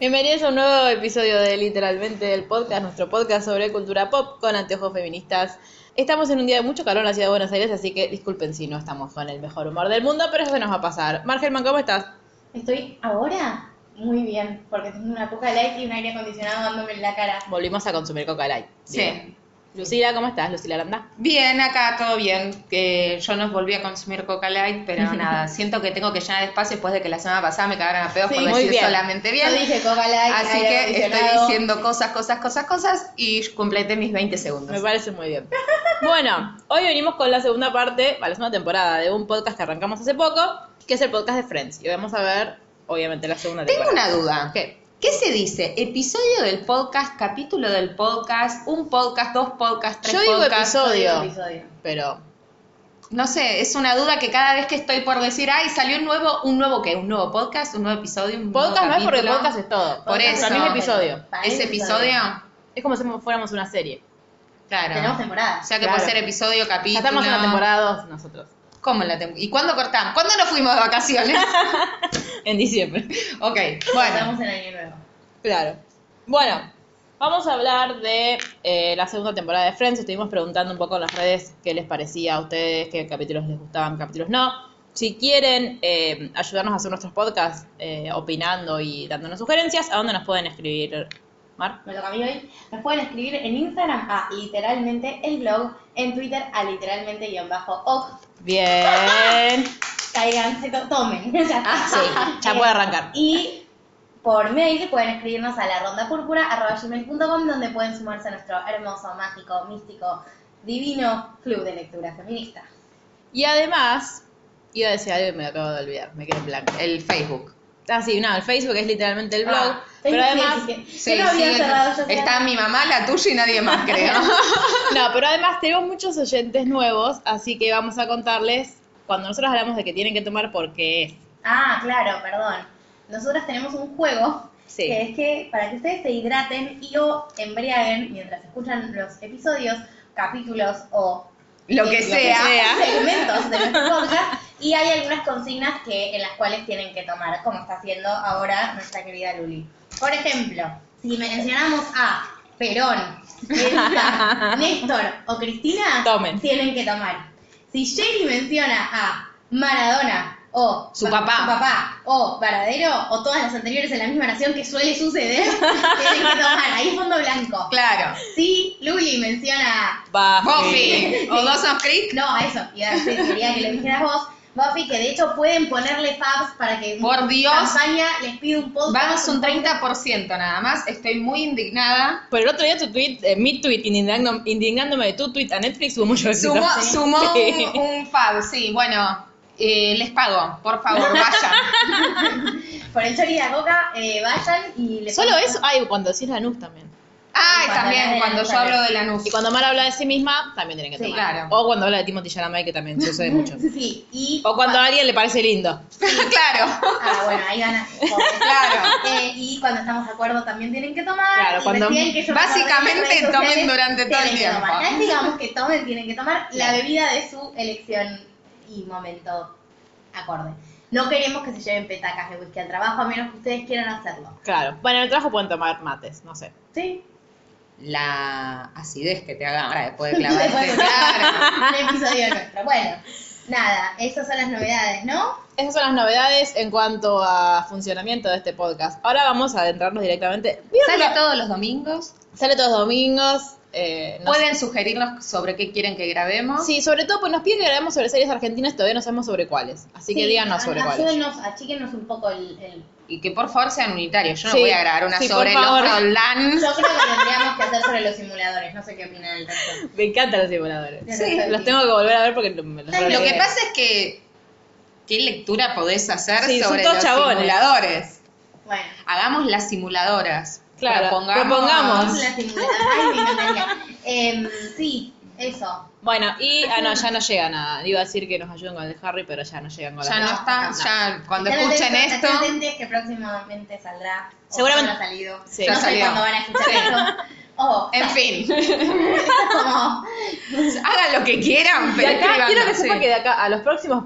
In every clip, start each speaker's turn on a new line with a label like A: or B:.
A: Bienvenidos a un nuevo episodio de Literalmente el podcast, nuestro podcast sobre cultura pop con anteojos feministas. Estamos en un día de mucho calor en la ciudad de Buenos Aires, así que disculpen si no estamos con el mejor humor del mundo, pero eso se nos va a pasar. Margelman, ¿cómo estás?
B: Estoy ahora muy bien, porque tengo una coca light y un aire acondicionado dándome en la cara.
A: Volvimos a consumir Coca Light. Bien.
C: Sí.
A: Lucila, ¿cómo estás? Lucila Aranda.
C: Bien, acá todo bien. Que yo no volví a consumir Coca Light, pero nada, siento que tengo que llenar espacio después de que la semana pasada me cagaran a pedos
A: Sí,
C: por
A: muy
C: decir
A: bien.
C: solamente bien.
B: Yo dije coca light,
C: Así
B: aire
C: que estoy
B: acondicionado.
C: diciendo cosas, cosas, cosas, cosas y completé mis 20 segundos.
A: Me parece muy bien. Bueno, hoy venimos con la segunda parte, vale, es una temporada de un podcast que arrancamos hace poco, que es el podcast de Friends. Y vamos a ver, obviamente, la segunda
C: Tengo
A: temporada.
C: una duda.
A: ¿Qué?
C: ¿Qué se dice? ¿Episodio del podcast? ¿Capítulo del podcast? ¿Un podcast? ¿Dos podcasts? ¿Tres
A: Yo digo
C: podcasts?
A: episodio.
B: Todo el episodio.
A: Pero
C: No sé, es una duda que cada vez que estoy por decir, ay, salió un nuevo, un nuevo qué, un nuevo podcast, un nuevo episodio, un
A: podcast no
C: nuevo
A: es porque
C: capítulo?
A: podcast es todo.
C: Por
A: Podcast
C: eso.
A: Para mí es episodio.
B: Para
C: ¿Ese
B: mí
C: episodio?
A: Es como si fuéramos una serie.
C: Claro.
B: Tenemos temporada.
C: O sea que
A: Claro.
C: puede ser episodio, capítulo.
A: Ya estamos en la temporada 2 nosotros.
C: ¿Cómo en la temporada? ¿Y cuándo cortamos? ¿Cuándo nos fuimos de vacaciones?
A: En diciembre.
C: ok, bueno.
B: Estamos en año nuevo.
A: Claro. Bueno, vamos a hablar de eh, la segunda temporada de Friends. Estuvimos preguntando un poco en las redes qué les parecía a ustedes, qué capítulos les gustaban, qué capítulos no. Si quieren eh, ayudarnos a hacer nuestros podcasts eh, opinando y dándonos sugerencias, ¿a dónde nos pueden escribir, Mar?
B: Me toca a mí hoy. Nos pueden escribir en Instagram a literalmente el blog, en Twitter a literalmente guión bajo o
A: Bien.
B: caigan, se to- tomen. Ya está.
A: Ah, Sí, ya
B: Eh,
A: puede arrancar.
B: Y por mail pueden escribirnos a la ronda púrpura donde pueden sumarse a nuestro hermoso, mágico, místico, divino club de lectura feminista.
A: Y además, iba a decir algo y me lo acabo de olvidar, me quedé en blanco.
C: El Facebook.
A: Ah, sí, no, el Facebook es literalmente el blog.
B: Ah,
A: pero
B: Facebook
A: además,
B: sí, sí, sí.
C: Sí,
B: Yo lo había
C: sí,
B: cerrado, yo
C: Está
B: cerré.
C: mi mamá, la tuya y nadie más, creo.
A: no, pero además tenemos muchos oyentes nuevos, así que vamos a contarles cuando nosotros hablamos de que tienen que tomar porque es.
B: Ah, claro, perdón. Nosotros tenemos un juego
A: Sí.
B: que es que para que ustedes se hidraten y o embriaguen mientras escuchan los episodios, capítulos o
C: Lo que
B: eh,
C: sea.
B: segmentos de nuestro podcast. Y hay algunas consignas que, en las cuales tienen que tomar, como está haciendo ahora nuestra querida Luli. Por ejemplo, si mencionamos a Perón, Elsa, Néstor o Cristina,
A: Tomen.
B: tienen que tomar. Si Sherry menciona a Maradona o
C: Su
B: Ba-
C: papá.
B: o Varadero o todas las anteriores en la misma oración que suele suceder, tienen que tomar. Ahí fondo blanco.
C: Claro.
B: Si Luli menciona a
C: Buffy. O Dawson's Creek.
B: no, a eso. Y a- sí, quería que lo dijeras vos. Buffy, que de hecho pueden ponerle fabs para que
C: Por Dios.
B: campaña les pide un podcast.
C: Vamos un 30% nada más. Estoy muy indignada.
A: Pero el otro día tu tweet, eh, mi tweet, indignando- indignándome de tu tweet a Netflix, hubo mucho éxito.
C: Sumó,
A: Sí.
C: sumó
A: Sí.
C: un, un fab, sí. Bueno, eh, les pago. Por favor, vayan.
B: Por el chori y la coca, eh, vayan y le
A: Solo
B: pongan-
A: eso, ay, cuando decís Lanús también.
C: Ay,
B: Cuando hablas
C: también,
B: de
C: cuando
B: Lanús,
C: yo hablo de la
A: Y cuando Mar habla de sí misma, también tienen que
B: Sí,
A: tomar.
C: claro.
A: O cuando habla de Timothy Chalamet, que también sucede mucho.
B: Sí, y.
C: Oh.
A: O cuando a alguien le parece lindo.
C: claro,
B: Ah, bueno, ahí ganas.
C: claro.
B: Eh, y cuando estamos de acuerdo también tienen que tomar.
A: Claro,
B: y
A: cuando-
B: recién que yo me
C: básicamente
B: acordé en redes
C: tomen
B: sociales,
C: durante todo el
B: tienen que
C: tiempo.
B: tomar. Cada vez que digamos que tomen, tienen que tomar la bebida de su elección y momento acorde. No queremos que se lleven petacas de whisky al trabajo, a menos que ustedes quieran hacerlo.
A: Claro. Bueno, en el trabajo pueden tomar mates, no sé.
B: Sí.
C: La acidez que te haga ahora después de
B: Después
C: clavarte.
B: de-
C: claro.
B: Un episodio nuestro. Bueno, nada, esas son las novedades, ¿no?
A: Esas son las novedades en cuanto a funcionamiento de este podcast. Ahora vamos a adentrarnos directamente. ¿Vieron que
C: Sale
A: lo-
C: todos los domingos.
A: Sale todos los domingos. eh, nos-
C: Pueden sugerirnos sobre qué quieren que grabemos.
A: Sí, sobre todo, pues nos piden que grabemos sobre series argentinas, todavía no sabemos sobre cuáles. Así que
B: Sí,
A: díganos
C: Ah,
A: sobre
B: a-
A: cuáles.
B: ayúdenos, achíquenos un poco el... el-
C: Y que por favor sean unitarios. Yo no
A: Sí,
C: voy a grabar una
A: sí, por
C: sobre el
A: favor.
C: otro LAN.
B: Yo creo que tendríamos que hacer sobre los simuladores, no sé qué opinan al respecto.
A: Me encantan los simuladores.
B: Ya
A: Sí,
B: lo
A: los
B: sentí.
A: tengo que volver a ver porque me los
B: Ay,
C: Lo
A: releí.
C: que pasa es que. ¿Qué lectura podés hacer
A: Sí, son
C: sobre
A: todos
C: los
A: chabones.
C: simuladores?
B: Bueno.
C: Hagamos las simuladoras.
A: Claro,
C: Propongamos-
A: propongamos.
B: La simulación. Ay, me encantaría. Em, sí, eso.
A: Bueno, y ah, no, ya no llega nada. Iba a decir que nos ayuden con el de Harry, pero ya no llegan con
C: Ya
A: las-
C: no está, ya cuando
B: Estén
C: escuchen
B: atentos-
C: esto.
B: estén atentos que próximamente saldrá. o
A: Seguramente-
B: cuando ha salido.
A: Sí.
B: no
C: Ya
B: sé
C: salió.
B: cuándo van a escuchar
C: Sí.
B: esto. Ojo,
C: En fin,
B: como
C: hagan lo que quieran,
A: De
C: pero
A: acá,
C: escriban,
A: quiero que
C: no sé.
A: sepa que de acá a los próximos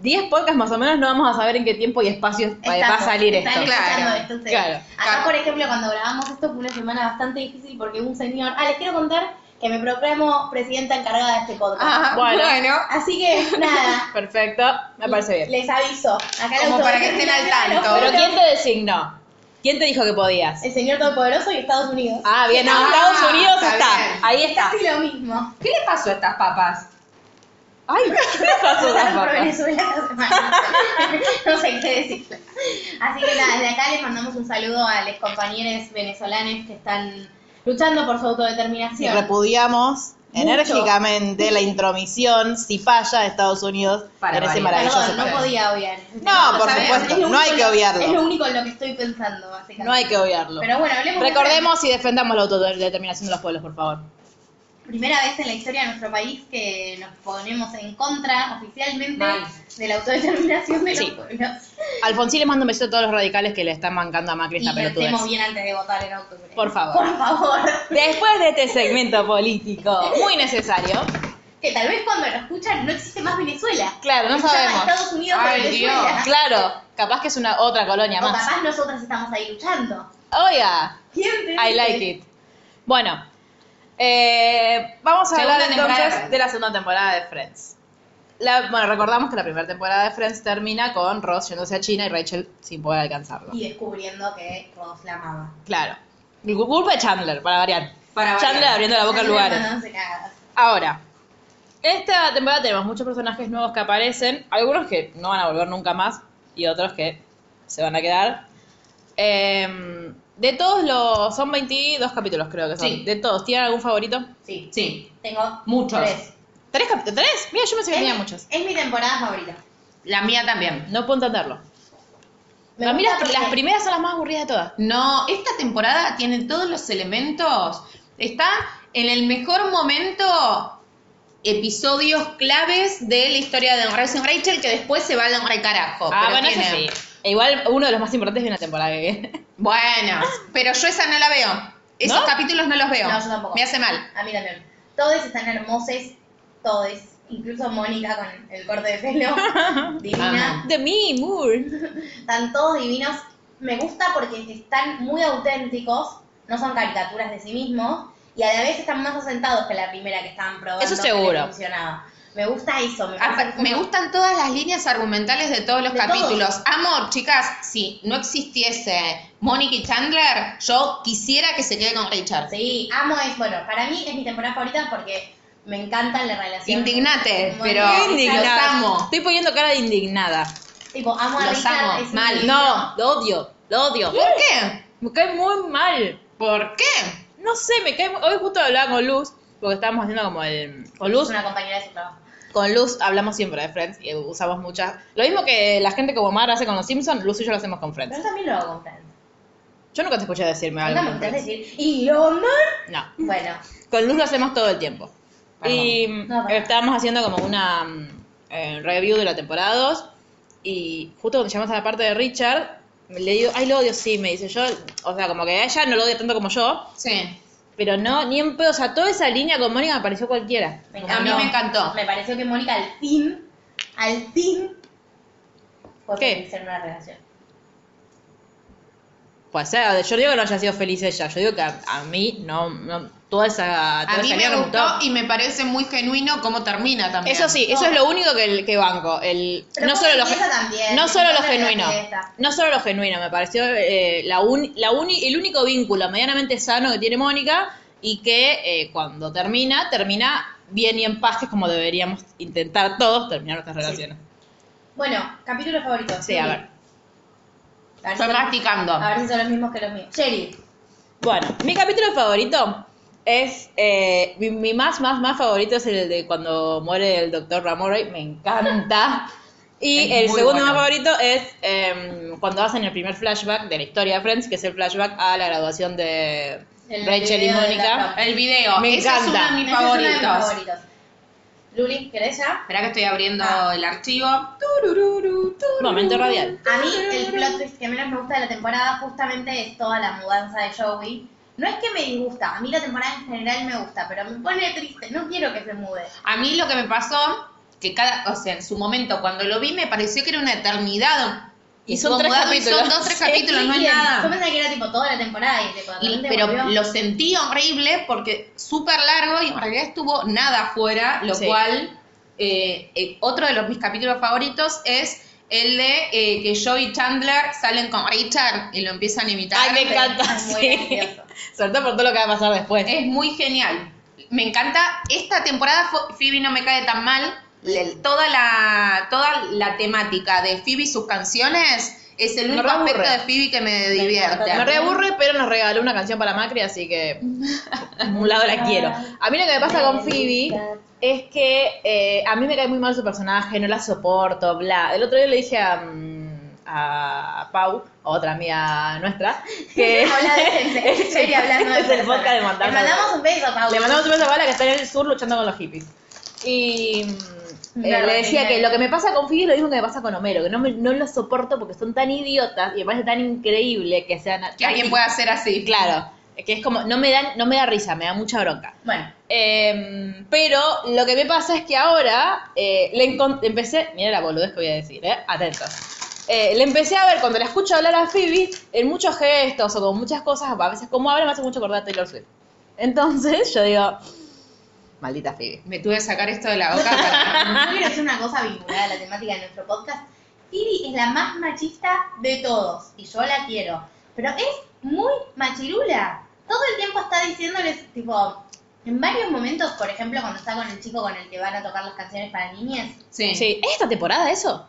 A: 10 podcasts más o menos no vamos a saber en qué tiempo y espacio va- va a
B: estamos-
A: salir esto.
B: están
C: claro,
B: escuchando esto ustedes.
A: claro.
B: Acá, por ejemplo, cuando grabamos esto fue una semana bastante difícil porque un señor. Ah, les quiero contar que me proclamo presidenta encargada de este podcast.
C: Ah,
A: Bueno.
C: bueno,
B: Así que, nada.
A: Perfecto, me parece bien.
B: Les aviso. Acá
C: Como
B: los-
C: para que estén al tanto.
B: Claro,
A: Pero ¿quién te designó? ¿Quién te dijo que podías?
B: El señor todopoderoso y Estados Unidos.
A: Ah, bien, no,
C: Ah,
A: Estados Unidos está.
C: está bien.
A: Ahí está.
B: Casi lo mismo.
C: ¿Qué le pasó a estas papas?
A: Ay, ¿qué le pasó a esas
B: Pasaron por
A: papas?
B: Venezuela esta semana. no sé qué decirle. Así que nada, desde acá les mandamos un saludo a los compañeros venezolanos que están luchando por su autodeterminación.
A: Repudiamos
B: Mucho.
A: enérgicamente la intromisión cipaya de Estados Unidos
C: Para
A: en ese
C: variar.
A: maravilloso
B: Perdón, no
A: país.
B: podía obviar.
A: No, por
C: está bien,
A: supuesto,
B: Es lo
A: no hay
B: único-
A: que
B: Es lo
A: obviarlo.
B: único en lo que estoy pensando, básicamente.
A: No hay que obviarlo.
B: Pero bueno, hablemos de-
A: Recordemos y defendamos la autodeterminación de los pueblos, por favor.
B: primera vez en la historia de nuestro país que nos ponemos en contra oficialmente
C: Mal.
B: de la autodeterminación de
A: Sí.
B: los pueblos.
A: Alfonsín les manda un besito a todos los radicales que le están mancando a Macri
B: Y
A: esta pelotudez.
B: pensemos bien antes de votar en octubre.
A: Por favor.
B: Por favor.
A: Después de este segmento político muy necesario,
B: Que tal vez cuando lo escuchan no existe más Venezuela.
A: Claro, no
B: Se llama
A: sabemos.
B: Estados Unidos o
C: Ay,
B: Venezuela.
C: Dios.
A: claro, capaz que es una otra colonia
B: O
A: más.
B: capaz nosotras estamos ahí luchando.
A: Oiga,
B: ¿Quién te
A: I
B: dice?
A: like it. Bueno, eh, vamos a
C: Segunda
A: hablar
C: temporada de
A: entonces
C: Friends.
A: de la segunda temporada de Friends. La- bueno, recordamos que la primera temporada de Friends termina con Ross yéndose a China y Rachel sin poder alcanzarlo.
B: Y descubriendo que Ross la amaba.
A: Claro. El gu- Culpa de Chandler, para variar.
C: Para variar.
A: Chandler abriendo la boca al
B: Están
A: lugar.
B: mandándose cagadas.
A: Ahora, esta temporada tenemos muchos personajes nuevos que aparecen, algunos que no van a volver nunca más y otros que se van a quedar. Eh, de todos los, son 22 capítulos creo que son.
C: Sí.
A: De todos, ¿tienen algún favorito?
B: Sí.
C: Sí,
B: Tengo
C: Muchos. ¿Eh?
B: tres.
A: ¿Tres capítulos? ¿Tres? Mira, yo me sé que tenía muchos.
B: Es mi temporada favorita.
C: la mía también.
A: No puedo entenderlo.
B: Me
A: Para mí
B: gusta
A: las, las
B: porque-
A: primeras son las más aburridas de todas.
C: No, esta temporada tiene todos los elementos. Está en el mejor momento episodios claves de la historia de Ross y Rachel que después se va al recarajo.
A: ah,
C: Oh, pero
A: bueno, eso
C: tiene-
A: sí. E igual uno de los más importantes viene la temporada que viene.
C: Bueno, pero yo esa no la veo. Esos
A: ¿No?
C: capítulos no los veo.
B: No, yo tampoco.
C: Me hace mal.
B: A mí también. Todos están hermosos. Todos. Incluso Mónica con el corte de pelo. divina.
C: Amo.
A: De mí, Moore.
B: Están todos divinos. Me gusta porque están muy auténticos, no son caricaturas de sí mismos, y a la vez están más asentados que la primera que estaban probando.
A: Eso
B: que les
A: seguro.
B: funcionaba. Me gusta eso. Me,
C: Ah,
B: parece
C: pa-
B: que
C: Me
B: somos-
C: gustan todas las líneas argumentales de todos los
B: De
C: capítulos. Amor, chicas, si no existiese Mónica y Chandler, yo quisiera que se quede con Richard.
B: Sí, amo es, bueno, para mí es mi temporada favorita porque me encantan la relación.
C: Indignate,
B: Mónica
C: pero
B: y Richard.
C: los amo.
A: Estoy poniendo cara de indignada.
B: Tipo, amo a
C: Los
B: Richard,
C: amo,
B: es un
C: mal.
B: divino.
A: No, lo odio, lo odio.
C: ¿Por qué?
A: Me cae muy mal.
C: ¿Por qué?
A: No sé, me cae. muy- Hoy justo hablaba con Luz, porque estábamos haciendo como el. Con
B: Es
A: Luz.
B: una compañera de su trabajo.
A: Con Luz hablamos siempre de Friends y usamos muchas. Lo mismo que la gente como Mar hace con los Simpsons, Luz y yo lo hacemos con
B: Pero
A: Friends.
B: yo también lo hago con Friends.
A: Yo nunca te escuché decirme algo.
B: Nunca me
A: con
B: escuchás
A: Friends.
B: decir, ¿y Omar?
A: No.
B: Bueno,
A: Con Luz lo hacemos todo el tiempo. Y mm,
B: No, perdón.
A: estábamos haciendo como una mm, eh, review de la temporada 2 y justo cuando llegamos a la parte de Richard, le digo, ay, lo odio, sí, me dice yo. O sea, como que a ella no lo odia tanto como yo,
C: Sí.
A: pero no, ni en pedo. O sea, toda esa línea con Mónica me pareció cualquiera.
B: me
C: A mí
B: encantó.
C: me encantó.
B: Me pareció que Mónica al fin, al fin, fue
A: ¿Qué?
B: feliz en una relación.
A: Pues, o sea, yo no digo que no haya sido feliz ella, yo digo que a, a mí no, no- toda esa, toda
C: A mí
A: esa
C: me
A: línea no
C: gustó y me parece muy genuino cómo termina también.
A: Eso sí, eso es lo único que, el- que banco. El,
B: Pero
A: no
B: cómo
A: solo lo,
B: empieza
A: gen-
B: también,
A: no solo lo
B: empieza desde la
A: genuino.
B: fiesta.
A: No solo lo genuino, me pareció eh, la un- la uni- el único vínculo medianamente sano que tiene Mónica y que eh, cuando termina, termina bien y en paz, que es como deberíamos intentar todos terminar nuestras relaciones.
B: Bueno, capítulo favorito.
A: Sí, a ver.
B: A ver si
C: Estoy
B: son-
C: practicando.
B: A ver si son los mismos que los míos. Sherry.
A: Bueno, mi capítulo favorito es. eh, mi, mi más, más, más favorito es el de cuando muere el doctor Ramoray. Me encanta. Y
C: Es
A: el
C: muy
A: segundo
C: bueno.
A: más favorito es em, cuando hacen el primer flashback de la historia de Friends, que es el flashback a la graduación de
B: El
A: Rachel y
B: video de
A: Mónica.
B: la-
C: El video.
A: Me
C: Esa
A: encanta.
C: es una de mis
B: Ese Este es uno de mis
C: favoritos.
B: favoritos. Luli, ¿querés ya?
C: Espera que estoy abriendo
B: Ah.
C: el archivo. Turururu, turururu.
A: Momento radial.
B: A mí el plot twist que menos me gusta de la temporada justamente es toda la mudanza de Joey. No es que me disgusta, a mí la temporada en general me gusta, pero me pone triste, no quiero que se mude.
C: A mí lo que me pasó, que cada, o sea, en su momento cuando lo vi me pareció que era una eternidad.
A: Y
C: Me
A: son
C: estuvo
A: tres
C: mudado y
A: capítulos.
C: son dos, tres
A: Sí,
C: capítulos, no es
B: Bien,
C: nada.
B: Yo pensaba que era tipo toda la temporada y tipo, de
C: Y-
B: repente
C: pero
B: volvió.
C: lo sentí horrible porque súper largo y en realidad estuvo nada afuera, lo
A: Sí.
C: cual eh, eh, otro de los, mis capítulos favoritos es el de eh, que Joey y Chandler salen con Richard y lo empiezan a imitar.
A: Ay, me encanta.
B: Es muy
A: sí.
B: gracioso.
A: Sobre todo por todo lo que va a pasar después.
C: Es muy genial. Me encanta. Esta temporada Fo- Phoebe no me cae tan mal. Le- Toda la, toda la temática de Phoebe y sus canciones es el
A: Me
C: único
A: reaburre.
C: aspecto de Phoebe que me divierte.
A: Me reaburre, pero nos regaló una canción para Macri, así que por un lado la quiero. A mí lo que me pasa con Phoebe es que eh, a mí me cae muy mal su personaje, no la soporto, bla. El otro día le dije a, mm, a Pau, otra amiga nuestra, que...
B: Hola, decente.
A: Este
B: Sherry hablando
A: es
B: de
A: el
B: personas.
A: podcast de
B: Le
A: Montana.
B: mandamos un beso, Pau.
A: Le mandamos un beso a Paula que está en el sur luchando con los hippies. Y mm, eh,
B: Claro,
A: le decía
B: genial.
A: que lo que me pasa con Phoebe es lo mismo que me pasa con Homero, que no, me, no los soporto porque son tan idiotas y me parece tan increíble que sean...
C: Que alguien pueda hacer así.
A: Claro, que es como, no me, dan, no me da risa, me da mucha bronca.
B: Bueno,
A: Eh, pero lo que me pasa es que ahora eh, le encon- empecé, mira la boludez que voy a decir, eh, atentos. Eh, le empecé a ver, cuando la escucho hablar a Phoebe, en muchos gestos o con muchas cosas, a veces como habla me hace mucho acordar a Taylor Swift. Entonces yo digo, maldita Phoebe.
C: Me tuve que sacar esto de la boca. para-
B: yo quiero decir una cosa vinculada a la temática de nuestro podcast. Phoebe es la más machista de todos y yo la quiero, pero es muy machirula. Todo el tiempo está diciéndoles, tipo, en varios momentos, por ejemplo, cuando está con el chico con el que van a tocar las canciones para niñas,
C: Sí. sí.
A: Sí, ¿es esta temporada eso?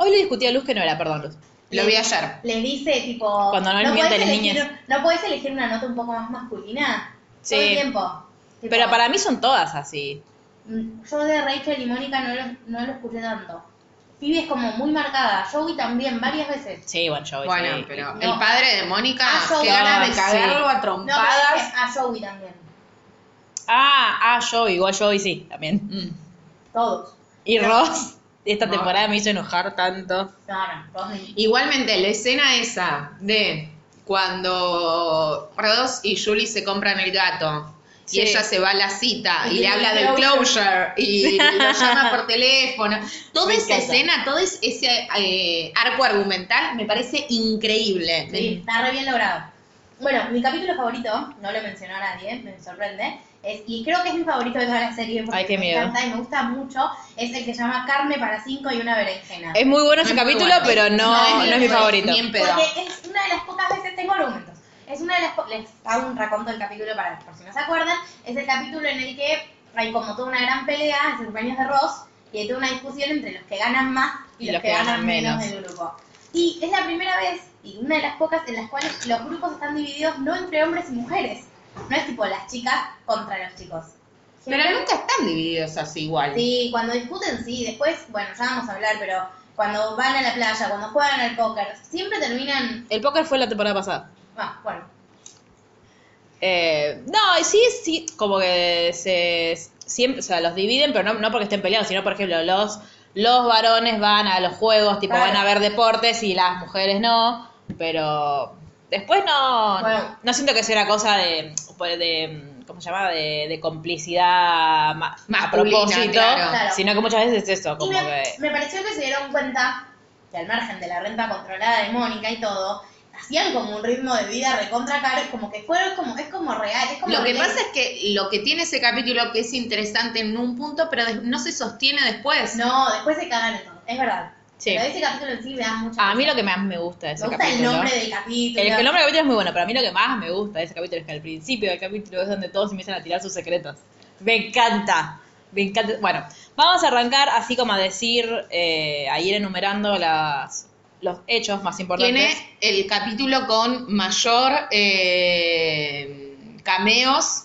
A: Hoy le discutí a Luz que no era, perdón Luz.
C: Lo vi ayer.
B: les dice, tipo,
A: Cuando no les mienten
B: podés
A: las
B: elegir-
A: niñas.
B: ¿no podés elegir una nota un poco más masculina?
A: Sí.
B: Todo el tiempo. Tipo,
A: Pero para mí son todas así.
B: Mm, Yo de Rachel y Mónica no lo, no lo escuché tanto. Phoebe es como muy marcada. Joey también, varias veces.
A: Sí, bueno, yo
C: Bueno,
A: sí.
C: pero
B: No.
C: el padre de Mónica,
B: Ah, yo
C: qué
B: no,
C: ganas de
A: sí.
C: cagarlo a
B: No, pero es
C: trompadas.
B: que a Joey también.
A: Ah, ah, yo, igual yo y sí, también.
C: Mm.
B: Todos.
A: Y Ross, esta
C: No.
A: temporada me hizo enojar tanto.
B: No, no, todos me-
C: Igualmente, la escena esa de cuando Ross y Julie se compran el gato
A: Sí.
C: y ella se va a la cita
B: Y
C: y, le
B: tiene
C: habla
B: el
C: del closure y lo llama por teléfono. Toda
A: Me
C: esa
A: encanta.
C: escena, todo es- ese eh, arco argumental me parece increíble.
B: Sí, está re bien logrado. Bueno, mi capítulo favorito, no lo mencionó nadie, me sorprende, es, y creo que es mi favorito de toda la serie, porque
A: Ay, qué
B: me
A: miedo.
B: encanta y me gusta mucho, es el que se llama Carne para cinco y una berenjena.
A: Es muy bueno ese
C: No es muy
A: capítulo,
C: bueno.
A: pero no,
C: No es
A: no
C: mi-
A: es, mi
C: no es
A: favorito.
C: mi- pedo.
B: Porque es una de las pocas veces, tengo argumentos, es una de las po- les hago un raconto del capítulo para por si no se acuerdan, es el capítulo en el que hay como toda una gran pelea, es el cumpleaños de Ross, y hay toda una discusión entre los que ganan más y, los, que, ganan menos. del grupo. Y es la primera vez, y una de las pocas, en las cuales los grupos están divididos no entre hombres y mujeres, no es tipo las chicas contra los chicos.
C: Pero nunca están divididos así igual.
B: Sí, cuando discuten, sí. Después, bueno, ya vamos a hablar, pero cuando van a la playa, cuando juegan al póker, siempre terminan
A: El póker fue la temporada pasada.
B: Ah, bueno.
A: Eh, no, y sí, sí, como que se siempre, o sea, los dividen, pero no, no porque estén peleados, sino por ejemplo, los, los varones van a los juegos, tipo
B: Claro.
A: van a ver deportes y las mujeres no, pero después no,
B: Bueno.
A: no, no siento que sea una cosa de, de ¿cómo se llama? de, de complicidad ma- a
C: Masculina,
A: propósito,
C: claro.
B: Claro.
A: sino que muchas veces es eso,
B: Y
A: como
B: me,
A: que
B: me pareció que se dieron cuenta que al margen de la renta controlada de Mónica y todo, hacían como un ritmo de vida recontra caro, es como que fueron como, es como real, es como
C: Lo que
B: real.
C: pasa es que lo que tiene ese capítulo que es interesante en un punto, pero des- no se sostiene después.
B: No, después se cagan en todo, es verdad.
A: Sí.
B: Pero ese capítulo en sí me da mucho.
A: A mí lo que más me gusta de
B: me
A: ese
B: gusta
A: capítulo.
B: el nombre del capítulo.
A: El, que el nombre del capítulo es muy bueno, pero a mí lo que más me gusta de ese capítulo es que al principio del capítulo es donde todos empiezan a tirar sus secretos. Me encanta. Me encanta. Bueno, vamos a arrancar así como a decir, eh, a ir enumerando las, los hechos más importantes.
C: Tiene el capítulo con mayor eh, cameos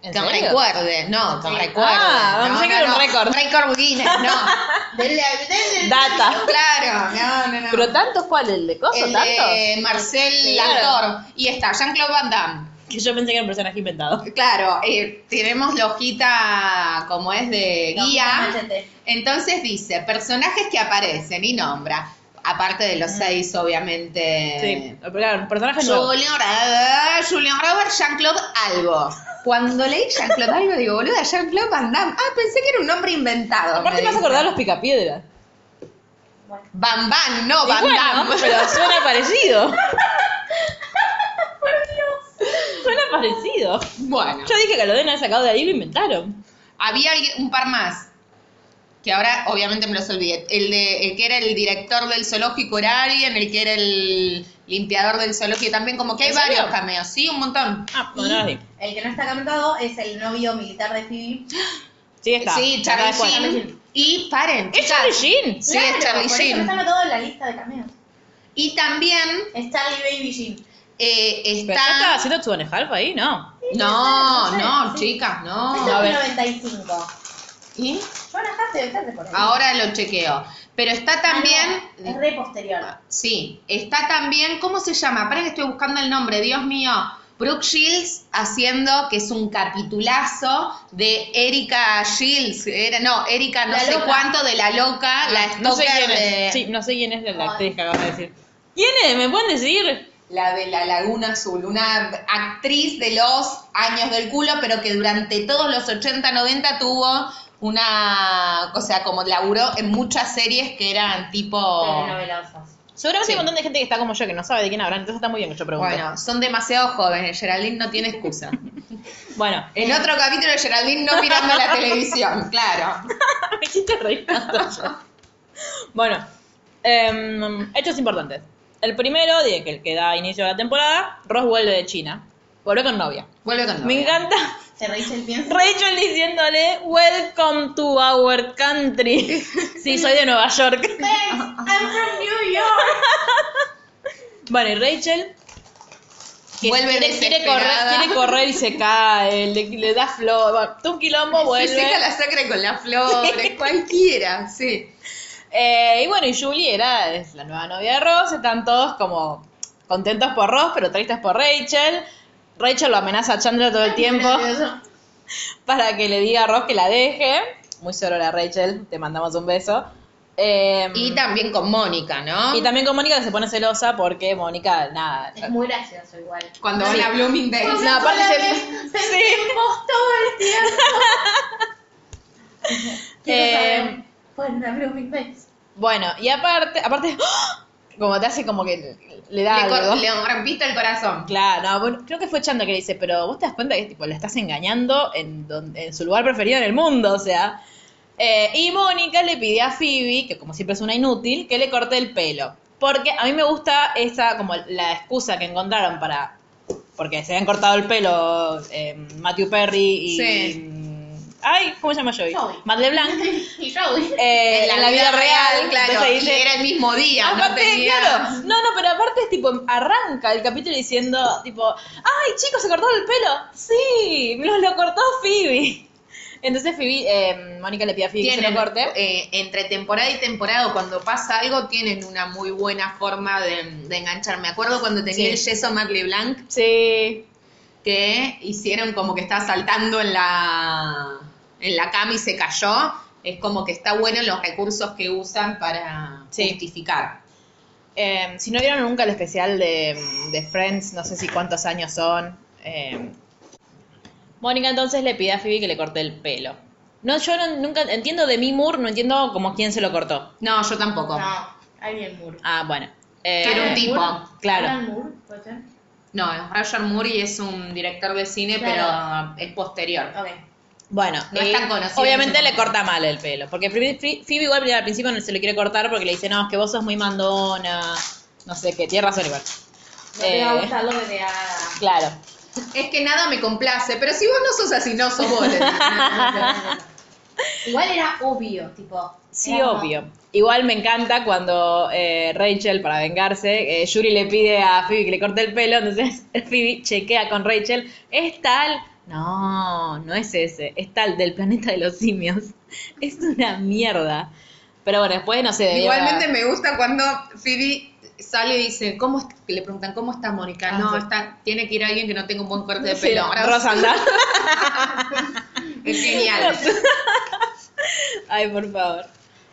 A: ¿En
C: que
A: serio?
C: recuerde. No, que
B: Sí.
C: recuerde.
A: Ah,
C: no,
A: pensé que
C: no,
A: era un
C: no.
A: récord.
C: Récord Guinness, no.
B: Denle, denle-
A: Data.
C: claro, no, no, no.
A: Pero tanto cuál el de coso,
C: el
A: tanto.
C: de Marcel
A: Claro.
C: Actor. Y está Jean-Claude Van Damme.
A: Que yo pensé que era un personaje inventado.
C: Claro, eh, tenemos la hojita como es de
B: No,
C: guía.
B: manchete.
C: Entonces dice, personajes que aparecen y nombra, aparte de los seis, obviamente.
A: Mm. Sí, pero claro, un personaje
C: Ah,
A: nuevo.
C: Julian Robert, Julian Robert, Jean-Claude Albo. Cuando leí Jean-Claude Albo, digo, boluda, Jean-Claude Van Damme. Ah, pensé que era un nombre inventado.
A: Aparte
C: me
A: me vas a
C: dice.
A: acordar de los picapiedras.
C: Van Van, no, Van
A: Y bueno,
C: Damme.
A: Pero suena parecido. Por Dios. Suena parecido.
C: Bueno,
A: Yo dije que lo deben haber sacado de ahí y lo inventaron.
C: había alguien- un par más. Que ahora obviamente me los olvidé. El de el que era el director del zoológico era alguien, el que era el limpiador del zoológico también, como que hay
A: ¿En serio?
C: varios cameos, sí, un montón.
A: Ah,
B: Y el que no está cantado es el novio militar de Phoebe.
A: Sí, está.
C: Sí, Charlie
A: Acá después.
C: Sheen. Y paren.
A: ¿Es Charlie Sheen?
C: Sí,
B: Claro,
C: es Charlie
B: por eso me
C: Sheen.
B: está anotado en la lista de cameos.
C: Y también
B: Es Charlie Baby Jean.
C: eh,
A: ¿Pero ya estaba
C: está.
A: haciendo tu Half ahí? No.
C: No,
B: Sí,
C: no,
B: sí.
C: chicas,
B: Esto es
C: no.
A: Ah, A ver.
B: 95.
C: ¿Y?
B: Jonah Hart debe estar de por ahí.
A: Ah,
C: Ahora lo chequeo. Pero está
B: Ah, no, es
C: también.
B: re posterior.
C: Sí, está también. ¿Cómo se llama? Para que estoy buscando el nombre, Dios mío. Brooke Shields haciendo que es un capitulazo de Erika Shields. Era, no, Erika no
B: La
C: sé
B: loca.
C: cuánto de la loca, la stalker
A: No sé quién
C: de.
A: es. Sí, no sé quién es la- la
B: Ay.
A: actriz que acabas de decir. ¿Quién es? ¿Me pueden decir?
C: la de la Laguna Azul, una actriz de los años del culo, pero que durante todos los 80, 90 tuvo una, o sea, como laburó en muchas series que eran
B: oh.
C: tipo...
B: Telenovelosas.
A: Seguramente
C: Sí.
A: hay un montón de gente que está como yo, que no sabe de quién hablan, entonces está muy bien que yo pregunte.
C: Bueno, son demasiado jóvenes, Geraldine no tiene excusa.
A: Bueno.
C: En otro capítulo de Geraldine no mirando la televisión, claro.
A: Me hiciste reír tanto yo. Bueno, em, hechos importantes. El primero, de que el que da inicio a la temporada, Ross vuelve de China. Vuelve con novia.
C: Vuelve con
A: Me
C: novia.
A: encanta
B: Se reíse el pienso.
A: Rachel diciéndole, welcome to our country. Sí, soy de Nueva York.
B: Thanks, I'm from New York.
A: Bueno, y Rachel... que
C: Vuelve
A: quiere, quiere correr,
C: desesperada.
A: quiere correr y se cae, le, le da flor, bueno, todo un quilombo vuelve.
C: Se seca la sangre con las flores, cualquiera, sí.
A: Eh, y bueno, y Julie era es la nueva novia de Ross, están todos como contentos por Ross, pero tristes por Rachel. Rachel lo amenaza a Chandler todo el tiempo para que le diga a Ross que la deje. Muy la Rachel, te mandamos un beso. Eh,
C: Y también con Mónica, ¿no?
A: y también con Mónica que se pone celosa porque Mónica, nada.
B: Es muy gracioso igual.
C: Cuando van a Bloomingdale.
A: No, aparte se-
B: sí. todo el tiempo. Quiero saber.
A: Eh,
B: Bueno, abro mi face.
A: bueno, y aparte, aparte, ¡ah! como te hace como que le da
C: Le,
A: algo.
C: cor- le rompiste el corazón.
A: Claro, no, bueno, creo que fue Chandler que le dice, pero vos te das cuenta que tipo la estás engañando en, don- en su lugar preferido en el mundo, o sea. Eh, y Mónica le pide a Phoebe, que como siempre es una inútil, que le corte el pelo. Porque a mí me gusta esa, como la excusa que encontraron para. Porque se habían cortado el pelo eh, Matthew Perry y. mm,
C: Sí.
A: Ay, ¿cómo se llama Joey?
B: Joey.
A: Matt LeBlanc.
B: Y Joey.
A: eh, en la, vida, real,
C: claro.
A: Entonces
C: Y
A: dice,
C: era el mismo día, no
A: Aparte,
C: tenía...
A: claro, no, no, pero aparte es tipo, arranca el capítulo diciendo, tipo, ay chicos, se cortó el pelo. Sí, nos lo cortó Phoebe. Entonces Phoebe, eh, Mónica le pide a Phoebe que se
C: Tienen,
A: lo corte.
C: eh, entre temporada y temporada, cuando pasa algo, tienen una muy buena forma de, de enganchar. Me acuerdo cuando tenía
A: Sí.
C: el yeso Mac Blanc
A: Sí.
C: que hicieron como que estaba saltando en la, en la cama y se cayó. Es como que está bueno los recursos que usan para
A: Sí.
C: justificar.
A: Eh, si no vieron nunca el especial de, em, de Friends, no sé si cuántos años son. eh, Mónica entonces le pide a Phoebe que le corte el pelo. No, yo no- nunca entiendo de mi Moore, no entiendo como quién se lo cortó.
C: No, yo tampoco.
B: No, alguien Moore.
A: Ah, bueno.
C: Que era un
A: Eh,
C: tipo. Ah,
A: claro.
B: Alan Moore, ¿puede ser?
C: No, Roger Moore es un director de cine,
B: Claro.
C: pero es posterior.
B: Ok.
A: Bueno,
C: No es
A: eh,
C: tan conocida
A: obviamente
C: en su
A: le
C: momento.
A: corta mal el pelo. Porque Phoebe Phoebe igual al principio no se lo quiere cortar porque le dice, no, es que vos sos muy mandona, no sé qué, tiene razón igual.
B: No te va a
A: Eh,
B: gustar lo que te haga.
A: Claro.
C: Es que nada me complace, pero si vos no sos así, no sos vos. le dice.
B: Igual era obvio, tipo.
A: Sí,
B: era como-
A: obvio. Igual me encanta cuando eh, Rachel, para vengarse, eh, Yuri le pide a Phoebe que le corte el pelo, entonces Phoebe chequea con Rachel, es tal, no, no es ese, es tal del planeta de los simios, es una mierda. Pero bueno, después no sé, debió
C: Igualmente
A: haber-
C: me gusta cuando Phoebe sale y dice, ¿cómo est- que le preguntan, ¿cómo está Mónica?
A: Ah,
C: no,
A: sí.
C: está, tiene que ir alguien que no tenga un buen corte de
A: Sí,
C: pelo.
A: Rosanda.
C: Es genial.
A: Ay, por favor.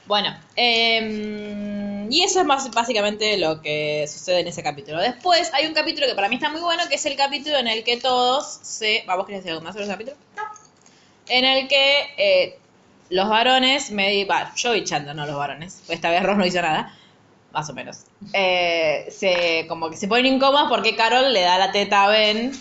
A: Bueno, eh, y eso es más básicamente lo que sucede en ese capítulo. Después hay un capítulo que para mí está muy bueno, que es el capítulo en el que todos se... ¿Vamos querés decir algo más sobre ese capítulo? No. En el que eh, los varones, me di- va, yo y Chandler, no los varones, pues esta vez Ross no hizo nada, más o menos. Eh, se, como que se ponen incómodos porque Carol le da la teta a Ben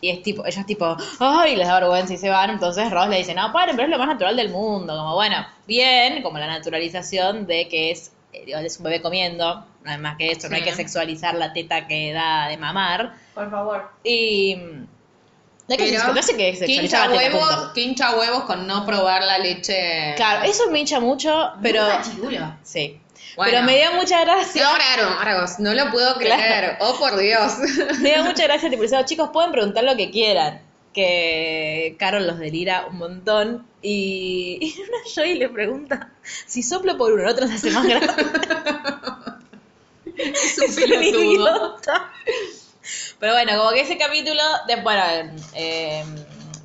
A: y es tipo, ellos tipo, ay, les da vergüenza y se van. Entonces Ross le dice, no, paren, pero es lo más natural del mundo. Como, bueno, bien, como la naturalización de que es, eh, es un bebé comiendo, no es más que eso, no hay
C: Sí.
A: que sexualizar la teta que da de mamar.
B: Por favor.
A: Y... No hay que
C: Pero
A: sexualizar- no sé qué es sexualizar
C: Quincha
A: la teta,
C: huevos,
A: punto.
C: quincha huevos con no probar la leche. Ah,
A: Claro, eso me hincha mucho, pero...
B: Nunca chirulo.
A: Sí.
C: Bueno.
A: Pero me dio mucha
C: Sí,
A: gracia.
C: ahora, Argos, no lo puedo creer. Oh, por Dios.
A: Me dio mucha gracia, tipo, diciendo, chicos, pueden preguntar lo que quieran. Que Carol los delira un montón. Y, y una Joy le pregunta si soplo por uno, el otro se hace más grande.
C: Es
A: Es un idiota. Pero bueno, como que ese capítulo, de, bueno, eh,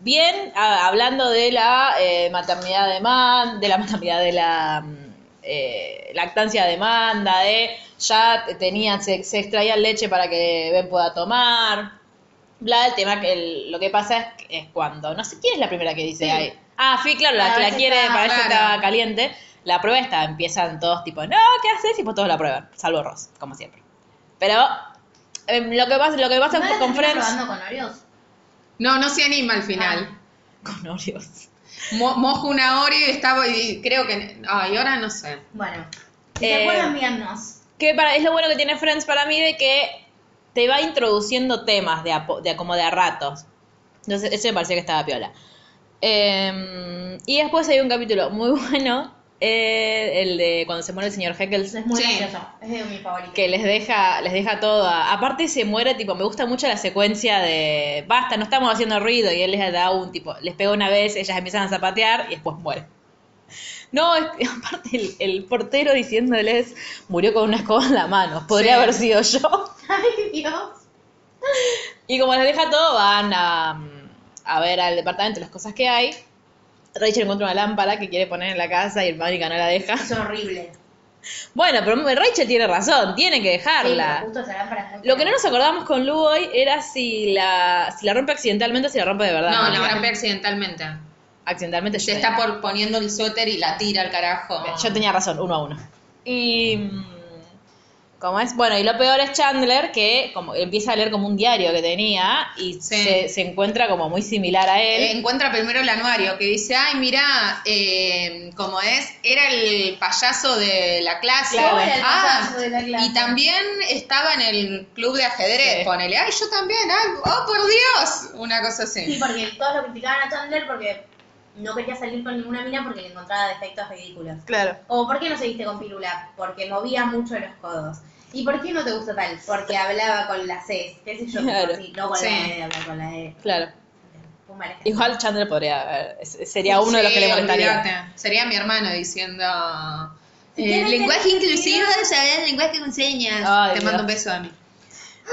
A: bien, a- hablando de la eh, maternidad de man, de la maternidad de la mm, eh, lactancia de demanda, de ya tenían, se, se extraía leche para que Ben pueda tomar. Bla, el tema que el- lo que pasa es, es cuando, no sé quién es la primera que dice, ay, ah, sí, claro, la,
B: La
A: que la
B: vez
A: quiere,
B: está,
A: parece que
C: claro.
A: está caliente. La prueba está, empiezan todos tipo, no, ¿qué haces? Y pues todos la prueban, salvo Ross, como siempre. Pero em, lo que pasa, lo que pasa
B: ¿No la
A: con
B: terminó
A: Friends.
B: probando con Oreos?
C: No, no se anima al final.
A: Con Oreos.
C: Mo- mojo una hora y estaba y creo que. Ay, ahora no sé.
B: Bueno. Si
A: Eh,
B: se acuerdan, díganos.
A: Que para, es lo bueno que tiene Friends para mí de que te va introduciendo temas de, a po- de a- como de a ratos. Entonces, eso me parecía que estaba piola. Em, y después hay un capítulo muy bueno, eh, el de cuando se muere el señor Heckles.
B: Es muy
C: sí.
B: gracioso. Es de mis favoritos.
A: que les deja, les deja todo. a- Aparte se muere, tipo, me gusta mucho la secuencia de basta, no estamos haciendo ruido, y él les da un tipo, les pega una vez, ellas empiezan a zapatear y después muere. No, es- aparte el, el portero diciéndoles, murió con una escoba en la mano, podría
C: Sí.
A: haber sido yo.
B: Ay, Dios.
A: Y como les deja todo, van a, a ver al departamento las cosas que hay. Rachel encuentra una lámpara que quiere poner en la casa y el Mónica no la deja.
B: Es horrible.
A: Bueno, pero Rachel tiene razón, tiene que dejarla.
B: Sí, pero justo esa lámpara es muy
A: Lo que no
B: cara.
A: nos acordamos con Lu hoy era si la, si la rompe accidentalmente o si la rompe de verdad.
C: No, la rompe accidentalmente.
A: Accidentalmente
C: Se
A: yo,
C: está por poniendo el suéter y la tira al carajo.
A: tenía, yo tenía razón, uno a uno. Y. mm, ¿Cómo es? Bueno, y lo peor es Chandler, que como empieza a leer como un diario que tenía y
C: Sí.
A: se, se encuentra como muy similar a
C: Eh,
A: él.
C: Encuentra primero el anuario que dice, ay, mira, eh, como es, era el payaso de la clase.
A: Claro,
B: era el
C: Ah,
B: payaso de la clase.
C: Y también estaba en el club de ajedrez,
A: Sí.
C: ponele, ay, yo también, ay, oh, por Dios, una cosa
B: Sí,
C: así.
B: porque todos lo criticaban a Chandler porque no quería salir con ninguna mina porque le encontraba defectos ridículos.
A: Claro.
B: O ¿por qué no seguiste con Pirula? Porque movía mucho los codos. ¿Y por qué no te gusta tal? Porque hablaba con las C, qué sé yo, tipo
A: Claro.
B: así, no con
C: Sí.
B: la E, hablaba con la E.
A: Claro.
B: Fue un mal ejemplo.
A: Igual Chandler podría. haber- Sería uno de los que
C: Sí,
A: le molestaría.
C: olvídate. Sería mi hermano diciendo...
B: Si
C: eh,
B: quieren
C: lenguaje
B: tener
C: inclusivo,
B: sentido.
C: saber lenguaje con señas.
A: Ay,
C: Te
A: Dios.
C: mando un beso a mí.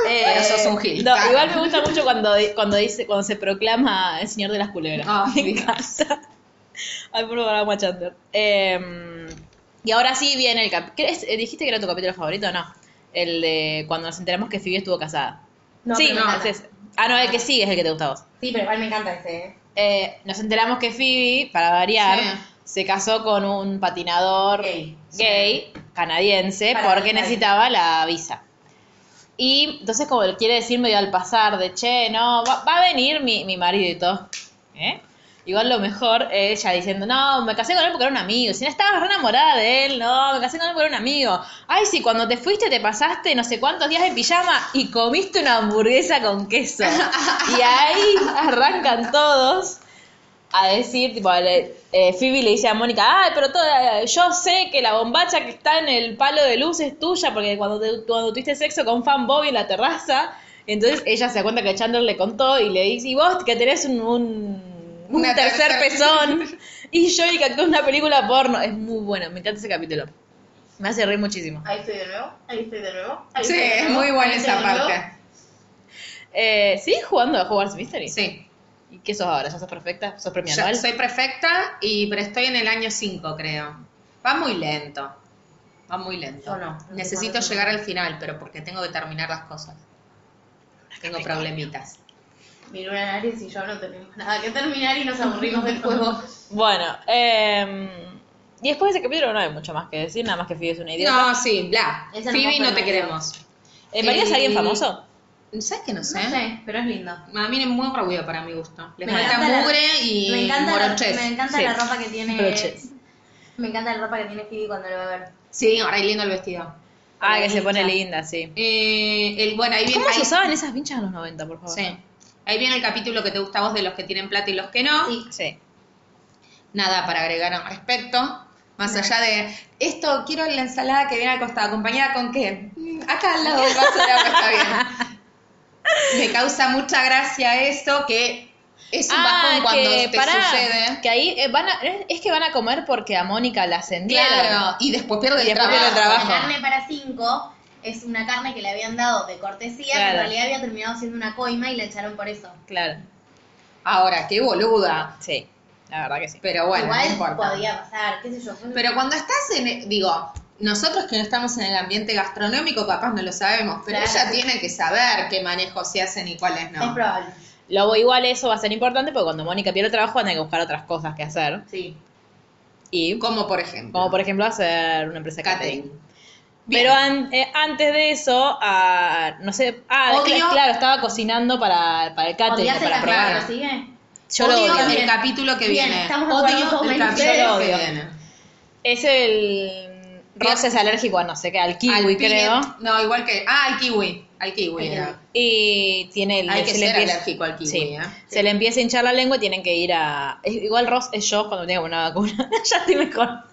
A: Eh,
C: Pero sos un gil.
A: no, igual me gusta mucho cuando, di- cuando dice, cuando se proclama el señor de las culebras.
C: Ah,
A: me
C: Dios.
A: encanta. Ay, por favor, amo a Chandler. Eh, y ahora sí viene el capítulo. ¿Dijiste que era tu capítulo favorito? No. El de cuando nos enteramos que Phoebe estuvo casada.
B: No,
A: sí,
B: pero me
A: es
B: encanta.
A: ese. Ah, no, el que sigue es el que te gusta a vos.
B: Sí, pero igual me encanta ese, ¿eh?
A: Eh, nos enteramos que Phoebe, para variar,
C: Sí.
A: se casó con un patinador
B: Gay.
A: gay, canadiense
B: Para
A: porque
B: viajar.
A: necesitaba la visa. Y entonces como él quiere decir medio al pasar de, che, no, va, va a venir mi, mi marido y todo. ¿Eh? Igual lo mejor es ella diciendo, no, me casé con él porque era un amigo. Si no estabas re enamorada de él, no, me casé con él porque era un amigo. Ay, si cuando te fuiste te pasaste no sé cuántos días en pijama y comiste una hamburguesa con queso. Y ahí arrancan todos a decir, tipo, le- eh, Phoebe le dice a Mónica, ay, pero toda, yo sé que la bombacha que está en el palo de luz es tuya, porque cuando, te- cuando tuviste sexo con Fan Bobby en la terraza, entonces ella se da cuenta que Chandler le contó y le dice, y vos que tenés un, un, un
C: Una
A: tercer
C: tercera-
A: pezón, y yo y que actué en una película porno, es muy bueno, me encanta ese capítulo, me hace reír muchísimo.
B: Ahí estoy de nuevo, ahí estoy de nuevo. ahí
C: Sí,
B: estoy de
C: es
B: nuevo,
C: muy buena
B: ahí
C: esa
B: estoy de nuevo.
C: parte.
A: Eh, ¿Sigues jugando a Hogwarts Mystery?
C: Sí.
A: ¿Y qué sos ahora? ¿Ya sos perfecta? ¿Sos
C: Yo
A: premianual?
C: soy perfecta, y, pero estoy en el año 5, creo. Va muy lento. Va muy lento.
B: Yo no.
C: Necesito llegar al final, pero porque tengo que terminar las cosas. Tengo problemitas.
B: Miró una nariz y yo no tenemos nada que terminar y nos aburrimos del juego.
A: Bueno, eh, y después de ese capítulo no hay mucho más que decir, nada más que Phoebe es una idiota.
C: No, sí, bla.
B: Esa no
C: Phoebe,
B: fue
C: no te
B: María.
C: queremos.
A: Eh, ¿María es
C: el-
A: alguien famoso?
C: ¿Sabes que no sé?
B: No sé, pero es lindo.
C: A mí es Ah, muy ruido para mi gusto. Le
B: Me
C: falta
B: encanta la-
C: mugre y
B: me encanta,
C: moroches.
B: La, me encanta
C: sí.
B: la ropa que tiene.
A: Broches.
B: Me encanta la ropa que tiene Phoebe cuando lo va a ver.
C: Sí, ahora lindo el vestido.
A: Ah, que se pone linda, sí.
C: Eh, el, bueno, ahí viene...
A: ¿Cómo
C: ahí-
A: se usaban esas vinchas en los 90, por favor?
C: Sí. Ahí viene el capítulo que te gusta a vos de los que tienen plata y los que no.
B: Sí.
A: Sí.
C: Nada para agregar al respecto. Más allá de esto, quiero la ensalada que viene al costado. ¿Acompañada con qué? Mm, Acá al lado del vaso de agua está bien. Me causa mucha gracia eso, que es un bajón cuando
A: Ah, que,
C: te
A: pará,
C: sucede.
A: que ahí eh, van a, es que van a comer porque a Mónica la ascendieron.
C: Claro, y después pierde
A: Y
C: el
A: después pierde
C: trabajo.
A: el trabajo.
B: La carne para cinco es una carne que le habían dado de cortesía, que
A: Claro.
B: en realidad había terminado siendo una coima y la echaron por eso.
A: Claro,
C: Ahora, qué boluda.
A: sí. La verdad que sí.
C: Pero bueno, no
B: Igual
C: importa.
B: podía pasar, qué sé yo. fue-
C: Pero cuando estás en, e-, digo, nosotros que no estamos en el ambiente gastronómico, capaz no lo sabemos, pero
B: Claro.
C: ella tiene que saber qué manejos se hacen y cuáles
B: Es
C: no.
B: probable.
A: Luego igual eso va a ser importante porque cuando Mónica pierde el trabajo van a tener que buscar otras cosas que hacer.
B: Sí.
A: Y
C: Como por ejemplo,
A: como por ejemplo hacer una empresa de catering.
C: catering.
A: Pero an- eh, antes de eso, ah, no sé, ah,
C: Odio-
A: claro, estaba cocinando para, para el catering,
B: Odias el
A: para probar.
B: capítulo, ¿sigue?
A: Yo lo
C: odio
A: odio.
C: el capítulo que
B: Bien,
C: viene.
B: estamos de acuerdo
C: odio
B: con
C: el
B: Mel.
C: capítulo
A: Yo lo
C: que
A: odio.
C: viene.
A: Es el. Ross es alérgico a no sé qué, al kiwi,
C: Al piña-
A: creo.
C: No, igual que. Ah, al kiwi. Al kiwi. era.
A: Y tiene el.
C: Hay que
A: se le
C: ser
A: empieza-
C: alérgico al kiwi.
A: Sí.
C: ¿eh?
A: Se le empieza a hinchar la lengua y tienen que ir a. es- Igual Ross es yo cuando tengo una vacuna. ya estoy mejor.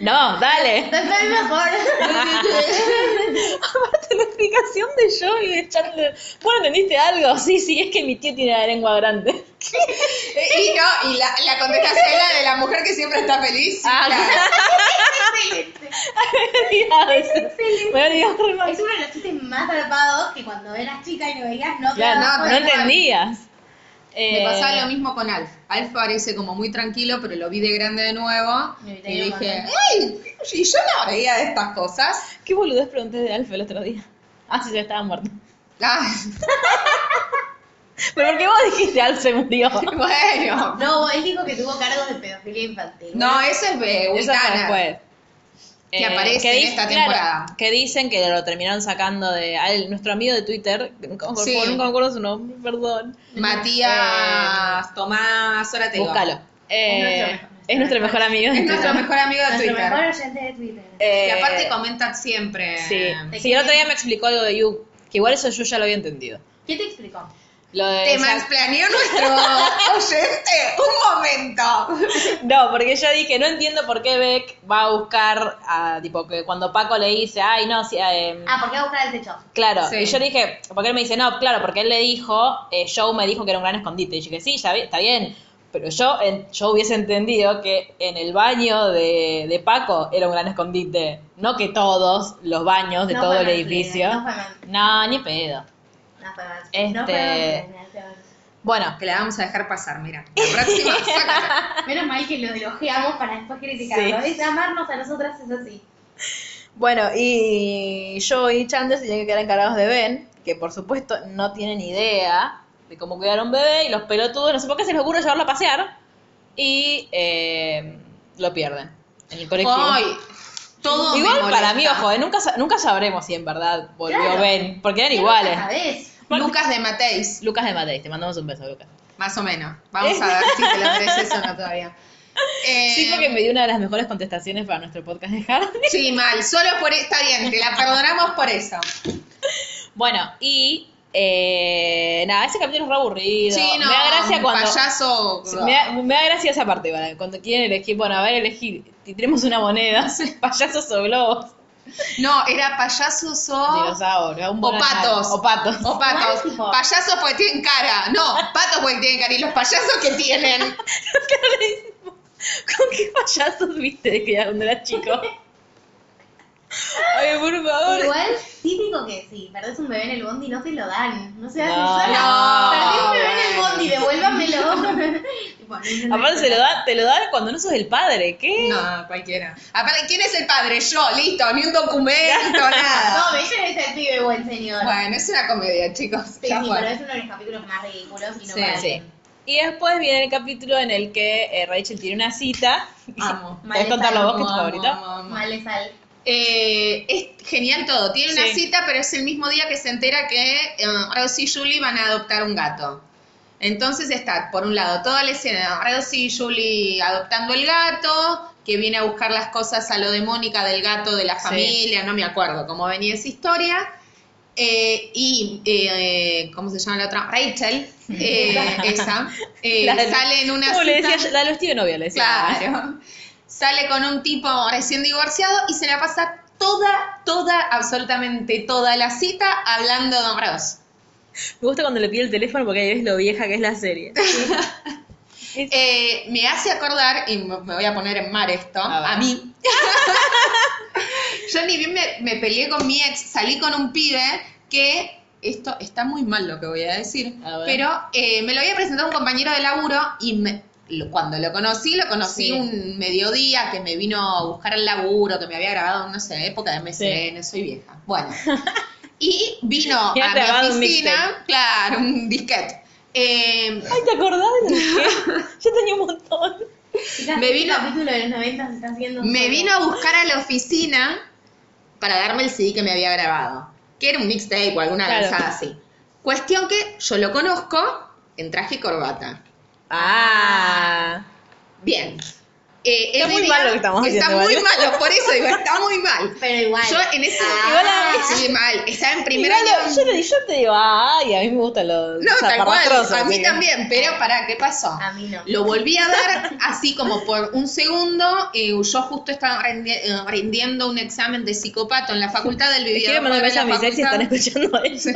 A: No, dale.
B: Estoy mejor.
A: Aparte la explicación de yo y de Chandler. ¿Vos entendiste algo? Sí, sí, es que mi tío tiene la lengua grande.
C: Eh, Y no, y la, la contestación era de la mujer que siempre está feliz.
A: Ah,
C: claro.
A: Me había olvidado re mal.
B: es uno de los chistes más atrapados que cuando eras chica y lo veías no te
A: Claro,
B: dabas
C: no,
A: no
B: cuenta.
A: entendías.
C: Me
A: Eh,
C: pasaba lo mismo con Alf. Alf parece como muy tranquilo, pero lo vi de grande de nuevo.
B: Me
C: Y
B: irrité un
C: dije,
B: montón.
C: ¡ay! Y yo no reía de estas cosas.
A: ¿Qué boludez pregunté de Alfa el otro día? Ah, sí, ya estaba muerto.
C: Ah,
A: Pero porque vos dijiste Alfa se murió.
C: bueno.
B: No, él dijo que tuvo cargos de pedofilia infantil.
C: No, eso es de
A: Eso fue
C: Wicana.
A: después.
C: Que aparece en
A: dic-
C: esta
A: claro,
C: temporada.
A: que dicen que lo terminaron sacando de al- nuestro amigo de Twitter, que nunca, me acuerdo-
C: Sí.
A: nunca me acuerdo su nombre, perdón.
C: Matías, Tomás, ahora te digo.
A: Eh, Búscalo. Eh, es nuestro mejor amigo. de
C: Es nuestro
A: Twitter.
C: mejor amigo de
B: Nuestro
C: Twitter.
B: mejor oyente de Twitter.
A: Eh,
C: Que aparte comenta siempre.
A: Sí,
B: Te
A: sí el otro
B: quiere-
A: día me explicó algo de You, que igual eso yo ya lo había entendido.
B: ¿Qué te explicó?
A: Lo de
C: Te
A: esa-
C: mansplaneó nuestro oyente. Un momento.
A: No, porque yo dije, no entiendo por qué Beck va a buscar a, tipo, que cuando Paco le dice, ay, no, si, eh,
B: Ah, ¿por qué va a buscar el techo?
A: claro.
C: Sí.
A: Y yo le dije, porque él me dice, no, claro, porque él le dijo, eh, Joe me dijo que era un gran escondite. Y yo dije, sí, ya vi- está bien. Pero yo, en- yo hubiese entendido que en el baño de, de Paco era un gran escondite. No que todos los baños de
B: No
A: todo
B: fue
A: el
B: mal,
A: edificio.
B: no fue mal.
A: No, ni pedo.
B: No fue mal. No fue
A: Este-
B: mal, no fue mal.
A: Bueno,
C: Que la vamos a dejar pasar, mira. La próxima. sácala.
B: Menos mal que lo elogiamos para después criticarlo. Es amarnos a nosotras, es así.
A: Bueno, y yo y Chandler se tienen que quedar encargados de Ben, que por supuesto no tienen idea de cómo cuidar a un bebé, y los pelotudos, no sé por qué se les ocurre llevarlo a pasear, y eh, lo pierden en el colectivo.
C: Hoy. Todo me
A: Igual para
C: molesta.
A: mí, ojo, eh, nunca, sa- nunca sabremos si en verdad volvió
B: Claro.
A: Ben, porque eran iguales.
B: ¿Sabes?
C: Lucas de Mateis.
A: Lucas de Mateis, te mandamos un beso, Lucas.
C: más o menos. Vamos a ver si te lo mereces o no todavía. Eh,
A: Sí, porque me dio una de las mejores contestaciones para nuestro podcast de Hardy.
C: sí, mal. Solo por... e- Está bien, te la perdonamos por eso.
A: Bueno, y eh, nada, ese capítulo es re aburrido.
C: Sí, no,
A: me da gracia
C: un
A: cuando.
C: payaso...
A: Sí, Me da, me da gracia esa parte, ¿vale? cuando quieren elegir, bueno, a ver, elegir, si tenemos una moneda, payasos o globos,
C: No, era payasos o...
A: dinosaurio, un
C: Ah. O
A: banana,
C: patos.
A: o patos.
C: O patos.
B: Tipo-
C: Payasos porque tienen cara. No, patos porque tienen cara. Y los payasos que tienen.
A: ¿Con qué payasos viste de que era cuando eras chico? Ay, por favor.
B: Igual, típico que si perdés un bebé en el bondi no te lo dan. No seas
A: No,
B: insana. Perdí un bebé en el
C: bueno.
B: bondi, devuélvamelo. Tipo, no, no,
A: Aparte
B: no.
A: se lo da, te lo dan cuando no sos el padre, ¿qué?
C: No, cualquiera. Aparte, ¿quién es el padre? Yo, listo, ni un documento, nada.
B: No, Bella es el pibe, buen señor.
C: Bueno, es una comedia, chicos.
B: sí,
C: Ya
B: sí,
C: fue.
B: pero es uno de los capítulos más ridículos y no
C: Sí,
B: para
C: sí.
B: mí.
A: Y después viene el capítulo en el que eh, Rachel tiene una cita.
C: Amo.
A: ¿Puedes contarlo vos, que es tu
C: Amo, amo,
A: favorito?
C: amo, amo.
B: Mal es al.
C: Eh, es genial todo. Tiene una
A: Sí.
C: cita, pero es el mismo día que se entera que eh, Rosie y Julie van a adoptar un gato. Entonces está, por un lado, toda la escena, Rosie y Julie adoptando el gato, que viene a buscar las cosas a lo de Mónica del gato de la
A: Sí.
C: familia, no me acuerdo cómo venía esa historia. Eh, y, eh, ¿cómo se llama la otra? Rachel, eh, esa, eh,
A: La-
C: sale en una
A: ¿Cómo le
C: cita-
A: decía? yo? La de los tíos novia, le decía.
C: Claro. Sale con un tipo recién divorciado y se la pasa toda, toda, absolutamente toda la cita hablando de Ambrose.
A: Me gusta cuando le pide el teléfono porque ahí ves lo vieja que es la serie.
C: Eh, me hace acordar, y me me voy a poner en mar esto,
A: A ver.
C: a, mí. Yo ni bien me, me peleé con mi ex, salí con un pibe que, esto está muy mal lo que voy a decir,
A: A ver.
C: pero eh, me lo había presentado un compañero de laburo y me- lo- cuando lo conocí, lo conocí
A: Sí.
C: un mediodía que me vino a buscar el laburo, que me había grabado, no sé, época de MSN, soy vieja. Bueno. Y vino a
A: Y has
C: mi
A: grabado un
C: oficina,
A: mixtape.
C: claro, un disquete. Eh,
A: Ay, ¿te acordás? de lo que- Yo tenía un montón.
B: Chicas,
C: Me
B: este
C: vino-
B: capítulo de los 90 se está haciendo.
C: Me
B: solo.
C: vino a buscar a la oficina para darme el CD que me había grabado, que era un mixtape o alguna
A: Claro.
C: lanzada así. Cuestión que yo lo conozco en traje y corbata.
A: Ah.
C: Bien. Eh,
A: Está
C: ese
A: muy
C: día-
A: mal lo que estamos
C: Está
A: haciendo,
C: muy
A: ¿vale?
C: malo, por eso digo, está muy mal.
B: Pero igual. Ah.
C: Yo en ese
B: Igual a-
C: sí, mal, estaba en primer
A: Igual
C: año.
A: lo- yo, te, yo te digo, ay, a mí me gustan los
C: No, tal cual,
A: zaparrastrosos,
C: a mí
A: sí.
C: también, pero pará, ¿qué pasó?
B: Eh, A mí no.
C: Lo volví a ver así como por un segundo. eh, yo justo estaba rendi- eh, rindiendo un examen de psicopato en la facultad del
A: Les
C: video.
A: quiero mandar un beso a mis ex si están escuchando eso.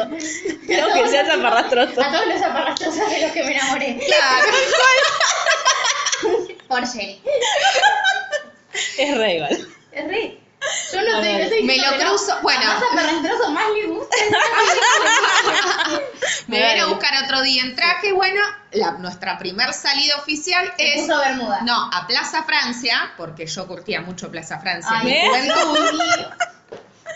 A: Tengo que ser zaparrastroso.
B: A todos los zaparrastrosos de los que me enamoré. Por Sherry.
A: Es re igual.
B: Es re. Yo no
A: A
B: soy,
A: ver.
B: no soy
C: Me
B: tipo
C: lo
B: que no-
C: cruzo, bueno.
B: a Más zaparrastroso más le gusta.
C: Me
A: Dale.
C: viene a buscar otro día en traje. y Bueno, la- nuestra primer salida oficial
B: Se
C: es.
B: puso bermuda.
C: No, a Plaza Francia, porque yo curtía mucho Plaza Francia
B: Ah,
C: en mi
A: Ay,
C: juventud.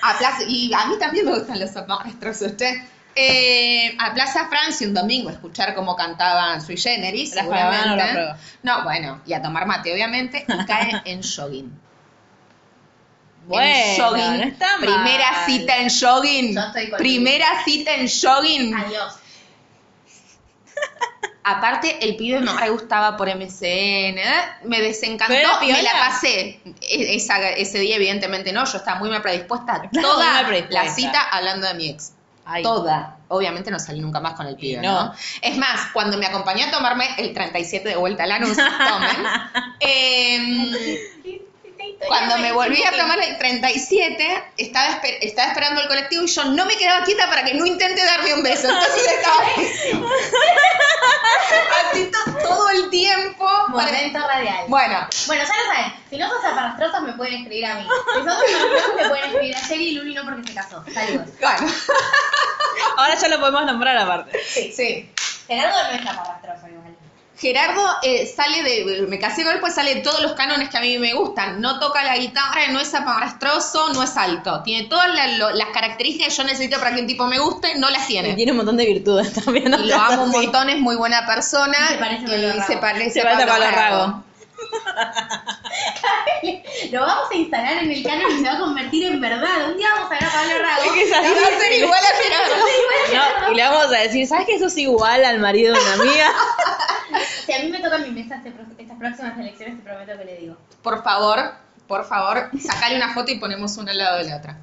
C: A Plaza, y a mí también me gustan los zapatos, usted. Eh, a Plaza Francia un domingo, a escuchar cómo cantaban Sui Generis,
A: La prueba, no la
C: seguramente.
A: prueba.
C: No, bueno, y a tomar mate, obviamente, y cae en jogging. en
A: Bueno,
C: jogging.
A: no está mal.
C: Primera cita en jogging.
B: Yo estoy con
C: Primera cita en jogging.
B: Adiós.
C: Aparte, el pibe no me gustaba por MCN, ¿eh? me
A: ¿Pero
C: desencantó,
A: era
C: me la
A: piola?
C: pasé. E- esa- ese día, evidentemente, no, yo estaba muy mal predispuesta.
A: Estaba
C: toda
A: muy mal predispuesta.
C: la cita hablando de mi ex.
A: Ay.
C: Toda. Obviamente no salí nunca más con el pibe,
A: no.
C: ¿no? Es más, cuando me acompañó a tomarme el 37 de vuelta a Lanús, tomen, em, cuando me volví a tomar el 37, estaba, esper- estaba esperando el colectivo y yo no me quedaba quieta para que no intente darme un beso. Entonces estaba así to- todo el tiempo. para-
B: Momento radial.
C: Bueno,
B: Bueno, ya lo saben. Si no sos zaparrastrosos, me pueden escribir a mí. Si sos zaparrastrosos, me pueden escribir a Sherry y Luli no porque se casó. Saludos.
C: bueno,
A: Ahora ya lo podemos nombrar aparte.
C: sí.
B: Gerardo no es zaparrastroso igual.
C: Gerardo eh, sale de. Me casé con él, pues sale de todos los cánones que a mí me gustan. No toca la guitarra, no es apabrastroso, no es alto. Tiene todas la- lo- las características que yo necesito para que un tipo me guste, no las
A: Y
C: tiene.
A: tiene un montón de virtudes también.
C: Y lo amo un montón, es muy buena persona.
B: Y se parece a Pablo
C: y
B: Rago.
C: se parece
A: Se
C: a
A: parece a
C: Pablo
A: Pablo
C: Rago.
A: Rago.
B: Lo vamos a instalar en el canon y se va a convertir en verdad. Un día vamos a ver a Pablo Rago.
A: va a ser igual a
D: No, y le vamos a decir, ¿sabes que sos igual al marido de una amiga?
B: Si a mí me toca mi mesa este pro- estas próximas elecciones, te prometo que le digo.
C: Por favor, por favor, sacale una foto y ponemos una al lado de la otra.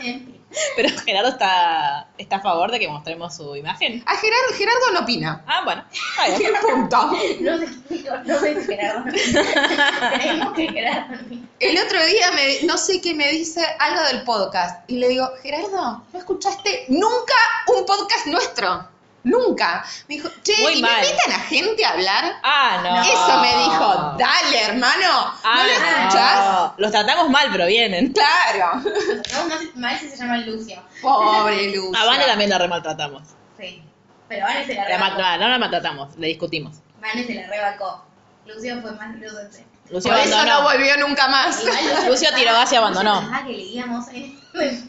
B: En fin.
A: Pero Gerardo está, está a favor de que mostremos su imagen.
C: A Gerardo, Gerardo no opina.
A: Ah, bueno. está bien.
C: Punto.
B: No sé, no sé si Gerardo. Creemos que Gerardo.
C: El otro día me- no sé qué me dice algo del podcast y le digo, Gerardo, ¿no escuchaste nunca un podcast nuestro? Nunca. Me dijo, che,
A: Muy
C: ¿y
A: mal.
C: me invitan a gente a hablar?
A: Ah, no.
C: Eso me dijo, dale, hermano, ¿no
A: Ah,
C: lo escuchás?
A: no. Los tratamos mal, pero vienen.
C: Claro.
B: No, más, mal si se llama Lucio.
C: Pobre Luz.
A: Ah, A Vane también la remaltratamos.
B: Sí. Pero Vane se la
A: La mal-
B: rebacó.
A: no, no la maltratamos, le discutimos.
B: Vane se la rebacó. Lucio fue más inocente.
A: Lucio
C: Por eso no
A: abandonó.
C: volvió nunca más.
A: Lucio tiró gas y abandonó.
B: Ah, que leíamos. eh.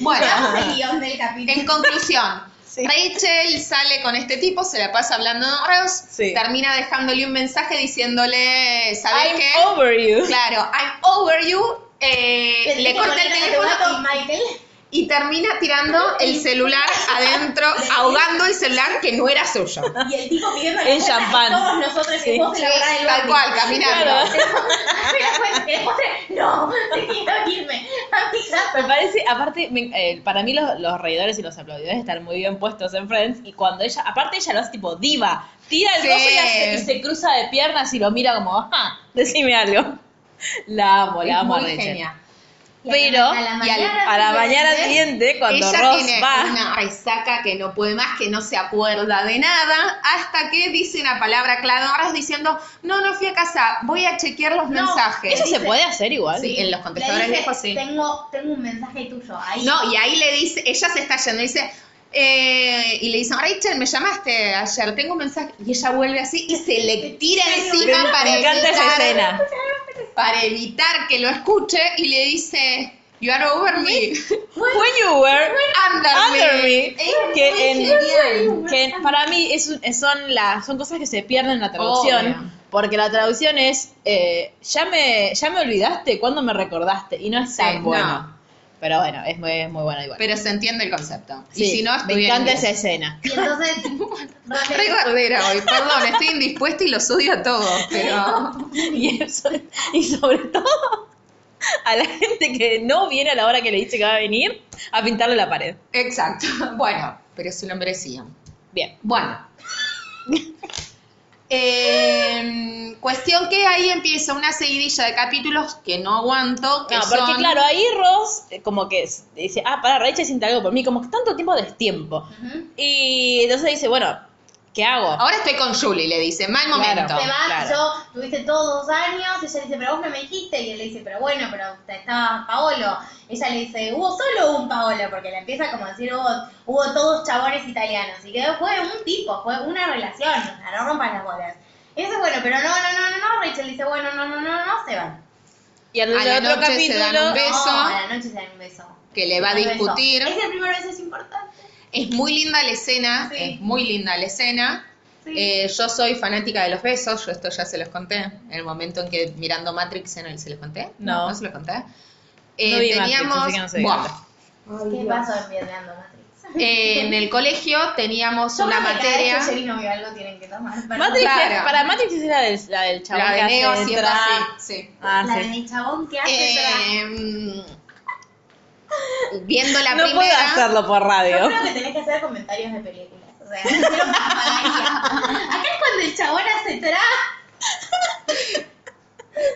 C: Bueno.
B: Leamos el guión del capítulo.
C: En conclusión, Rachel sale con este tipo, se la pasa hablando de Ross,
A: Sí.
C: termina dejándole un mensaje diciéndole, ¿sabes
A: I'm
C: qué?
A: over you.
C: Claro, I'm over you. eh,
B: Te
C: le
B: dije
C: corta
B: con
C: el
B: Ana que
C: teléfono
B: guapo, Michael.
C: y, y termina tirando el celular adentro, ahogando el celular que no era suyo.
B: Y el tipo pidiendo
A: En champán.
B: Todos nosotros que vos te la hora del
C: Tal
B: Bambi.
C: cual, caminando.
B: Y después- y después, no, quiero irme a mi
A: Me
B: casa.
A: parece, aparte, me- eh, para mí los, los reidores y los aplaudidores están muy bien puestos en Friends. Y cuando ella, aparte ella lo hace tipo diva, tira el
C: Sí.
A: coso y, hace- y se cruza de piernas y lo mira como, ajá, decime algo. La amo, la
C: Es
A: amo a
C: muy
A: Rachel.
C: genia.
A: Pero,
B: a la
A: y al-
B: mañana
A: a la mañana
B: siguiente,
A: siguiente, cuando
C: Ella
A: Ross
C: tiene
A: va,
C: una resaca que no puede más, que no se acuerda de nada, hasta que dice una palabra clave. Ahora es diciendo, no, no fui a casa, voy a chequear los mensajes.
A: eso se puede hacer igual.
C: Sí, en los
B: Le
C: contestadores
B: dice,
C: lejos sí.
B: tengo, tengo un mensaje tuyo ahí.
C: No, y ahí le dice, ella se está yendo, dice, eh, y le dicen, Rachel, me llamaste ayer, tengo un mensaje. Y ella vuelve así y se le tira encima
A: Me-
C: para
A: me encanta esa
C: evitar-
A: escena.
C: Para evitar que lo escuche y le dice, you are over me.
A: When you were
C: Under,
A: Under
C: me.
A: Me,
C: Es
A: que,
C: muy
A: en-
C: genial.
A: que para mí es un- son, las son cosas que se pierden en la traducción.
C: Obvio.
A: Porque la traducción es, eh, ya, me, ya me olvidaste, ¿cuándo me recordaste? Y no es tan
C: Sí,
A: bueno.
C: no.
A: Pero bueno, es muy, es muy bueno igual.
C: Pero se entiende el concepto. y
A: Sí,
C: si no,
A: me
C: estudia
A: encanta esa
C: inglés.
A: escena.
B: Y entonces,
C: Re gordera hoy, perdón, estoy indispuesta y los odio a todos, pero...
A: Y, eso- y sobre todo a la gente que no viene a la hora que le dice que va a venir a pintarle la pared.
C: Exacto. Bueno, pero se lo merecían.
A: Bien.
C: Bueno. Eh, cuestión que ahí empieza una seguidilla de capítulos que no aguanto, que
A: No, porque
C: son-
A: claro, ahí Ross eh, como que s- dice, ah, para, Rachel siente algo por mí, como que tanto tiempo destiempo. Y entonces dice, bueno, ¿qué hago?
C: Ahora estoy con Julie, le dice, mal momento.
B: te vas,
A: claro.
B: yo tuviste todos dos años, ella le dice, pero vos no me dijiste, y él le dice, pero bueno, pero te estaba Paolo. Ella le dice, hubo solo un Paolo, porque le empieza como a decir, hubo, hubo todos chabones italianos, y que fue un tipo, fue una relación, o sea, no rompas las bolas. Y dice, bueno, pero no, no, no, no, no, Rachel dice, bueno, no, no, no, no, se van.
A: Y al
C: A la
A: otro
C: noche se
A: capítulo,
C: dan un beso.
B: No, a la noche se dan un beso.
C: Que le va a
B: Un beso.
C: discutir.
B: Es el primer beso, es importante.
C: Es muy linda la escena,
B: Sí.
C: es muy linda la escena.
B: Sí.
C: Eh, yo soy fanática de los besos, yo esto ya se los conté. En el momento en que mirando Matrix, ¿se, ¿se los conté?
A: No.
C: No se los conté. Eh,
A: No vi Matrix,
C: teníamos,
A: así que no sé de
C: Buah.
A: qué hablas.
B: ¿Qué pasó en Vietnam, Matrix?
C: Eh, en el colegio teníamos
B: Yo
C: una
B: creo que cada vez
C: materia.
B: que Jerry no vio algo tienen que tomar. para-
A: Matrix es-
C: Claro.
A: para Matrix es la del, la del chabón
C: La
A: que
C: de Neo
A: hace
C: siempre
A: tra-
C: así, sí.
A: Ah,
B: la
A: sí.
B: del chabón que hace tra-
C: Eh, viendo la
A: no puedo
C: primera.
A: hacerlo por
B: Yo
A: radio.
B: creo que tenés que hacer comentarios de películas. O sea, hacer una falacia. Acá es cuando el chabón hace tra.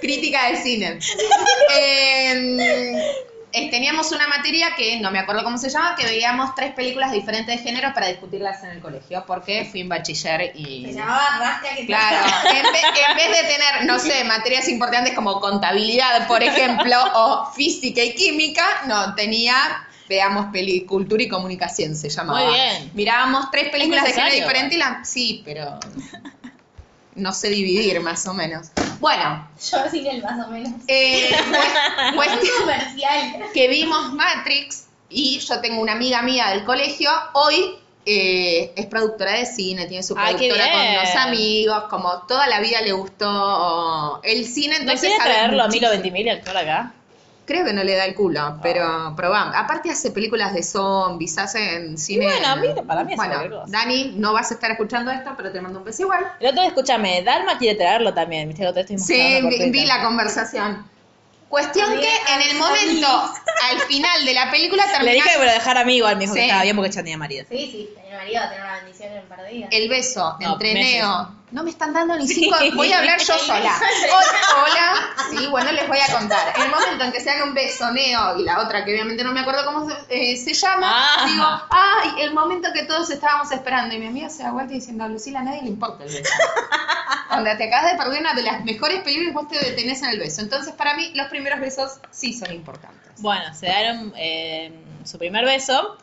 C: Crítica de cine. Eh, eh, teníamos una materia que no me acuerdo cómo se llama, que veíamos tres películas diferentes de género para discutirlas en el colegio, porque fui un bachiller y.
B: Se llamaba Rasca que
C: Claro, en, ve- en vez de tener, no sé, materias importantes como contabilidad, por ejemplo, o física y química, no, tenía, veamos, peli, cultura y comunicación se llamaba.
A: Muy bien.
C: Mirábamos tres películas de género
A: necesario, ¿eh?
C: diferente y la... Sí, pero no sé dividir más o menos. Bueno,
B: Yo sin el más o menos.
C: eh, cues-
B: Muy
C: cuestión
B: comercial.
C: que vimos Matrix y yo tengo una amiga mía del colegio, hoy eh, es productora de cine, tiene su
A: Ay, qué
C: productora con
A: bien.
C: los amigos, como toda la vida le gustó el cine,
A: ¿No
C: entonces
A: quiere
C: sabe
A: traerlo a
C: muchísimo.
A: Milo Ventimiglia, el actor acá?
C: Creo que no le da el
A: Ah.
C: culo, pero probamos. Aparte hace películas de zombies, hace en cine.
A: bueno, a mí- para mí es
C: Bueno,
A: cualquier cosa.
C: Dani, no vas a estar escuchando esto, pero te mando un beso igual.
A: El otro día, escúchame, Dalma quiere traerlo también, ¿viste? El otro día estoy
C: Sí,
A: mostrando por
C: vi,
A: Twitter.
C: vi la conversación. Cuestión
B: Bien,
C: que en el momento, al final de la película,
A: Le
C: termina
A: dije que me lo dejara a mí igual, me dijo que
C: Sí.
A: estaba bien porque ya tenía marido.
B: Sí, sí, tenía marido, va a tener una bendición en un par de días.
C: el beso
A: No,
C: entre
A: meses.
C: Neo. No me están dando ni cinco, voy a hablar yo sola. Hola, hola. Sí, bueno, les voy a contar. En el momento en que se haga un beso Neo y la otra, que obviamente no me acuerdo cómo se, eh, se llama,
A: Ah.
C: digo, ay, el momento que todos estábamos esperando. Y mi amiga se da vuelta diciendo, a Lucila, a nadie le importa el beso. Onda, te acabas de perder una de las mejores películas que vos te detenés en el beso. Entonces, para mí, los primeros besos sí son importantes.
A: Bueno, se dieron eh, su primer beso,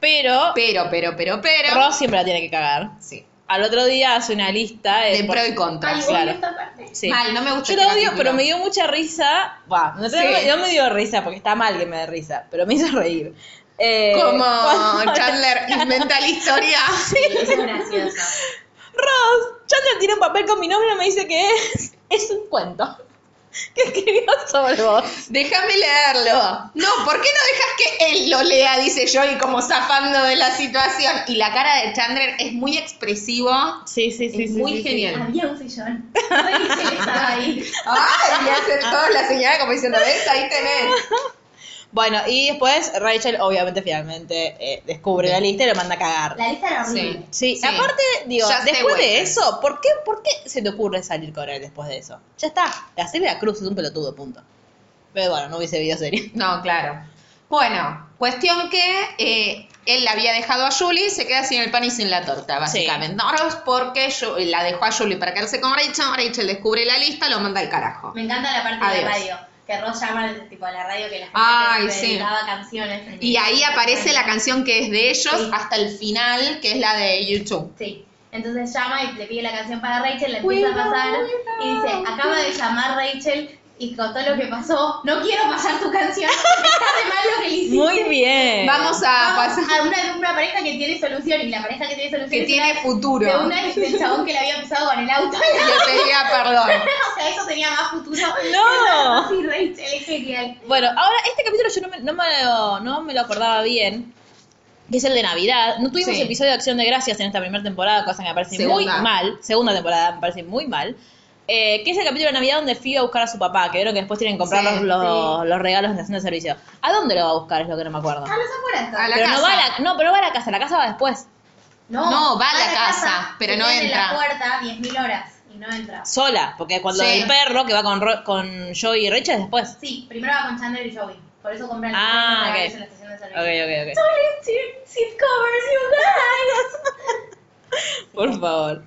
A: pero,
C: Pero, pero, pero, pero.
A: Ross siempre la tiene que cagar.
C: Sí.
A: Al otro día hace una lista
C: De
A: por-
C: pro y contra.
B: Ay,
A: claro.
B: bueno, esta parte.
A: Sí.
C: Mal, no me gusta
A: Yo
C: este
A: lo odio,
C: capítulo.
A: pero me dio mucha risa. Va, no, sé,
C: Sí.
A: no me- no me dio risa porque está mal que me dé risa, pero me hizo reír. Eh,
C: Como
A: cuando-
C: Chandler inventa la historia.
B: Es gracioso.
A: Ross, Chandler tiene un papel con mi nombre y me dice que es, es un cuento que escribió sobre vos.
C: Déjame leerlo. No, ¿por qué no dejas que él lo lea? Dice Joey como zafando de la situación. Y la cara de Chandler es muy expresivo.
A: Sí, sí,
C: es muy genial.
B: Había un sillón. Ay, él estaba ahí.
C: Ay, le hace toda la señora como diciendo, ¿ves? Ahí tenés.
A: Bueno, y después Rachel obviamente finalmente eh, descubre la lista y lo manda a cagar.
B: La lista era horrible.
A: Sí,
C: Sí.
A: aparte, digo,
C: Ya se
A: después de
C: vuelve.
A: eso, ¿por qué, ¿por qué se te ocurre salir con él después de eso? Ya está, la Silvia Cruz es un pelotudo, punto. Pero bueno, no hubiese video serio.
C: No, claro. Bueno, cuestión que eh, él la había dejado a Julie, se queda sin el pan y sin la torta, básicamente. No, Ross, porque yo, la dejó a Julie para quedarse con Rachel. Rachel descubre la lista, lo manda al carajo.
B: Me encanta la parte de
C: Adiós.
B: la radio. Que Ross llama al tipo a la radio que la gente
C: Ay,
B: le
C: sí.
B: dedicaba canciones. en
C: Y
B: el-
C: ahí aparece la canción que es de ellos
B: Sí.
C: hasta el final, que es la de YouTube.
B: Sí. Entonces llama y le pide la canción para Rachel, la empieza a pasar y dice, acaba de llamar Rachel y contó lo que pasó. No quiero pasar tu canción, está de mal lo que le hiciste.
A: Muy
B: Eh.
A: bien.
C: Vamos a
B: Vamos
C: pasar
B: a una, una pareja que tiene solución y la pareja que tiene solución
C: que
B: es
C: tiene
B: una- ah,
C: futuro.
B: de una es del chabón que le había pisado con el auto.
C: Le pedía perdón.
B: o sea, eso tenía más futuro.
A: No.
B: Sí, Rachel, es genial.
A: Bueno, ahora este capítulo yo no me, no me lo, no me lo acordaba bien, que es el de Navidad. No tuvimos
C: Sí.
A: episodio de Acción de Gracias en esta primera temporada, cosa que me parece
C: Segunda.
A: muy mal. Segunda temporada me parece muy mal. Eh, que es el capítulo de Navidad donde Fío va a buscar a su papá, que vieron que después tienen que comprar
C: Sí,
A: los, los- los regalos en la estación de servicio. ¿A dónde lo va a buscar? Es lo que no me acuerdo.
B: A los apurantos.
C: A la
A: pero
C: casa.
A: no va a la, no, pero va a la casa, la casa va después.
C: No, va a la casa, pero
B: se
C: no
B: queda en
C: entra.
B: la puerta 10.000 horas y no entra.
A: Sola, porque cuando
C: Sí.
A: el perro que va con, Ro- con Joey y Rachel es después.
B: Sí, primero va con Chandler y Joey. Por eso compran los
A: Ah,
B: regalos
A: ok.
B: en la estación de
A: Ok,
B: servicio.
A: ok,
B: Sorry, seat- seat covers, you guys.
A: ok. Por favor.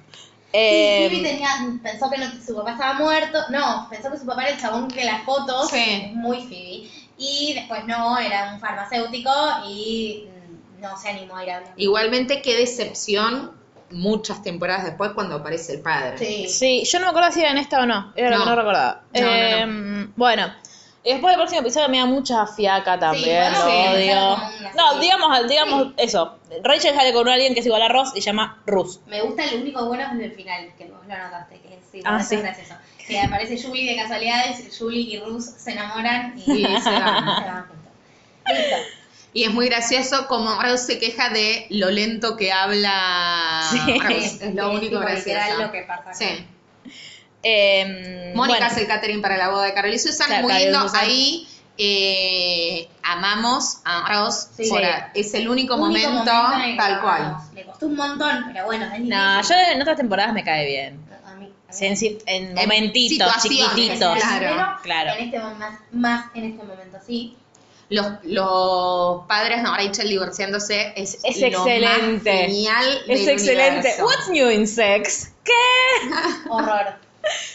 B: Sí, Phoebe
A: Eh,
B: tenía, pensó que no- su papá estaba muerto. No, pensó que su papá era el chabón de las fotos.
C: Sí.
B: Muy Phoebe. Y después no, era un farmacéutico y mm, no se animó a ir a hablar.
C: Igualmente, qué decepción muchas temporadas después cuando aparece el padre.
B: Sí.
A: Sí, yo no me acuerdo si era en esta o no. Era lo
C: No.
A: que no recordaba.
C: No, no, no.
A: Em, Bueno, y después del próximo episodio me da mucha fiaca también.
B: bueno,
A: lo
B: sí,
A: odio.
B: era como una
A: No,
B: serie.
A: digamos, digamos eso. Rachel sale con alguien que es igual a Ross y se llama Ruth.
B: Me gusta el único bueno es el final, que vos lo notaste, que es, sí,
A: Ah,
B: bueno, eso
A: sí.
B: es gracioso. Que aparece Julie de casualidades, Julie y Ruth se enamoran y
C: Y se van.
B: se van juntos. Listo.
C: Y es muy gracioso como Rose se queja de lo lento que habla.
A: Sí.
C: Rose. Es lo
B: Que es
C: único
B: Este, tipo literal
C: gracioso.
B: lo que pasa acá.
C: Sí.
A: Em,
C: Mónica
A: bueno.
C: hace el catering para la boda de Carol y Susan,
A: Claro,
C: muy
A: Carol y
C: lindo.
A: Susan.
C: Ahí eh, amamos a Ross.
B: Sí.
C: por a- es el único,
B: Único
C: momento,
B: en el que
C: tal cual.
B: grabamos. Le costó un montón, pero bueno, es
A: No,
B: difícil.
A: yo en otras temporadas me cae bien.
B: A mí- a mí-
A: Sí, En, si- en
C: En
A: momentitos,
C: situaciones,
A: chiquititos.
C: claro,
A: claro.
B: En este, mom- más, más en este momento, sí.
C: Los, los padres de Rachel divorciándose es,
A: Es
C: lo
A: excelente.
C: más genial.
A: Es
C: del
A: excelente.
C: universo.
A: What's new in sex? ¿Qué?
B: Horror.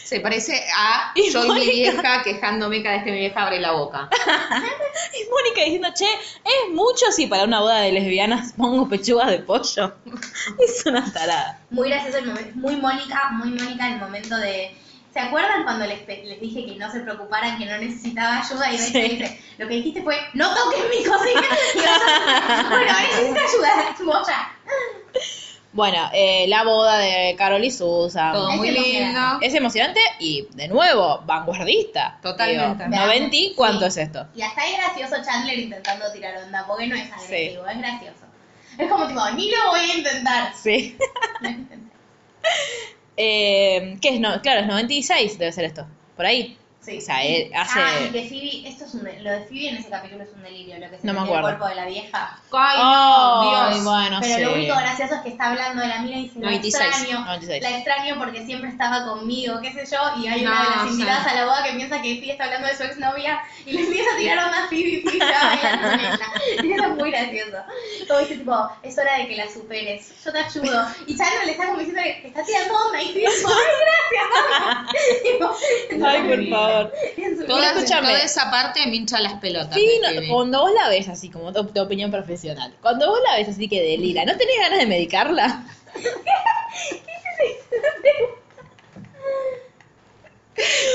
C: Se parece a
A: Y
C: yo y mi
A: Mónica.
C: vieja quejándome cada vez que mi vieja abre la boca.
A: Y Mónica diciendo, che, es mucho si para una boda de lesbianas pongo pechugas de pollo. Es una tarada.
B: Muy gracioso el momento. Muy Mónica, muy Mónica en el momento de. ¿Se acuerdan cuando les, pe- les dije que no se preocuparan, que no necesitaba ayuda? Y Rachel dice, lo que dijiste fue, no toques mi cocina. Y Rachel dice, bueno, necesito ayuda. Tipo, ya.
A: Bueno, eh, la boda de Carol y Susan.
C: Todo
B: Es
C: muy lindo.
B: emocionante.
A: Es emocionante y, de nuevo, vanguardista.
C: Totalmente.
A: Digo, 90 y cuánto
B: Sí.
A: es esto.
B: Y hasta es gracioso Chandler intentando tirar onda, porque no es agresivo, es gracioso. Es como tipo, ni lo voy a intentar.
A: Sí. eh, ¿Qué es? No, claro, es 96 debe ser esto. Por ahí.
B: Sí.
A: O sea, él hace-
B: Ah, y de Phoebe, esto es un de- lo de Phoebe en ese capítulo es un delirio, lo que se
A: No me
B: mete
A: acuerdo.
B: el cuerpo de la vieja.
C: Ay,
A: Oh,
C: no, Dios.
A: bueno,
B: Pero
A: sí.
B: lo único gracioso es que está hablando de la mina y dice, la
A: 96,
B: extraño,
A: 96.
B: la extraño porque siempre estaba conmigo, qué sé yo, y hay
C: No,
B: una de las
C: sí.
B: invitadas a la boda que piensa que Phoebe está hablando de su exnovia y le empieza a tirar onda a Phoebe, Phoebe se va bailando con ella. Y eso es muy gracioso. Como dice, tipo, es hora de que la superes, yo te ayudo. Y Chandler le está como diciendo, que te está tirando onda, y Phoebe tipo, ay, gracias, mami".
A: Ay, por favor.
B: Es un-
C: Toda,
A: Escúchame.
C: toda esa parte me hincha las pelotas.
A: Sí,
C: me
A: no-
C: escribí.
A: cuando vos la ves así, como tu, tu opinión profesional, cuando vos la ves así que delira, ¿no tenés ganas de medicarla?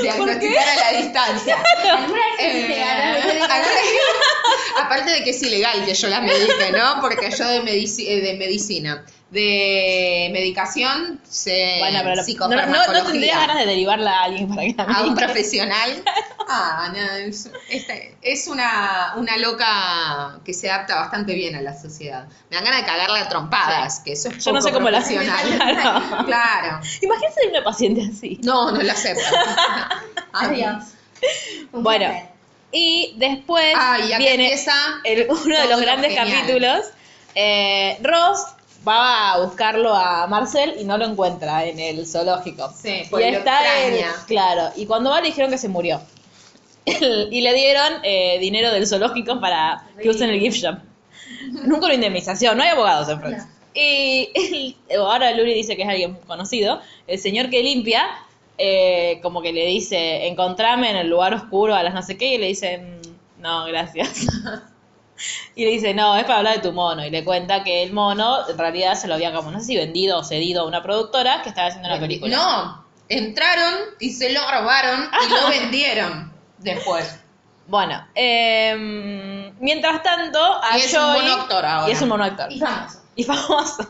C: Diagnosticar a la distancia.
B: ¿Alguna vez te
C: Eh,
B: ganaron?
C: aparte- Aparte de que es ilegal que yo la medique, ¿no? Porque yo de, medici- eh, de medicina, de medicación, se
A: Bueno, pero lo- no, no,
C: Eh, psicofarmacología.
A: no tendrías ganas de derivarla a alguien para que la
C: a un
A: medique.
C: profesional. Ah, no, es, este- es una, una loca que se adapta bastante bien a la sociedad. Me dan ganas de cagarla a trompadas, que eso es
A: Yo no
C: poco
A: sé cómo la hacen.
C: profesional.
A: Claro.
C: Claro.
A: Imagínate una paciente así.
C: No, no la acepto.
B: Adiós. Un
A: Bueno,
B: placer.
A: Y después
C: Ay, acá
A: viene
C: empieza
A: el- uno de
C: todo
A: los
C: lo
A: grandes
C: genial.
A: capítulos. Eh, Ross va a buscarlo a Marcel y no lo encuentra en el zoológico.
C: Sí,
A: y
C: pues lo
A: está él,
C: extraña.
A: claro. Y cuando va le dijeron que se murió. y le dieron eh, dinero del zoológico para que usen el gift shop. Nunca una indemnización, no hay abogados en Francia. Y el- ahora Luri dice que es alguien conocido. El señor que limpia, eh, como que le dice, encontrame en el lugar oscuro a las no sé qué, y le dicen, no, gracias. Y le dice, no, es para hablar de tu mono. Y le cuenta que el mono en realidad se lo había como, no sé si vendido o cedido a una productora que estaba haciendo una película.
C: Eh, No, entraron y se lo robaron y
A: Ah.
C: lo vendieron después.
A: Bueno, em, mientras tanto, a
C: Y es un
A: Joey-
C: monoactor ahora.
A: Y es un monoactor.
B: Y famoso.
A: Y famoso.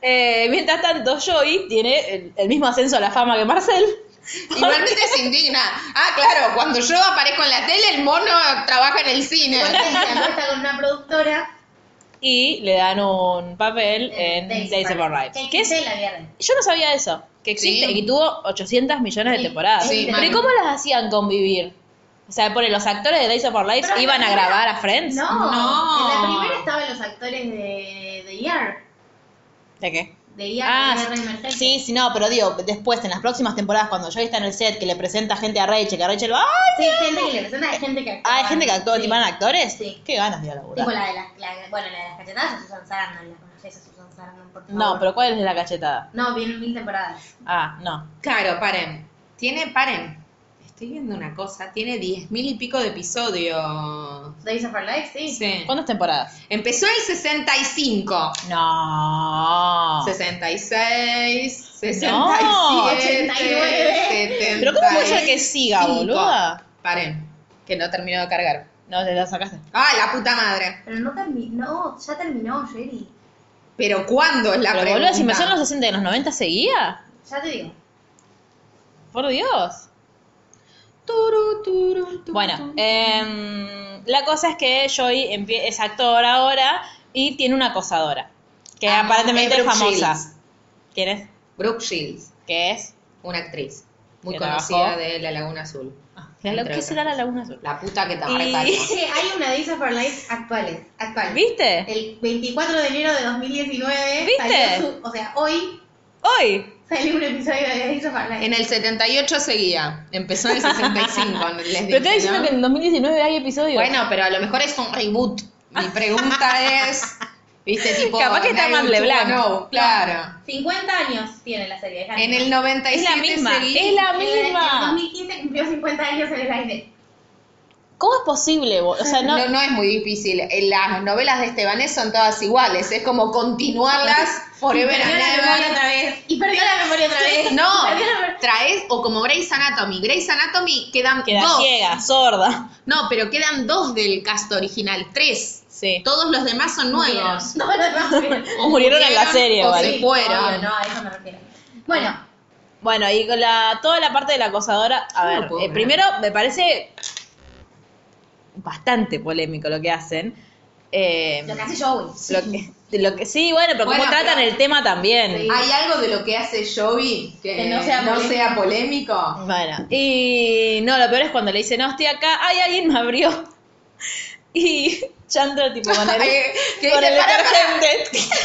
A: Eh, mientras tanto, Joey tiene el, el mismo ascenso a la fama que Marcel.
C: Igualmente se indigna. Ah, claro, cuando yo aparezco en la tele, el mono trabaja en el cine.
B: Porque se acuesta con una productora
A: Y le dan un papel
B: eh,
A: en Days of Our Lives.
B: Que
A: Que es-
B: existe la guerra.
A: yo no sabía eso, que existe
C: Sí.
A: y tuvo 800 millones
B: Sí,
A: de temporadas.
C: sí,
A: Pero ¿y
C: mal.
A: cómo las hacían convivir? O sea, por los actores de Days of Our Lives
B: Pero en
A: iban
B: la
A: a
B: primera-
A: grabar a Friends.
B: No,
C: No.
B: en la primera estaban los actores de The Year.
A: ¿De qué?
B: De Year,
A: Ah,
B: de Guerra y Emergencia.
A: sí, sí, no, pero digo, después en las próximas temporadas cuando Joey está en el set que le presenta gente a Rachel, que a Rachel va, ¡ay!
B: Sí, gente que le presenta, hay gente que actúa.
A: Ah, hay gente que actúa,
B: Sí.
A: tipo eran actores.
B: Sí.
A: Qué ganas de ir a
B: Tipo
A: laburar.
B: la de las, la- bueno, la de las cachetadas es Susan Sarandon, la conoces a Susan Sarandon, por favor.
A: No, pero ¿cuál es la cachetada?
B: No, vienen mil temporadas.
A: Ah, no.
C: Claro, paren. Tiene, paren. Estoy viendo una cosa. Tiene diez mil y pico de episodios.
B: Days of Our Lives, sí.
C: Sí.
A: ¿Cuántas temporadas?
C: Empezó el 65.
A: No.
C: 66, 67,
A: No,
B: 89.
C: 70.
A: Pero ¿cómo puede ser que siga,
C: Cinco.
A: boluda?
C: Paren, que no terminó de cargar.
A: No, te la sacaste.
C: Ah, la puta madre.
B: Pero no terminó, ya terminó, Jerry.
C: Pero ¿cuándo es la
A: Pero
C: pregunta?
A: boluda, si me son los 60 y los 90 seguía.
B: Ya te digo.
A: Por Dios.
C: Turu, turu, turu,
A: Bueno,
C: turu.
A: em, la cosa es que Joey empie- es actor ahora y tiene una acosadora. Que
C: Ah,
A: aparentemente
C: es
A: es
C: Brooke
A: famosa.
C: Shields.
A: ¿Quién es?
C: Brooke Shields,
A: ¿Qué es?
C: una actriz muy
A: Que
C: conocida
A: trabajó.
C: de La Laguna Azul.
A: La lo-
C: Entre
A: ¿Qué
C: otras.
A: será la Laguna Azul?
C: La puta que te
A: Y-
C: reparió.
B: Che, hay una Days of Our Lives actuales, actual.
C: Eh.
A: ¿Viste?
B: El 24 de enero de 2019
A: ¿Viste?
B: salió su, o sea, hoy
A: Hoy.
B: salió un episodio de Days of Our Lives.
C: En el 78 seguía. Empezó en el 65. les dije,
A: Pero estoy diciendo
C: ¿no?
A: que en 2019 hay episodios.
C: Bueno, pero a lo mejor es un reboot. Mi pregunta es, viste, tipo...
A: Capaz que está
C: Night
A: Matt LeBlanc.
C: No, claro.
B: 50 años tiene la serie. dejá
C: En
B: de-
C: el
A: es
C: 97
A: la misma.
C: seguí-
A: Es la
B: En el- En
A: misma.
B: 2015 cumplió 50 años en el aire.
A: ¿Cómo es posible? bo- O sea, no,
C: No, no es muy difícil. Eh, Las novelas de Estebanés son todas iguales. Es como continuarlas forever
B: perdió
C: and
B: la memoria
C: ever.
B: otra vez. Y perdió la memoria otra vez.
C: No,
B: Y perdió la memoria-
C: traes, o como Grey's Anatomy. Grey's Anatomy quedan
A: queda
C: dos.
A: ciega, sorda.
C: No, pero quedan dos del cast original, tres.
A: Sí.
C: Todos los demás son nuevos.
B: No, no, no, no.
A: O murieron en la serie,
C: o
A: ¿vale? Ah,
C: se
B: No,
C: fueron.
B: no, a eso me refiero. Bueno,
A: Bueno, y con la, toda la parte de la acosadora, a
C: No
A: ver,
C: lo puedo
A: eh,
C: creer.
A: primero me parece bastante polémico lo que hacen. Eh,
B: lo que hace Joey.
A: lo que- lo que- sí, bueno, pero
C: Bueno,
A: cómo tratan
C: pero-
A: el tema también.
C: Hay algo de lo que hace Joey que,
B: Que
C: no
B: no
C: sea,
B: sea polémico.
C: polémico.
A: Bueno, y no, lo peor es cuando le dicen, hostia, acá, ay, alguien me abrió. Y Chandra, tipo, con el,
C: Eh, que
A: con
C: dice,
A: el
C: "Para, para".
A: detergente.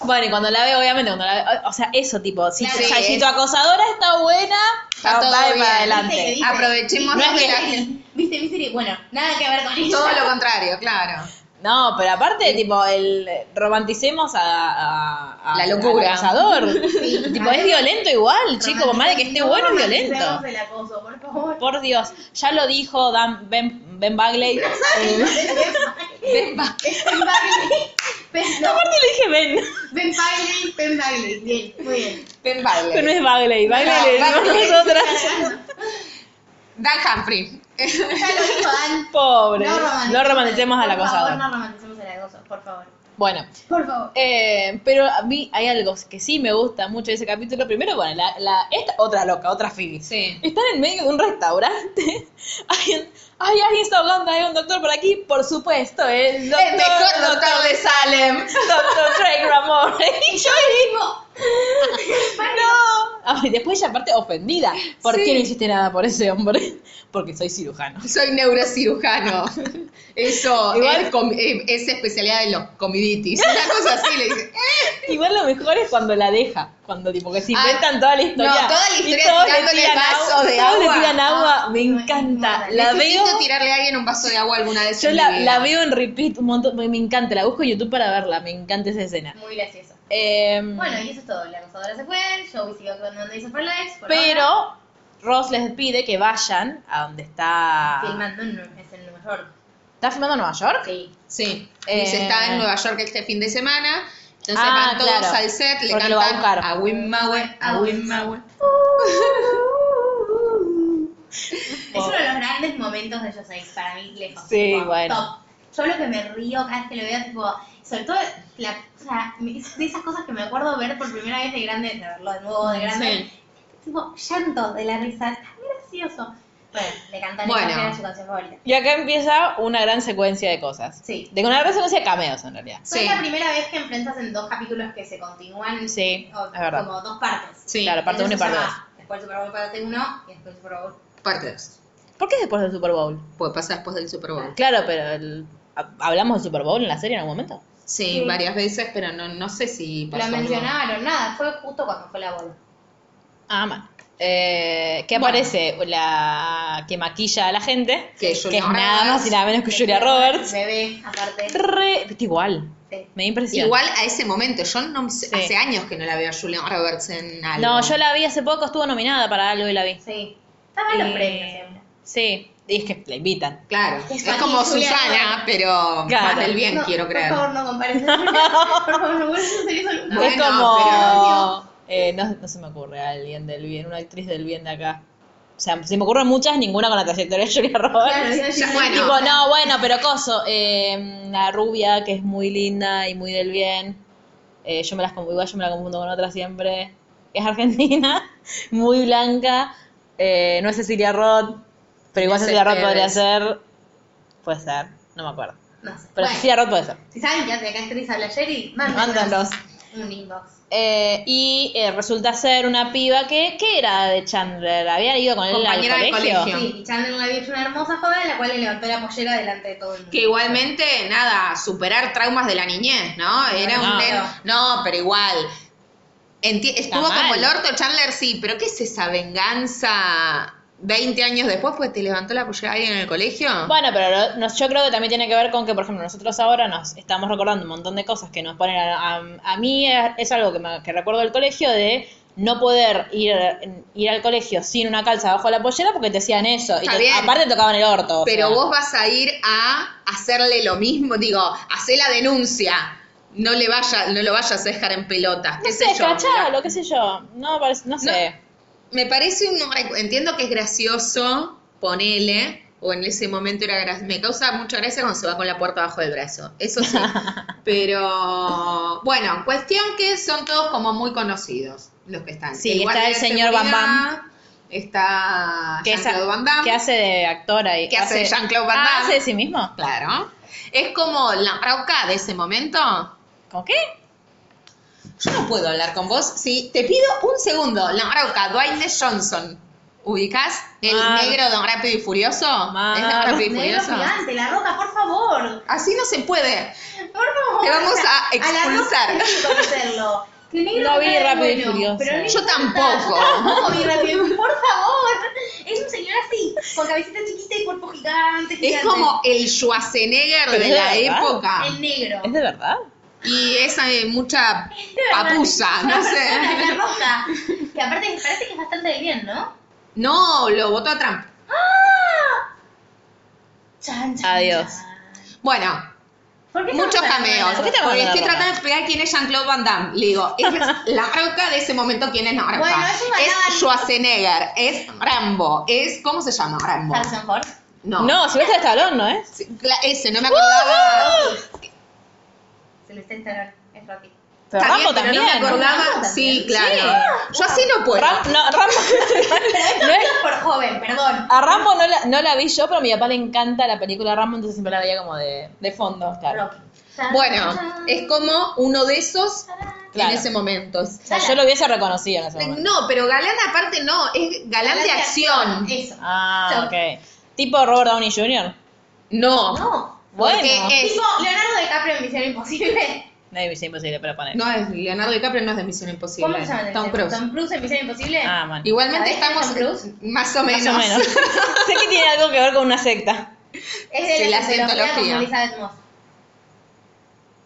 A: bueno, y cuando la ve, obviamente, cuando la ve, o- o sea, eso, tipo, si,
C: Claro,
A: o sea,
C: sí,
A: si
C: es-
A: tu acosadora está buena,
C: Está todo
A: va
C: bien.
A: para adelante.
B: Viste que dice-
C: Aprovechemos
B: viste,
C: los
B: viste,
C: detalles.
B: Viste, viste, que- bueno, nada que ver con eso.
C: Todo lo contrario, claro.
A: No, pero aparte, tipo, el romanticemos a, a- a-
C: La locura.
A: al acosador. tipo, es violento igual, chico, por más de que esté bueno, es violento.
B: Romanticemos el acoso, por favor.
A: Por Dios, ya lo dijo Dan, ben, ben Bagley. Eh,
C: Ven, va.
B: Ben Bagley. Ben- no,
A: aparte le dije Ben,
B: Ben Bagley, Ben Bagley. Bien, muy bien.
C: Ven, baile.
A: pero no es Bagley, Bagley
C: No,
A: le decimos
C: Bagley.
A: nosotras.
C: Dan Humphrey.
B: Ya lo dijo Dan.
A: Pobre,
B: No romanticemos,
A: no romanticemos al
B: Por favor,
A: acosador.
B: no romanticemos el acoso, por favor.
A: Bueno,
B: Por favor.
A: Eh, pero a mí hay algo que sí me gusta mucho de ese capítulo. Primero, bueno, la, la- esta, otra loca, otra Phoebe.
C: Sí.
A: Están en medio de un restaurante. Hay, hay alguien está ahogando, hay un doctor por aquí. Por supuesto, el doctor,
C: El mejor doctor de Salem.
A: doctor Craig Ramore. Y yo mismo. no. Ay, después ella aparte ofendida. ¿Por
C: Sí.
A: qué no hiciste nada por ese hombre? Porque soy cirujano.
C: Soy neurocirujano. Eso
A: Igual-
C: es, com- eh, es especialidad de los comiditis. Una cosa así le dice.
A: Igual lo mejor es cuando la deja, cuando tipo que se inventan
C: Ah,
A: toda la historia.
C: no, toda la
A: y
C: historia
A: todos le
C: tirándole
A: tiran
C: vaso
A: agua,
C: de
A: todos
C: agua. Ah,
A: le tiran agua, me
B: no,
A: encanta.
B: no,
A: la veo,
C: Necesito tirarle a alguien un vaso de agua alguna vez.
A: yo
C: en mi
A: la,
C: vida.
A: la veo en repeat un montón, me me encanta, la busco en YouTube para verla, me encanta esa escena.
B: Muy gracioso.
A: Eh,
B: Bueno, y eso es todo. La acosadora se fue, Joey siguió con donde hizo por likes. por ahora.
A: pero Ross les pide que vayan a donde está...
B: Filmando en, es en Nueva York.
A: ¿Está filmando en Nueva York?
B: Sí.
C: Sí.
A: Eh,
C: Dice, está en Nueva York este fin de semana. Entonces
A: Ah,
C: van todos
A: claro.
C: al set, le
A: Porque
C: cantan
A: lo va a buscar.
C: Wimmawe, a Wimmawe.
B: Es uno de los grandes momentos de Joseis, para mí, lejos.
A: Sí,
B: Tipo,
A: bueno.
B: top. Yo lo que me río cada vez que lo veo, tipo, sobre todo, la, o sea, me- es de esas cosas que me acuerdo ver por primera vez de grande, de verlo de nuevo de grande,
C: Sí.
B: tipo, llanto de la risa, tan gracioso. Bueno, le cantan
C: Bueno.
B: esa que era su canción favorita.
A: Y acá empieza una gran secuencia de cosas.
B: Sí.
A: De una gran secuencia de cameos en realidad.
B: So,
C: Sí.
B: Es la primera vez que enfrentas en dos capítulos que se continúan
A: Sí,
B: o-
A: es verdad.
B: como dos partes.
C: Sí.
A: Claro, parte 1 y parte
B: Entonces, ya
A: 2.
B: va. Después del Super Bowl, parte 1 y después el Super Bowl.
C: Parte dos.
A: ¿Por qué es después del Super Bowl?
C: Pues pasa después del Super Bowl.
A: Claro, pero el- ha- hablamos del Super Bowl en la serie en algún momento.
C: Sí,
B: Sí.
C: varias veces, pero no, no sé si pasó.
B: Lo
C: o no.
B: mencionaron, nada, fue justo cuando fue la boda.
A: Ah, man. Eh, que
C: Bueno.
A: aparece la que maquilla a la gente,
C: Que
A: que,
C: Julia
A: es nada
C: Roberts.
A: más y nada menos que Julia Roberts.
B: Bebé, aparte.
A: Re, viste, igual,
B: Sí.
A: me impresiona.
C: Igual a ese momento, yo no sé-
A: Sí.
C: hace años que no la veo a Julia Roberts en algo.
A: No, yo la vi hace poco, estuvo nominada para algo y la vi.
B: Sí. Estaban los
A: Eh,
B: premios siempre.
A: Sí, y es que la invitan.
C: Claro, es,
B: Es Joaquín
C: como
B: Julia
C: Susana,
B: Roberts.
C: pero
A: Claro.
C: más del bien,
B: No,
C: quiero creer.
B: Por favor, no compares. por favor, no vuelvas a hacer eso nunca.
C: Bueno,
A: es como.
C: pero-
A: eh, no, no se me ocurre a alguien del bien, una actriz del bien de acá. O sea, se me ocurren muchas, ninguna con la trayectoria de Julia Roberts.
B: Claro, yo- yo-
C: bueno.
A: Tipo, no, bueno, pero coso. eh, la rubia, que es muy linda y muy del bien. Eh, yo me las confundo, igual yo me la confundo con otra siempre. Es argentina, muy blanca. eh, no es Cecilia Roth, pero igual
C: No es
A: Cecilia Roth
C: Esteves.
A: podría ser. Puede ser, no me acuerdo.
B: No sé.
A: Pero
B: Bueno,
A: Cecilia Roth puede ser.
B: si saben que hace acá actriz habla Jerry,
A: Mándanos.
B: mándanos un inbox.
A: Eh, y eh, resulta ser una piba que, ¿qué era de Chandler? Había ido con él
C: Compañera
A: al
C: del
A: colegio.
C: colegio.
B: Sí, y Chandler la vio una hermosa joven a la cual le levantó la pollera delante de todo el mundo.
C: Que igualmente, nada, superar traumas de la niñez, ¿no? Era
A: No.
C: un nene- No, pero igual. Enti- Estuvo
A: mal.
C: como el orto Chandler, sí, pero ¿qué es esa venganza 20 años después? Pues te levantó la pollera alguien en el colegio.
A: Bueno, pero lo- nos- yo creo que también tiene que ver con que, por ejemplo, nosotros ahora nos estamos recordando un montón de cosas que nos ponen a, a- a mí es, es algo que, me- que recuerdo del colegio de no poder ir, ir al colegio sin una calza abajo de la pollera porque te hacían eso. Y
C: Está
A: te-
C: bien.
A: aparte te tocaban el orto. o
C: Pero
A: sea.
C: vos vas a ir a hacerle lo mismo, digo, hacer la denuncia. No le vaya, no lo vayas a dejar en pelotas,
A: No
C: qué
A: sé,
C: sé yo.
A: cachalo, qué sé yo. No, parece- no sé.
C: Me parece un entiendo que es gracioso, ponele, o en ese momento era gra- me causa mucha gracia cuando se va con la puerta abajo del brazo. Eso sí. Pero bueno, cuestión que son todos como muy conocidos los que están.
A: Sí,
C: El
A: está
C: guardia
A: el
C: de
A: señor Bam Bam.
C: seguridad, Está
A: Que, esa-
C: Jean-Claude Van Damme.
A: que hace de actor ahí.
C: Que hace de Jean-Claude Van
A: Ah,
C: Damme.
A: hace de sí mismo.
C: Claro. Es como la rauca de ese momento.
A: ¿Con qué?
C: Yo no puedo hablar con vos. Sí, te pido un segundo. La rauca, Dwayne de Johnson. ¿Ubicás el
A: Mar.
C: negro de Rápido y Furioso?
A: Mar.
C: ¿Es Don Rápido y
B: Negro
C: Furioso?
B: gigante, la roca, por favor.
C: Así no se puede.
B: Por favor.
C: Te vamos
B: la
C: a
B: Roca
C: expulsar.
B: tenés que conocerlo. Que negro
A: No vi
B: está de
A: Rápido eh. y
B: bueno,
A: Furioso.
B: pero no
C: Yo
B: importa.
C: tampoco.
B: Yo tampoco vi Rápido y Furioso, Por favor. Es un señor así, con cabecita chiquita y cuerpo gigante.
C: Es
B: gigante.
C: como ah, el Schwarzenegger
A: Pero
C: de
A: es
C: la
A: de verdad.
C: época.
B: El negro.
A: ¿Es de verdad?
C: Y esa eh, mucha
B: verdad.
C: papusa, no
B: Persona, La
C: sé.
B: roca. Que aparte parece que es bastante bien, ¿no? ¡Ah!
C: No, lo votó a Trump.
B: Chan, chan,
A: Adiós.
B: chan.
C: Bueno,
B: ¿Por qué
C: Muchos
B: estamos
C: cameos.
B: hablando de
A: qué te
B: Roca?
A: estamos
C: Porque
A: hablando de
C: estoy
A: Roca?
C: tratando de explicar quién es Jean-Claude Van Damme. Le digo, es la roca de ese momento, ¿quién es la roca?
B: Bueno, eso es banal.
C: es Schwarzenegger, es Rambo, es. ¿Cómo se llama Rambo?
B: Harrison Ford.
C: No.
A: No, Silvestre Stallone, ¿no es?
C: Sí, cla- Ese, no me acordaba.
B: Se le está instalando. Es Rocky.
A: Pero
C: Está bien,
A: Rambo
C: pero
A: también.
C: No me acordaba.
B: Rambo también.
C: Sí, claro. Yo así no puedo.
A: Ram- no, Rambo. no es-
B: Por joven, perdón.
A: a Rambo no la, no la vi yo, pero a mi papá le encanta la película Rambo, entonces siempre la veía como de, de fondo. Claro.
B: Rocky. Chan,
C: Bueno,
B: chan.
C: es como uno de esos en
A: Claro.
C: ese momento.
A: O sea, yo lo hubiese reconocido en ese momento.
C: No, pero galán aparte no, es galán de acción.
B: Eso.
A: Ah,
B: Yo-
A: ok. ¿Tipo Robert Downey Jr.?
C: No,
B: No.
A: Bueno.
C: porque es
B: Tipo Leonardo DiCaprio en Misión Imposible.
A: No es imposible, pero poner.
C: No es Leonardo DiCaprio, no es de Misión Imposible.
B: ¿Cómo se llama?
C: Tom Cruise.
B: Tom Cruise en Misión Imposible.
A: Ah, man.
C: Igualmente
B: ¿La dejan
C: estamos
B: Tom Cruise?
C: más o
A: Más
C: menos.
A: o menos. sé que tiene algo que ver con una secta.
B: es de
C: Sí,
B: la,
C: la
B: cientología
C: cientología.
B: con Elizabeth Moss.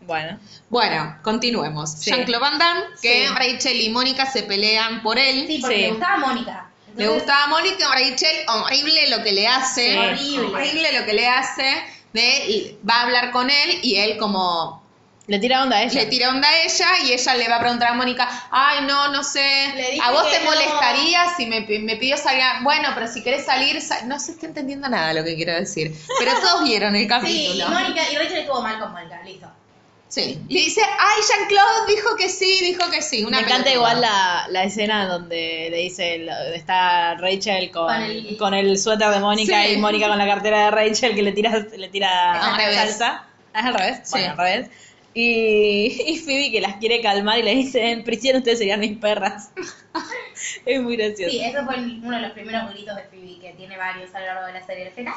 A: Bueno.
C: Bueno, continuemos.
A: Sí.
C: Jean-Claude Van Damme, que
A: Sí.
C: Rachel y Mónica se pelean por él.
B: Sí, porque
A: Sí.
B: le gustaba Mónica.
C: Le gustaba a Mónica, Rachel, horrible lo que le hace.
A: Sí.
B: Horrible.
C: Horrible lo que le hace. De, y va a hablar con él y él como
A: Le tira onda a ella.
C: le tira onda a ella y ella le va a preguntar a Mónica, ay no, no
B: Le
C: sé,
B: dije
C: a vos
B: que
C: te
B: no".
C: molestaría si me, pi- me pidió salir, a- bueno, pero si querés salir, sa- no se está entendiendo nada lo que quiero decir, pero todos vieron el capítulo.
B: Sí, y Mónica y Rachel estuvo mal con Mónica, listo.
C: Sí. Le dice, ay, Jean-Claude dijo que sí, dijo que sí. Una
A: Me encanta
C: pelotuda.
A: igual la, la escena donde le dice el- está Rachel con,
B: Con
A: con
B: el-
A: el, suéter de Mónica
C: Sí.
A: y Mónica con la cartera de Rachel que le tira le tira
C: Al revés.
A: salsa. Ah, es al revés.
C: Sí.
A: Bueno, al revés. Y, y Phoebe que las quiere calmar y le dice, en prisión ustedes serían mis perras. es muy gracioso.
B: Sí, eso fue uno de los primeros gritos de Phoebe, que tiene varios a lo largo de la serie. Le dice,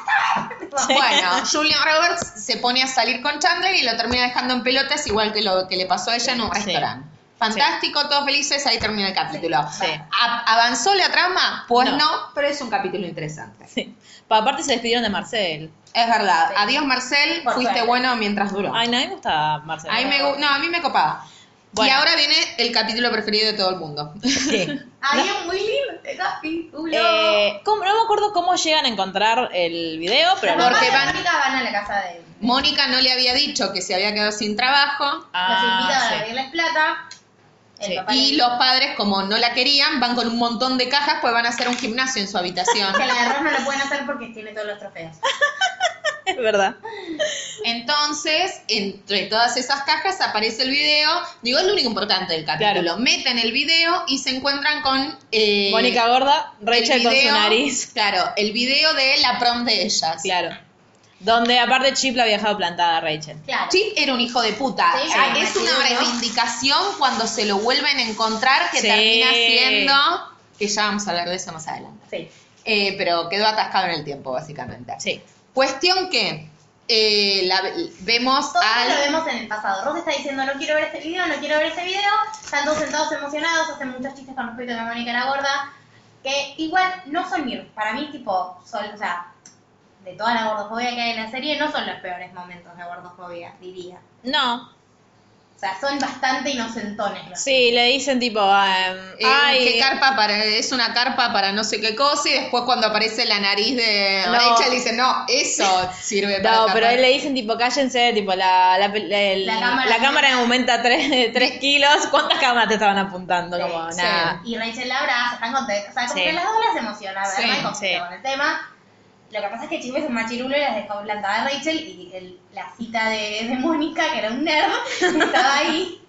C: Bueno, Julian Roberts se pone a salir con Chandler y lo termina dejando en pelotas, igual que lo que le pasó a ella en un
A: Sí.
C: restaurante. Fantástico, todos felices, ahí termina el capítulo.
A: Sí.
C: A- ¿Avanzó la trama? Pues no.
A: No.
C: pero es un capítulo interesante.
A: Sí. Pa- Aparte se despidieron de Marcel.
C: Es verdad.
B: Sí.
C: Adiós, Marcel,
B: Por
C: fuiste
B: suerte.
C: bueno mientras duró.
A: Ay, no, a mí me gusta Marcel.
C: A mí me, gu- no, a mí me copaba. Y
A: Bueno.
C: ahora viene el capítulo preferido de todo el mundo.
A: Sí.
B: había un muy lindo capítulo.
A: Eh, ¿cómo- no me acuerdo cómo llegan a encontrar el video, pero
B: Los
A: lo
C: porque
B: papás de
C: van-
B: Mónica van a la casa de...
C: Mónica no le había dicho que se había quedado sin trabajo.
A: Ah,
B: los invitan
A: sí.
B: a pedirles plata. El
A: Sí,
B: papá
C: Y
B: le-
C: los padres, como no la querían, van con un montón de cajas, pues van a hacer un gimnasio en su habitación.
B: Que la de Ross no la pueden hacer porque tiene todos los trofeos.
A: Es verdad.
C: Entonces, entre todas esas cajas aparece el video. Digo, es lo único importante del capítulo.
A: Claro.
C: Meten el video y se encuentran con... eh,
A: Mónica Gorda,
C: el
A: Rachel con su
C: video-
A: nariz.
C: Claro, el video de la prom de ellas.
A: Claro. Donde aparte Chip la había dejado plantada a Rachel.
B: Claro.
C: Chip era un hijo de puta.
B: Sí,
C: Ah,
B: sí,
C: es
B: me
C: una
B: acuerdo.
C: reivindicación cuando se lo vuelven a encontrar que
A: Sí.
C: termina siendo... Que ya vamos a hablar de eso más adelante.
B: Sí.
C: Eh, pero quedó atascado en el tiempo, básicamente.
A: Sí.
C: Cuestión que eh, la ve- vemos
B: Todo
C: al...
B: lo vemos en el pasado. Ross está diciendo, no quiero ver este video, no quiero ver este video. Están todos sentados emocionados, hacen muchos chistes con respecto a que Mónica la gorda. Que igual no son ni, para mí, tipo, son, o sea, de toda la gordofobia que hay en la serie, no son los peores momentos de gordofobia, diría.
A: No.
B: sea, son bastante inocentones. ¿no?
A: Sí, le dicen tipo, em,
C: Eh,
A: ay,
C: ¿qué carpa para, es una carpa para no sé qué cosa y después cuando aparece la nariz de
A: No.
C: Rachel dice, no, eso sirve para
A: No,
C: tapar".
A: pero ahí le dicen, tipo, cállense, tipo, la, la, pel- el-
B: La
A: la
B: cámara-
A: cámara, aumenta 3, kilos. ¿Cuántas cámaras te estaban apuntando?
B: Sí,
A: Como,
B: sí.
A: nada.
B: Y Rachel la abraza, están contentas. O sea, como
A: Sí.
B: que las dos las emocionan,
C: Sí,
B: no hay conflicto
A: sí.
B: con el tema. Lo que pasa es que Chisme es un machirulo y las dejó plantada Rachel y el- la cita de, de Mónica, que era un nerd, estaba ahí.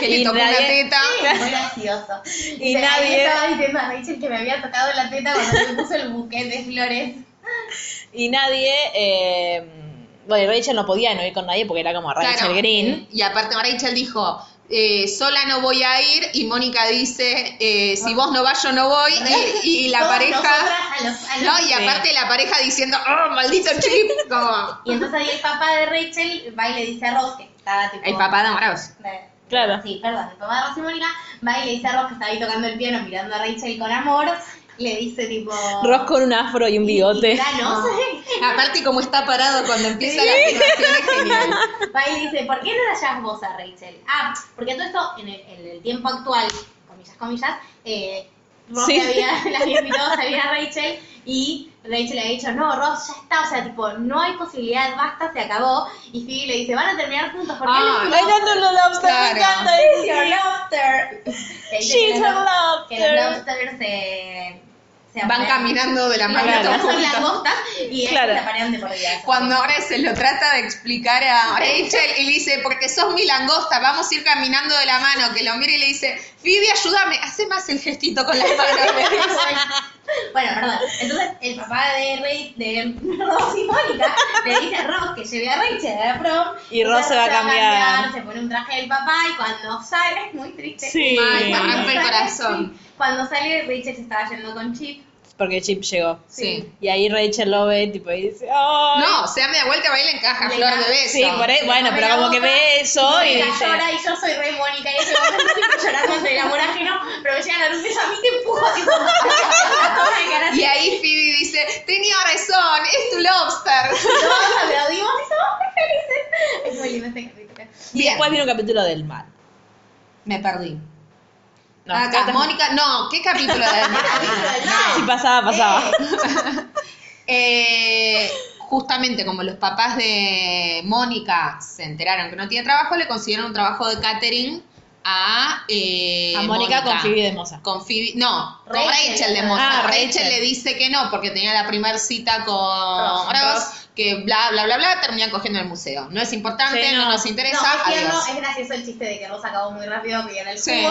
C: que le
A: y
C: tocó una
A: nadie-
C: teta.
B: Muy gracioso.
A: Y
B: Dice, "Ahí
A: nadie-
B: estaba diciendo a Rachel que me había tocado la teta cuando me puso el buquete de flores.
A: Y nadie, eh, bueno, Rachel no podía no ir con nadie porque era como Rachel
C: Claro.
A: Green.
C: Y aparte Rachel dijo, eh, sola no voy a ir y Mónica dice, eh, si vos no vas yo no voy y, y la
B: Todas nosotras
C: pareja...
B: a los- a los-
C: No, y aparte la pareja diciendo, oh, maldito chip, como
B: Y entonces ahí el papá de Rachel va y le dice a Ross que estaba tipo.
C: el papá de Ambrose.
B: de-
A: Claro.
B: Sí, perdón, el papá de Ross y Mónica va y le dice a Ross que estaba ahí tocando el piano mirando a Rachel con amor. Le dice tipo.
A: Ross con un afro y un bigote.
B: Y, granos.
C: Aparte como está parado cuando empieza la filmación es genial.
B: va y dice: ¿Por qué no la hallas vos a Rachel? Ah, porque todo esto en el, en el tiempo actual, comillas, comillas, eh, Ross
A: Sí.
B: le había, la había invitado a salir a Rachel y Rachel le había dicho, no, Ross, ya está, o sea, tipo, no hay posibilidad, basta, se acabó. Y Phoebe le dice, van a terminar juntos, porque
C: Ah,
B: él es un
A: Ay, no, no, no, lobster,
C: Claro.
A: me encanta.
B: She's your lobster. Que dice
A: She's
B: que los
A: her
B: lo-
A: lobster.
B: Que los lobsters se, se
C: Van
B: aparean.
C: caminando de la
B: Claro,
C: mano todos
B: no son
C: juntos.
B: langostas y ellos
A: Claro.
B: se aparean de por vida.
C: Cuando ahora se lo trata de explicar a Rachel y le dice, porque sos mi langosta, vamos a ir caminando de la mano, que lo mira y le dice, Phoebe, ayúdame, hace más el gestito con las manos. le dice.
B: Bueno, perdón. Entonces, el papá de, Rey, de Ross y Mónica le dice a Ross que lleve a Rachel a la prom.
A: Y Ross
B: Entonces,
A: se va a cambiar.
B: Se pone un traje del papá y cuando sale, es muy triste.
A: Sí.
C: Ay, me
B: Cuando
C: arranca el
B: sale-
C: corazón.
B: sí, Cuando sale, Rachel se estaba yendo con Chip.
A: Porque Chip llegó.
C: Sí.
A: Y ahí Rachel lo ve, tipo, y dice, ¡ay!
C: No, se da media vuelta, va y le encaja,
B: Le
C: flor
B: da-
C: de beso.
A: Sí, por ahí- Eh, bueno, pero como que ve eso y
B: Mónica
A: dice,
B: llora y yo soy re Mónica y en ese momento estoy llorando entre el amor ajeno, pero me llegan a dar un beso a mí te empujo tipo, toda de cara así.
C: Y ahí Phoebe dice, tenía razón, es tu lobster.
B: Todos aplaudimos y somos muy felices. Es muy lindo este capítulo.
A: y
C: Bien,
A: después viene un capítulo del mar.
C: me perdí.
A: No,
C: Acá,
A: estás-
C: Ah, Mónica, no, ¿qué capítulo de
A: Si pasaba, pasaba.
C: Eh, justamente como los papás de Mónica se enteraron que no tiene trabajo, le consiguieron un trabajo de catering a, eh,
A: A Mónica con Phoebe de Moza.
C: Con Phoebe- no, con
B: Rachel.
C: Rachel, de Moza.
A: Ah,
C: Rachel.
A: Rachel.
C: le dice que no, porque tenía la primer cita con
B: Ross,
C: Ross,
B: Ross.
C: que bla, bla, bla, bla, terminan cogiendo en el museo. No es importante,
A: Sí,
C: no.
A: no.
C: nos interesa,
B: no, es tierno,
C: adiós.
B: es gracioso el chiste de que Rosa acabó muy rápido que en el
C: Sí.
B: cubo.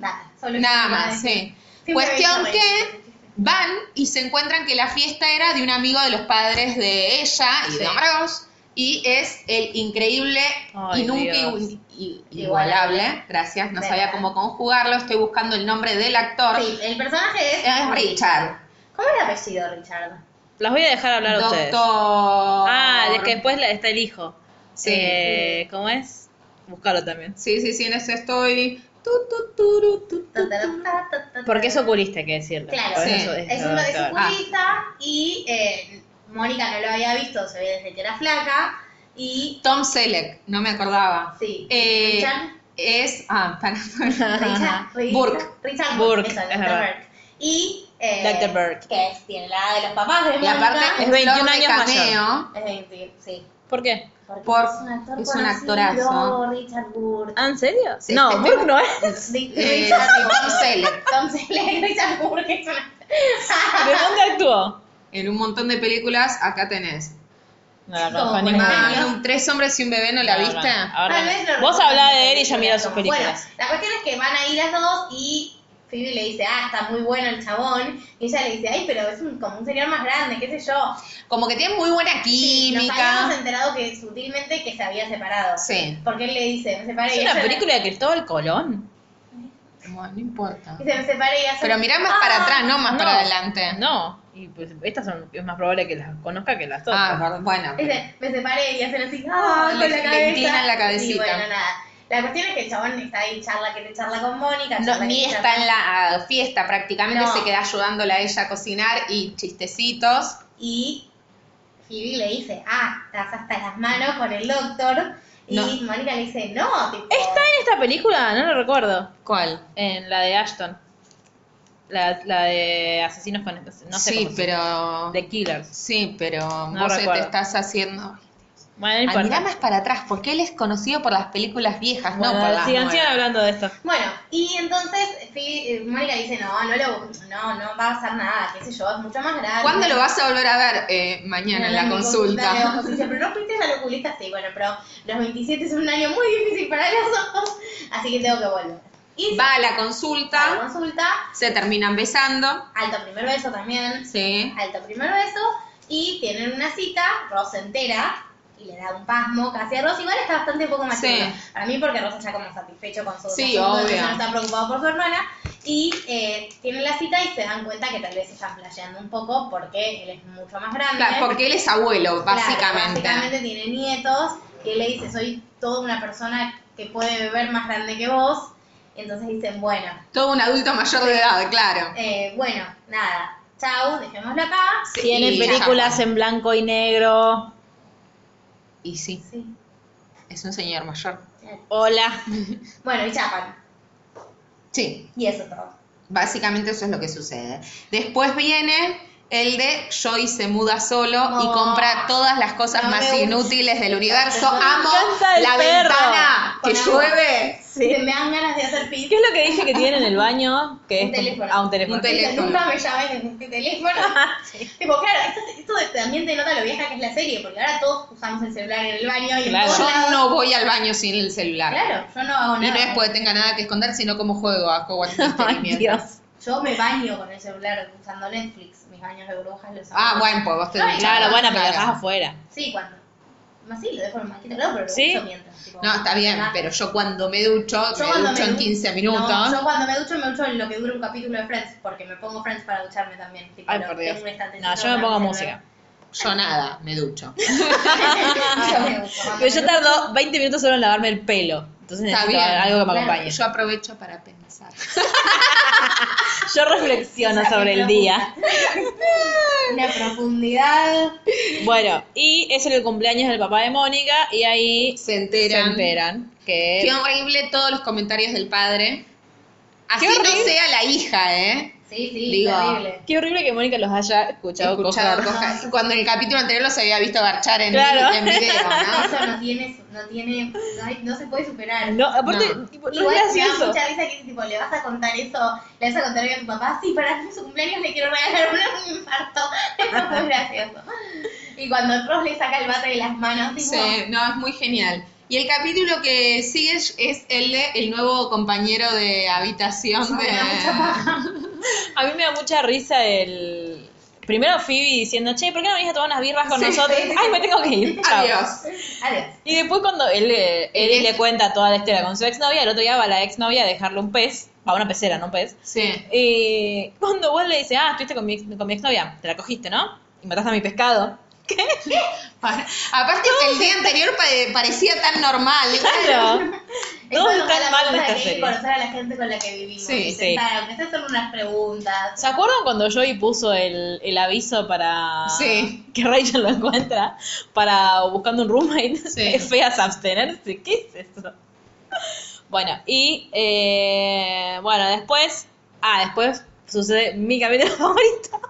B: Nada, solo
C: Nada
B: eso iba a
C: más,
B: decir.
C: sí.
B: Siempre
C: Cuestión
B: me hizo reír
C: que
B: ese chiste.
C: van y se encuentran que la fiesta era de un amigo de los padres de ella y de Ambrose y es el increíble
A: Ay,
C: y nunca
A: Dios.
C: igu- i- igualable, gracias, no
B: Verdad.
C: sabía cómo conjugarlo, estoy buscando el nombre del actor,
B: Sí, el personaje es.
C: es Richard,
B: ¿Cómo es el apellido, Richard?
A: Las voy a dejar hablar a ustedes.
C: doctor...
A: Ah, de que después la- está el hijo.
C: Sí,
A: Eh, ¿Cómo es? Búscalo también.
C: Sí, sí, sí, en eso estoy... Tu, tu, turu, tu, tu.
A: Porque es oculista, hay que decirlo.
B: Claro,
A: Por
C: sí.
A: eso
B: Es
A: lo
B: un es
A: doctor.
B: un budista y eh, Mónica no lo había visto, se ve desde que era flaca. Y.
C: Tom Selleck, no me acordaba.
B: Sí.
C: Eh,
B: Richard.
C: Es... Ah, para...
B: Richard. Richard-
C: Burke.
B: Richard
A: Burke,
B: eso,
A: es
B: Dr.
A: verdad.
B: Burke. Y. eh,
A: Dr. Burke.
B: Que es, tiene la edad de los papás de
C: Y
B: Mónica.
C: aparte es
A: Es 21
C: 21 flor de
A: años mayor.
C: caneo.
B: Es 20, sí.
A: ¿Por qué?
B: Porque
C: Por-
B: actor
C: es un
B: conocido,
C: actorazo.
B: Richard Burke.
A: ¿Ah, en serio?
C: Sí,
A: no,
C: este
A: Burke
C: tema-
A: no es.
B: Di-
C: Eh,
B: Richard
C: sí,
B: Burke.
C: Tom Selleck.
B: Entonces, Richard Burke es una.
A: ¿De dónde actuó?
C: En un montón de películas, acá tenés.
A: No la
B: Como
A: conozco
B: un
A: ninguna.
B: niño.
C: Mano, tres hombres y un bebé, ¿no la
A: No,
C: viste?
A: no, ahora
B: Tal
A: no.
B: vez lo
A: Vos
B: recuerden
A: hablá
B: de
A: de él y yo miro sus
B: como-
A: películas.
B: Bueno, la cuestión es que van a ir las dos y Phoebe le dice, ah, está muy bueno el chabón. Y ella le dice, ay, pero es un- como un señor más grande, qué sé yo.
C: Como que tienen muy buena
B: Sí, nos habíamos
C: química.
B: enterado que sutilmente que se había separado.
C: Sí.
B: Porque él le dice, me separé.
A: ¿Es
B: y
A: una
B: ella-
A: película de Cristóbal Colón?
C: Bueno, no importa.
B: Dice, me separé y hace-
C: Pero mirá más
B: Ah,
C: para atrás, no más
A: no.
C: para adelante.
A: No. Y pues estas son, es más probable que las conozca que las otras.
C: Ah, perdón, bueno.
B: Dice, me separé y hacen así, ah,
C: Le-
B: con la
C: le
B: cabeza.
C: inclinan la cabecita.
B: Y bueno, nada. La cuestión es que el chabón está ahí, charla, que charla con Mónica.
C: No,
B: charla,
C: ni
B: que
C: está
B: charla-
C: en la ah, fiesta, prácticamente
B: No.
C: se queda ayudándola a ella a cocinar y chistecitos.
B: Y Phoebe le dice, ah, estás hasta las manos con el doctor. Y
C: No.
B: Mónica le dice, no, tipo,
A: ¿Está en esta película? No lo recuerdo.
C: ¿Cuál?
A: En la de Ashton. La, la de asesinos con... No sé
C: sí,
A: cómo se-
C: pero.
A: The Killers.
C: Sí, pero
A: No
C: vos te
A: recuerdo.
C: estás haciendo.
A: Bueno, no
C: Ah,
A: importa.
C: mirá más para atrás, porque él es conocido por las películas viejas,
A: Bueno,
C: no por las
A: sigan,
C: nuevas.
A: sigan hablando de esto.
B: Bueno, y entonces Phoebe- eh, Mónica dice, no, no, lo, no, no va a pasar nada, qué sé yo, es mucho más grave.
C: ¿Cuándo lo vas a volver a ver? Eh, mañana en la
B: de
C: consulta.
B: ojos. Dice, pero no fuiste al oculista, sí, bueno, pero los 27 es un año muy difícil para los ojos, así que tengo que volver. Y
C: Va a
B: va
C: la
B: a la
C: consulta,
B: consulta,
C: se terminan besando.
B: alto primer beso también,
C: Sí.
B: alto primer beso, y tienen una cita, Ross se entera, y le da un pasmo casi a Ross, igual está bastante poco más
C: Sí.
B: chido. Para mí porque Ross está como satisfecho con su
C: Sí,
B: asunto,
C: obvio.
B: entonces no está preocupado por su hermana, y eh, tienen la cita y se dan cuenta que tal vez están flasheando un poco porque él es mucho más grande.
C: Claro, porque él es abuelo,
B: Claro,
C: básicamente.
B: básicamente tiene nietos y él le dice, soy toda una persona que puede beber más grande que vos. Entonces dicen, bueno,
C: Todo un adulto mayor de edad, claro.
B: eh, bueno, nada, chau, dejémoslo acá.
C: Sí,
A: Tiene
C: y ya
A: películas
C: está.
A: en blanco y negro.
C: Y sí,
B: Sí.
C: es un señor mayor.
A: Hola.
B: Bueno, y chapan.
C: Sí,
B: Y eso todo.
C: básicamente eso es lo que sucede. Después viene el de Joy se muda solo y
B: No.
C: compra todas las cosas
B: No
C: más
B: me gusta.
C: inútiles del universo.
B: Me
C: Amo
A: encanta el
C: la
A: perro.
C: ventana que
B: Con agua.
C: llueve.
B: Sí. Me dan ganas de hacer pis.
A: ¿Qué es lo que dije que tiene en el baño? Que
B: Un
A: es
B: teléfono.
A: Ah, un teléfono.
C: Un teléfono. Ah,
B: Dice, Nunca me llames desde este teléfono. Tipo, claro, esto, esto también te nota lo vieja que es la serie, porque ahora todos usamos el celular en el baño y
A: Claro.
B: en todos
C: Yo
B: lados.
C: no voy al baño sin el celular.
B: Claro, yo no hago
C: Y no
B: nada.
C: es porque tenga nada que esconder, sino como juego a Hogwarts Mystery
A: Ay,
C: mientras.
A: Dios.
B: Yo me baño con el celular usando Netflix. Mis baños de burbujas los hago.
C: Ah, bueno, pues vos te
B: Ay,
A: Claro, bueno, pero
C: claro.
A: dejás afuera.
B: Sí, cuando. Más sí, lo dejo en maquito, claro, pero lo
A: ¿Sí?
B: uso mientras. tipo,
C: No, está bien,
B: nada.
C: pero yo cuando me ducho,
B: Yo
C: me
B: cuando
C: ducho en
B: du-
C: 15
B: No,
C: minutos.
B: yo cuando me ducho, me ducho en lo que dura un capítulo de Friends, porque me pongo Friends para ducharme también. tipo,
A: Ay,
B: lo-
A: por Dios.
B: tengo un estantecito
A: No, yo me
B: para
A: pongo
B: mi
A: música.
B: celular.
C: Yo nada, me ducho.
B: Ah, Yo me ducho, cuando
A: Pero yo
B: me ducho-
A: tardo 20 minutos solo en lavarme el pelo. Entonces
C: Está
A: necesito
C: bien.
A: algo que me
B: Claro,
A: acompañe.
C: Yo aprovecho para pensar.
A: Yo reflexiono sobre el día.
B: Una profundidad.
A: Bueno, y es el cumpleaños del papá de Mónica y ahí
C: Se
A: se
C: enteran.
A: enteran que
C: Qué horrible todos los comentarios del padre. Así
A: Qué
C: no
A: horrible.
C: sea la hija, ¿eh?
B: Sí, sí,
C: Digo,
B: terrible.
A: Qué horrible que Mónica los haya escuchado,
C: Escuchado
A: coger.
C: coger. Y Cuando en el capítulo anterior los había visto garchar en,
A: Claro.
C: en video, ¿no?
B: Eso no tiene, no tiene, no, hay- no se puede superar.
A: No, aparte,
C: No.
A: tipo, no,
B: Igual
A: es
B: me da
A: gracioso.
B: mucha risa que tipo, le vas a contar eso, le vas a contar algo a tu papá, "Ah, sí, para su cumpleaños le quiero regalar un- un infarto. Eso es muy gracioso. Y cuando Ross le saca el bate de las manos, tipo,
C: Sí, no, es muy genial. Y el capítulo que sigue es el de el nuevo compañero de habitación
B: no, me
C: de...
B: da mucha paja.
A: A mí me da mucha risa el. Primero Phoebe diciendo, che, ¿por qué no venís a tomar unas birras con
C: Sí.
A: nosotros? Ay, me tengo que ir. Chao.
C: Adiós.
B: Adiós.
A: Y después cuando él, eh, Eddie le cuenta toda la historia con su exnovia, el otro día va la exnovia a dejarle un pez, va a una pecera, no un pez.
C: Sí.
A: Y cuando vuelve dice, ah, estuviste con mi, ex- con mi exnovia, te la cogiste, ¿no? Y mataste a mi pescado.
C: Pa- Aparte que el día anterior pa- parecía tan normal.
A: Claro. Todo
B: Eso nos da
A: está
B: la
A: mal en esta
B: pauta de que hay que
A: serie.
B: conocer a la gente con la que vivimos.
C: Sí,
B: y
A: sí.
B: sentar, aunque sea hacer unas preguntas.
A: ¿Se acuerdan cuando Joey puso el, el aviso para
C: Sí.
A: que Rachel lo encuentra para buscando un roommate?
C: Sí.
A: Feas abstenerse, ¿qué es eso? Bueno, y eh, bueno, después, ah, después sucede mi capítulo favorito.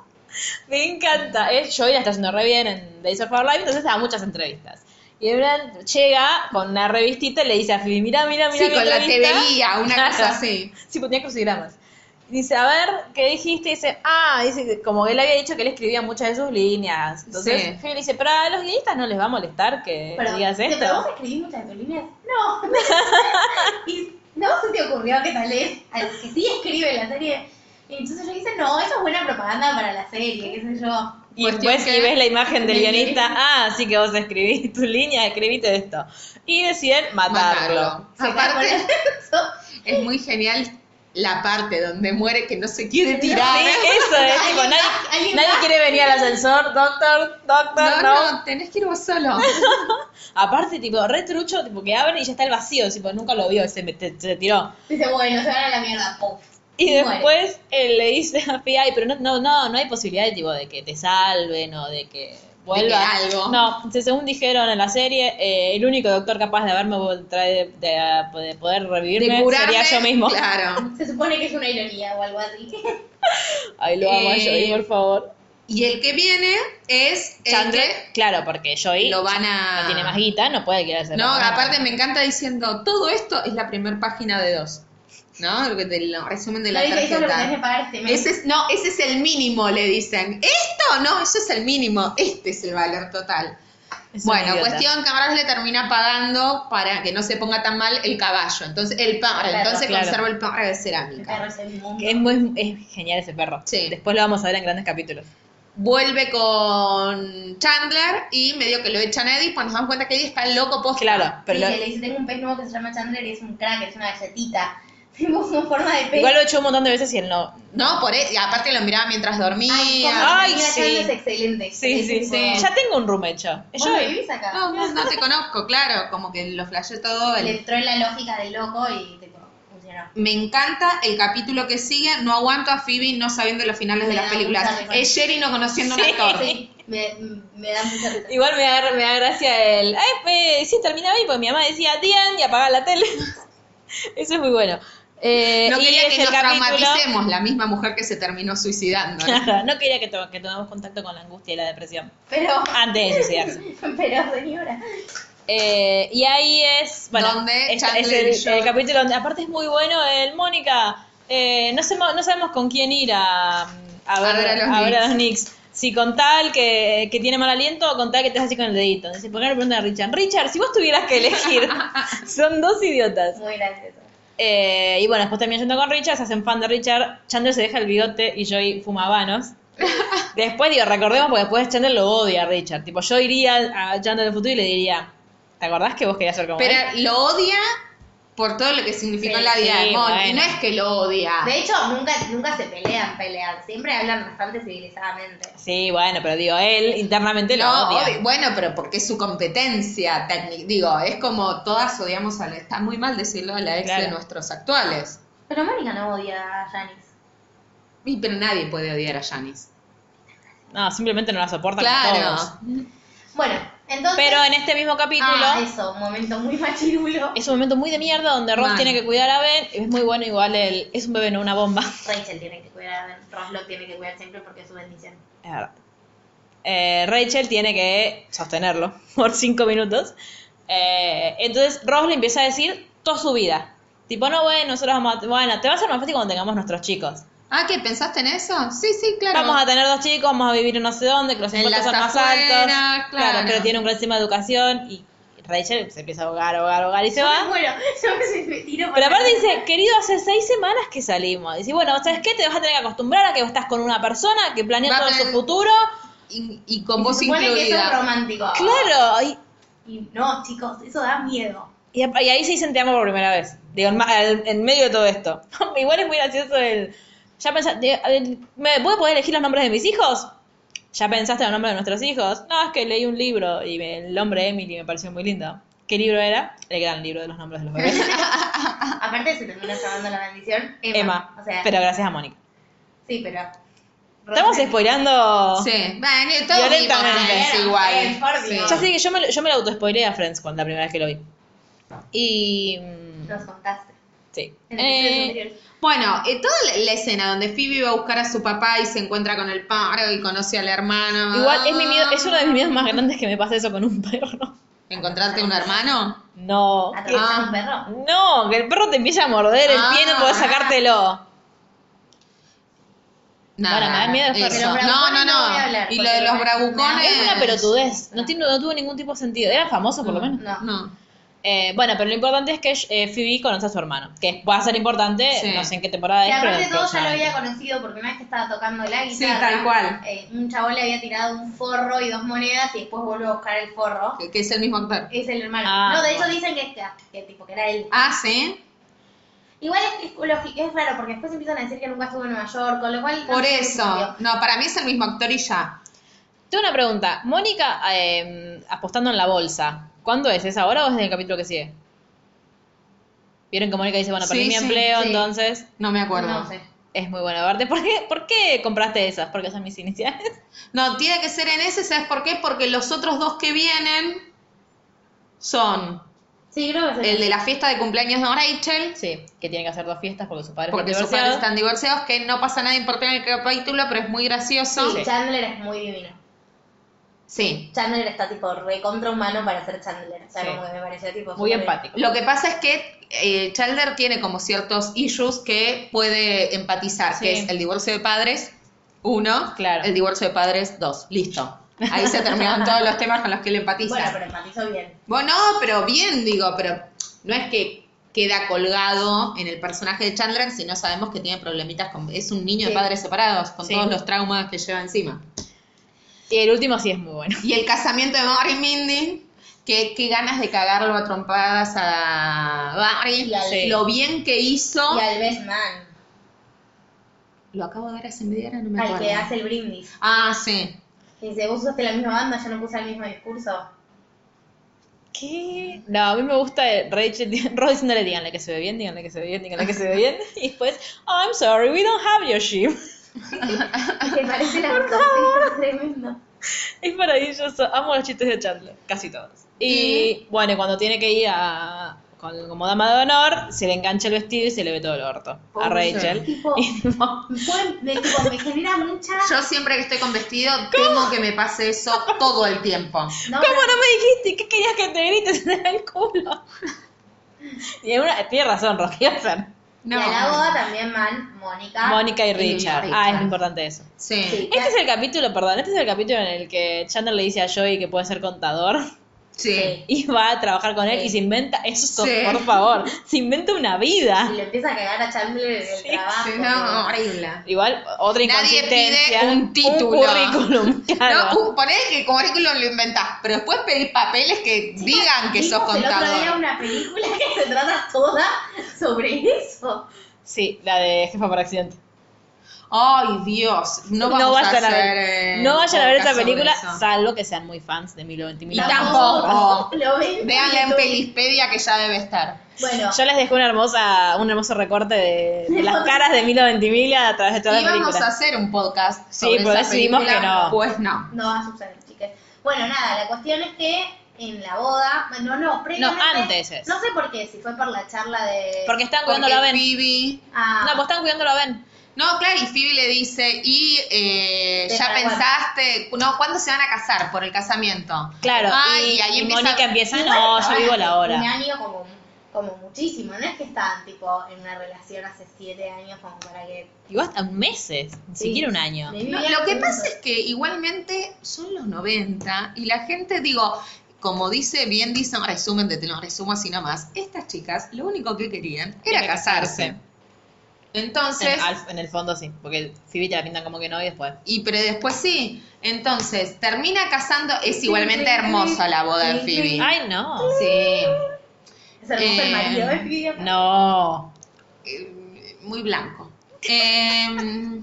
A: Me encanta. Es, Joey la está haciendo re bien en Days of Our Life, entonces da muchas entrevistas. Y Bran llega con una revistita y le dice a Phoebe, mira, mira, mira.
C: Sí, con la
A: entrevista".
C: TV guía, una
A: Claro.
C: cosa así.
A: Sí, ponía crucigramas. Dice, a ver, ¿qué dijiste? Dice, ah, dice, que como él había dicho que él escribía muchas de sus líneas. Entonces,
C: Sí.
A: Phoebe le dice, pero a los guionistas no les va a molestar que
B: Pero,
A: digas
B: ¿te- pero vos
A: esto.
B: escribís muchas de tus líneas? No. y no se te ocurrió que tal vez al que sí escribe la serie. Y entonces yo dije, no, eso es buena propaganda para la serie, qué sé yo.
A: Y
C: Cuestión
A: después
C: que-
A: y ves la imagen del
C: del
A: guionista, ah, sí que vos escribís tu línea, escribiste esto. Y deciden matarlo.
C: Matarlo.
B: Se
C: Aparte,
B: está poniendo-
C: es muy genial la parte donde muere que no se quiere tirar.
A: Sí, eso es, tipo,
B: ¿Alguien
A: nadie,
B: más? ¿Alguien
A: nadie
B: más?
A: quiere venir al ascensor, doctor, doctor,
C: No,
A: no.
C: no, tenés que ir vos solo.
A: Aparte, tipo, re trucho, tipo, que abren y ya está el vacío, tipo, nunca lo vio, se, met- se- se tiró.
B: Dice, bueno, se van a la mierda, puf.
A: Y
B: Muere.
A: después eh, le dice a Phoebe, "Ay, pero no, no, no, no hay posibilidad de, tipo, de que te salven o de que vuelva.
C: De que algo.
A: No, se- según dijeron en la serie, eh, el único doctor capaz de haberme vol- trae- de, de- de poder revivirme
C: de curarme,
A: sería yo mismo.
C: Claro.
B: Se supone que es una ironía o algo así.
A: Ay, lo amo a
C: Eh,
A: Joey, por favor.
C: Y el que viene es el
A: Chandler,
C: que
A: claro, porque Joey
C: este lo van a.
A: no tiene más guita, no puede quedarse.
C: No,
A: con nada.
C: aparte me encanta diciendo, todo esto es la primera página de dos. ¿No? Lo que te- el resumen de
B: No
C: la
B: dice eso es lo que tenés que
C: tarjeta.
B: pagar este mes.
C: Ese es, no, ese es el mínimo, le dicen. ¿Esto? No, eso es el mínimo. Este es el valor total.
A: Es un
C: Bueno,
A: idiota.
C: cuestión que Ambrose le termina pagando para que no se ponga tan mal el caballo. Entonces, el perro,
B: Claro,
C: entonces
A: claro.
C: conserva el perro de
B: El
C: cerámica.
B: perro es el mundo.
A: Que Es, muy, es genial ese perro.
C: Sí.
A: Después lo vamos a ver en grandes capítulos.
C: Vuelve con Chandler y medio que lo echan a Eddie, pues nos damos cuenta que Eddie está loco post.
A: Claro, pero
B: Sí,
A: lo-
B: que le dice, tengo un pez nuevo que se llama Chandler y es un crack, es una galletita. Tenemos una forma de pez.
A: igual lo he hecho un montón de veces y él no.
C: No, por e- y aparte lo miraba mientras dormía.
B: ah, Ay, cómo
A: Ay,
B: la comida
A: sí.
B: Chandler es excelente.
A: Sí, sí, sí. Ya tengo un roommate yo. Es
B: ¿Vos no
A: Joey.
B: vivís acá?
C: No, no, no te conozco, claro, como que lo flasheó todo. el-
B: Le entró en la lógica del loco y tipo, funcionó.
C: Me encanta el capítulo que sigue, no aguanto a Phoebe no sabiendo los finales de
B: Me
C: las
B: da
C: películas.
B: mucha vergüenza.
C: Es Jerry no conociendo a un actor.
B: Me, me da mucha risa.
A: Igual me da, me da gracia el. Ay, eh, sí, terminaba ahí, porque mi mamá decía, Dian, y apaga la tele. Eso es muy bueno. Eh,
C: No
A: y
C: quería
A: es
C: que
A: el
C: nos
A: capítulo-
C: traumaticemos, la misma mujer que se terminó suicidando. ¿no?
A: Claro, no quería que, to- que tomamos contacto con la angustia y la depresión
B: Pero,
A: antes de suicidarse.
B: pero señora.
A: Eh, y ahí es. Bueno, esta-
C: Donde
A: es
C: Chandler
A: el,
C: y Joey-
A: el capítulo donde. Aparte es muy bueno el Mónica. eh, no, sabemos, no sabemos con quién ir a, a ver, a ver a los, Knicks. Si con tal que, que tiene mal aliento o con tal que te hace así con el dedito. Entonces, ¿por qué no le preguntan a Richard? Richard, si vos tuvieras que elegir. Son dos idiotas.
B: Muy gracioso.
A: Eh, y bueno, después también yendo con Richard, se hacen fan de Richard, Chandler se deja el bigote y Joey fuma vanos. Después, digo, recordemos porque después Chandler lo odia a Richard. Tipo, yo iría a Chandler del futuro y le diría, ¿te acordás que vos querías ser como él?
C: Pero lo odia por todo lo que significó
B: Sí,
C: en la vida
A: sí,
C: de Mon. Y
A: bueno.
C: no es que lo odia.
B: De hecho, nunca, nunca se pelean, pelean. Siempre hablan bastante civilizadamente.
A: Sí, bueno, pero digo, él internamente lo
C: No,
A: odia.
C: obvio. bueno, pero porque es su competencia técnica. Digo, es como todas odiamos a la. Está muy mal decirlo a la ex de
A: Claro.
C: nuestros actuales.
B: Pero Mónica no odia a Janice.
C: Y, pero nadie puede odiar a Janis.
A: No, simplemente no la soporta como todos.
C: Claro.
B: Bueno, entonces.
A: Pero en este mismo capítulo
B: Ah, eso, un momento muy machirulo.
A: es un momento muy de mierda donde Ross
C: Mal.
A: tiene que cuidar a Ben. Es muy bueno igual el... Es un bebé, no una bomba.
B: Rachel tiene que cuidar a Ben. Ross lo tiene que cuidar siempre porque es su bendición.
A: Es verdad. Eh, Rachel tiene que sostenerlo por cinco minutos. Eh, entonces Ross le empieza a decir toda su vida. Tipo, no, bueno, nosotros vamos a... Bueno, te va a ser más fácil cuando tengamos nuestros chicos.
C: Ah, ¿qué pensaste en eso? Sí, sí, claro.
A: Vamos a tener dos chicos, vamos a vivir en no sé dónde, que los
C: En
A: impuestos son
C: las
A: más altos.
C: afueras,
A: Claro.
C: claro.
A: pero tiene un gran sistema de educación y Rachel se empieza a ahogar, ahogar, ahogar y se va.
B: Ah, Bueno, yo me- me tiro por
A: Pero
B: la
A: aparte
B: ventana.
A: dice, querido, hace seis semanas que salimos. Dice, bueno, ¿sabes qué? Te vas a tener que acostumbrar a que estás con una persona que planea
C: Va a
A: todo su
C: tener-
A: futuro.
C: Y, y con
B: Y
C: vos
B: se supone que eso es
C: incluida.
B: romántico.
A: Claro, y
B: Y no, chicos, eso da miedo.
A: Y, ap- y ahí se dicen te amo por primera vez. Digo, en, ma- al- en medio de todo esto. Igual es muy gracioso el. Ya pensaste. ¿Me voy a poder elegir los nombres de mis hijos? ¿Ya pensaste en los nombres de nuestros hijos? No, es que leí un libro y me- el nombre de Emily me pareció muy lindo. ¿Qué libro era? El gran libro de los nombres de los bebés.
B: Aparte se termina llamando la bendición Emma.
A: Emma.
B: O sea,
A: Pero gracias a Mónica.
B: sí, pero.
A: Estamos spoileando.
C: Sí. Bueno, y todos vimos
A: Violentamente.
C: Friends igual.
B: Eh, por
C: Sí.
B: Dios.
A: Ya sé que yo me, lo- yo me lo autospoileé a Friends cuando la primera vez que lo vi. Y. mm,
B: Nos contaste.
A: Sí.
B: En el episodio
A: Eh,
B: anterior.
C: Bueno, eh, toda la, la escena donde Phoebe va a buscar a su papá y se encuentra con el paro y conoce al hermano.
A: Igual es mi miedo, es uno de mis miedos más grandes que me pasa eso con un perro.
C: ¿Encontrarte un hermano?
A: No.
B: Atravesar un perro.
A: No, que el perro te empieza a morder el
C: Ah.
A: pie y no podés sacártelo.
B: Ah.
C: Nada.
A: Bueno, me da miedo
C: eso.
A: después. Pero
C: No, no,
B: bravucones no
C: no.
B: voy a hablar,
C: y lo
B: porque
C: de los
B: me-
C: bravucones.
A: Es una pelotudez, no, tiene, no tuvo ningún tipo de sentido. Era famoso por lo menos.
B: No.
C: No.
A: Eh, bueno, pero lo importante es que eh, Phoebe conoce a su hermano, que va a ser importante,
C: Sí.
A: no sé en qué temporada
B: Y
A: es, pero
B: aparte todo ya lo
A: próximamente.
B: había conocido porque una vez que estaba tocando la guitarra,
C: Sí, tal cual.
B: eh, un chabón le había tirado un forro y dos monedas y después volvió a buscar el forro.
C: Que, que es el mismo actor.
B: Es el hermano.
A: Ah.
B: no, de hecho dicen que, es que- que tipo, que era él.
C: Ah, sí.
B: Igual es, es, lógico- es raro porque después empiezan a decir que nunca estuvo en Nueva York, con lo cual...
C: Por
B: no sé qué
C: eso.
B: sucedió.
C: No, para mí es el mismo actor y ya.
A: Tengo una pregunta. Mónica eh, apostando en la bolsa, ¿cuándo es? ¿Es ahora o es en el capítulo que sigue? Vieron que Mónica dice, bueno, perdí
C: Sí,
A: mi
C: sí,
A: empleo,
C: sí.
A: entonces...
C: No me acuerdo.
B: No sé.
A: Es muy bueno. Aparte, ¿por qué, ¿por qué compraste esas? Porque son mis iniciales.
C: No, tiene que ser en ese, ¿sabes por qué? Porque los otros dos que vienen son
B: Sí, creo que es
C: el de la fiesta de cumpleaños de Rachel,
A: Sí, que tiene que hacer dos fiestas porque sus padres
C: porque
A: están
C: sus padres
A: divorciados.
C: están divorciados, que no pasa nada importante en el capítulo, pero es muy gracioso.
B: Sí, Chandler es muy divino.
C: Sí.
B: Chandler está tipo recontra humano para ser Chandler. O sea,
A: Sí.
B: como que me pareció tipo.
A: Muy
B: súper-
A: empático.
C: Lo que pasa es que eh, Chandler tiene como ciertos issues que puede empatizar, que
A: Sí.
C: es el divorcio de padres, uno,
A: Claro.
C: el divorcio de padres, dos, listo. Ahí se terminaron todos los temas con los que él empatiza.
B: Bueno, pero empatizó bien.
C: Bueno, pero bien, digo, pero no es que queda colgado en el personaje de Chandler, sino sabemos que tiene problemitas con... Es un
B: Sí.
C: niño de padres separados, con
A: Sí.
C: todos los traumas que lleva encima.
A: Y el último sí es muy bueno.
C: Y el casamiento de Barry y Mindy, que qué ganas de cagarlo a trompadas a Barry,
B: Y al-
A: Sí.
C: lo bien que hizo.
B: Y al best man,
C: Lo acabo de ver hace media hora, no me
B: al
C: acuerdo.
B: que hace el brindis.
C: Ah, sí.
B: Y dice, vos usaste la misma banda, yo no puse el mismo discurso.
A: ¿Qué? No, a mí me gusta el Rachel, Ross diciéndole, díganle que se ve bien, díganle que se ve bien, díganle que se ve bien. Y después, oh, I'm sorry, we don't have your ship.
B: Y te parece la cosa tremenda.
A: Es maravilloso. Amo los chistes de Chandler, casi todos. Y bueno, y cuando tiene que ir a, con- como dama de honor, se le engancha el vestido y se le ve todo el orto a Rachel.
B: Tipo,
A: Y tipo,
B: fue- me, tipo, me genera mucha.
C: Yo siempre que estoy con vestido temo que me pase eso todo el tiempo.
A: ¿Cómo no
B: No,
A: me dijiste? ¿Qué querías que te grites en el culo? Y en una- tiene razón, Ross, ¿qué iba a hacer?
B: Y a la boda también van Mónica.
A: Mónica y
C: Ah, y
A: Richard.
C: Richard.
A: Ah, es importante eso.
C: Sí.
B: Sí,
A: Este es el capítulo, perdón, este es el capítulo en el que Chandler le dice a Joey que puede ser contador
C: Sí.
A: y va a trabajar con él y se inventa eso,
C: Sí.
A: por favor. Se inventa una vida.
B: Y le empieza a cagar a Chandler en el trabajo.
C: Sí, no, horrible.
A: Igual, otra
C: Nadie
A: inconsistencia.
C: pide un título.
A: currículum, claro.
C: No, uh, poné que el currículum lo inventás, pero después pedí papeles que digan que sos
B: Vimos El otro día
C: contador.
B: una película que se trata toda sobre eso.
A: Sí, la de Jefa por Accidente.
C: Ay, Dios, no vamos a
A: vayan
C: hacer...
A: ver,
C: eh,
A: no vayan a ver esta
C: podcast sobre
A: película,
C: eso.
A: salvo que sean muy fans de Milo Ventimiglia.
C: Y tampoco.
B: Lo ven.
C: Véanla en Pelispedia que ya debe estar.
B: Bueno,
A: Yo les dejé una hermosa, un hermoso recorte de, de las caras de Milo Ventimiglia a través de toda la
C: Íbamos a
A: película.
C: hacer un podcast
A: Sí,
C: sobre
A: pero
C: esa
A: decidimos
C: película,
A: que no.
C: Pues no.
B: no va a suceder, chicas. Bueno, nada, la cuestión es que en la boda, no, no, previamente.
A: antes es.
B: No sé por qué, si fue por la charla de.
A: Porque están
C: Porque
A: cuidando la ven.
C: Phoebe-
B: Ah,
A: No, pues están cuidando la ven.
C: No, claro, y Phoebe le dice, y eh,
B: Sí,
C: ya
B: para
C: pensaste, no, ¿cuándo se van a casar? Por el casamiento.
A: Claro.
C: Ay,
A: y,
C: y ahí
A: y
C: empieza-
A: Mónica empieza,
B: igual
A: no, yo
B: estaban
A: vivo
B: hace
A: la hora.
B: Un año como, como muchísimo, no es que estaban tipo en una relación hace siete años como para que.
A: Vivo hasta meses, ni
B: Sí.
A: siquiera un año.
B: me
C: No,
B: vivían
C: lo que
B: juntos.
C: pasa es que igualmente son los 90 y la gente, digo, como dice, bien dice un resumen de te lo resumo así nomás, estas chicas lo único que querían era
A: Era casarse.
C: casarse. Entonces,
A: En, al- en el fondo sí, porque Phoebe te la pintan como que no y después.
C: y pero después sí, entonces termina casando, es igualmente hermosa la boda de Phoebe.
A: Ay, no.
C: sí.
B: Es hermoso el
C: Eh,
B: marido de Phoebe.
A: No.
C: Eh, muy blanco. Eh,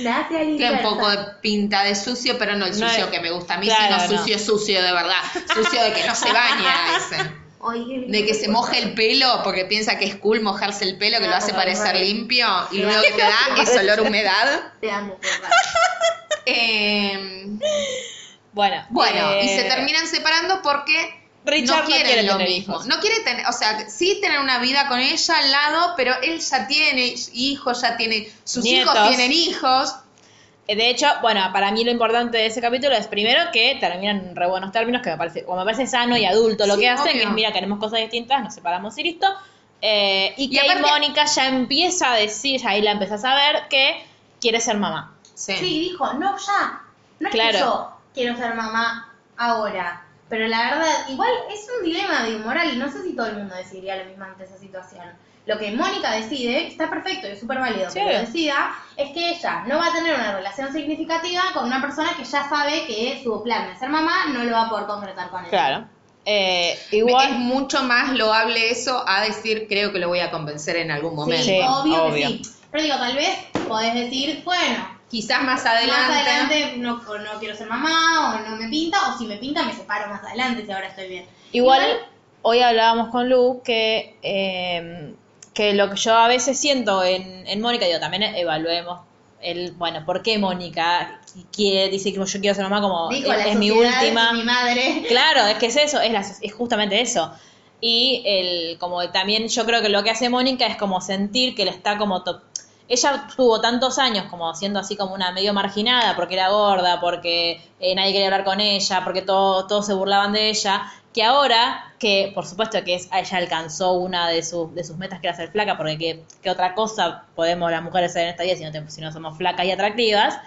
B: Gracias,
C: Tiene un
B: Alberto.
C: poco de pinta de sucio, pero no el
A: No
C: sucio
A: es-
C: que me gusta a mí,
A: claro,
C: sino
A: no.
C: sucio, sucio de verdad. Sucio de que no se baña ese.
B: Oye,
C: De que se moja el pelo porque piensa que es cool mojarse el pelo, que lo hace parecer limpio y luego que te da es olor a humedad.
B: Te amo, porra.
C: Eh,
A: Em, Bueno.
C: bueno,
A: eh,
C: y se terminan separando porque
A: Richard
C: no quieren
A: quiere
C: lo
A: tener
C: mismo.
A: hijos.
C: No quiere tener, o sea, sí tener una vida con ella al lado, pero él ya tiene hijos, ya tiene, sus
A: Nietos.
C: hijos tienen hijos.
A: Eh, De hecho, bueno, para mí lo importante de ese capítulo es primero que terminan en re buenos términos, que me parece, o me parece sano y adulto lo
C: Sí,
A: que hacen,
C: obvio.
A: que es mira, queremos cosas distintas, nos separamos y listo. Eh, y
C: Y
A: que
C: aparte-
A: Mónica ya empieza a decir, ahí la empezás a ver, que quiere ser mamá.
B: Sí, dijo, no, ya. No es
A: Claro.
B: que yo quiero ser mamá ahora. Pero la verdad, igual es un dilema de moral y no sé si todo el mundo decidiría lo mismo ante esa situación. Lo que Mónica decide, está perfecto y es súper válido
A: Sí.
B: que lo decida, es que ella no va a tener una relación significativa con una persona que ya sabe que su plan de ser mamá no lo va a poder concretar con él.
A: Claro. Eh, igual.
C: Es mucho más loable eso a decir, creo que lo voy a convencer en algún
B: Sí,
C: momento.
A: Sí,
B: obvio,
A: obvio.
B: que sí. Pero digo, tal vez podés decir, bueno,
C: Quizás más
B: Más
C: adelante.
B: adelante no, o no quiero ser mamá, o no me pinta, o si me pinta me separo más adelante si ahora estoy bien.
A: Igual,
B: Igual-
A: hoy hablábamos con Lu que, eh, que lo que yo a veces siento en, en Mónica, digo, también evaluemos el, bueno, ¿por qué Mónica quiere, dice que yo quiero ser mamá como
B: Dijo,
A: es,
B: la
A: es mi
B: sociedad es
A: última?
B: mi madre.
A: Claro, es que es eso, es, la- es justamente eso. Y el, como también yo creo que lo que hace Mónica es como sentir que le está como... to- Ella tuvo tantos años como siendo así como una medio marginada porque era gorda, porque eh, nadie quería hablar con ella, porque todo- todos se burlaban de ella, que ahora, que por supuesto que es, ella alcanzó una de sus, de sus metas que era ser flaca, porque qué, qué otra cosa podemos las mujeres hacer en esta vida si no, te- si no somos flacas y atractivas,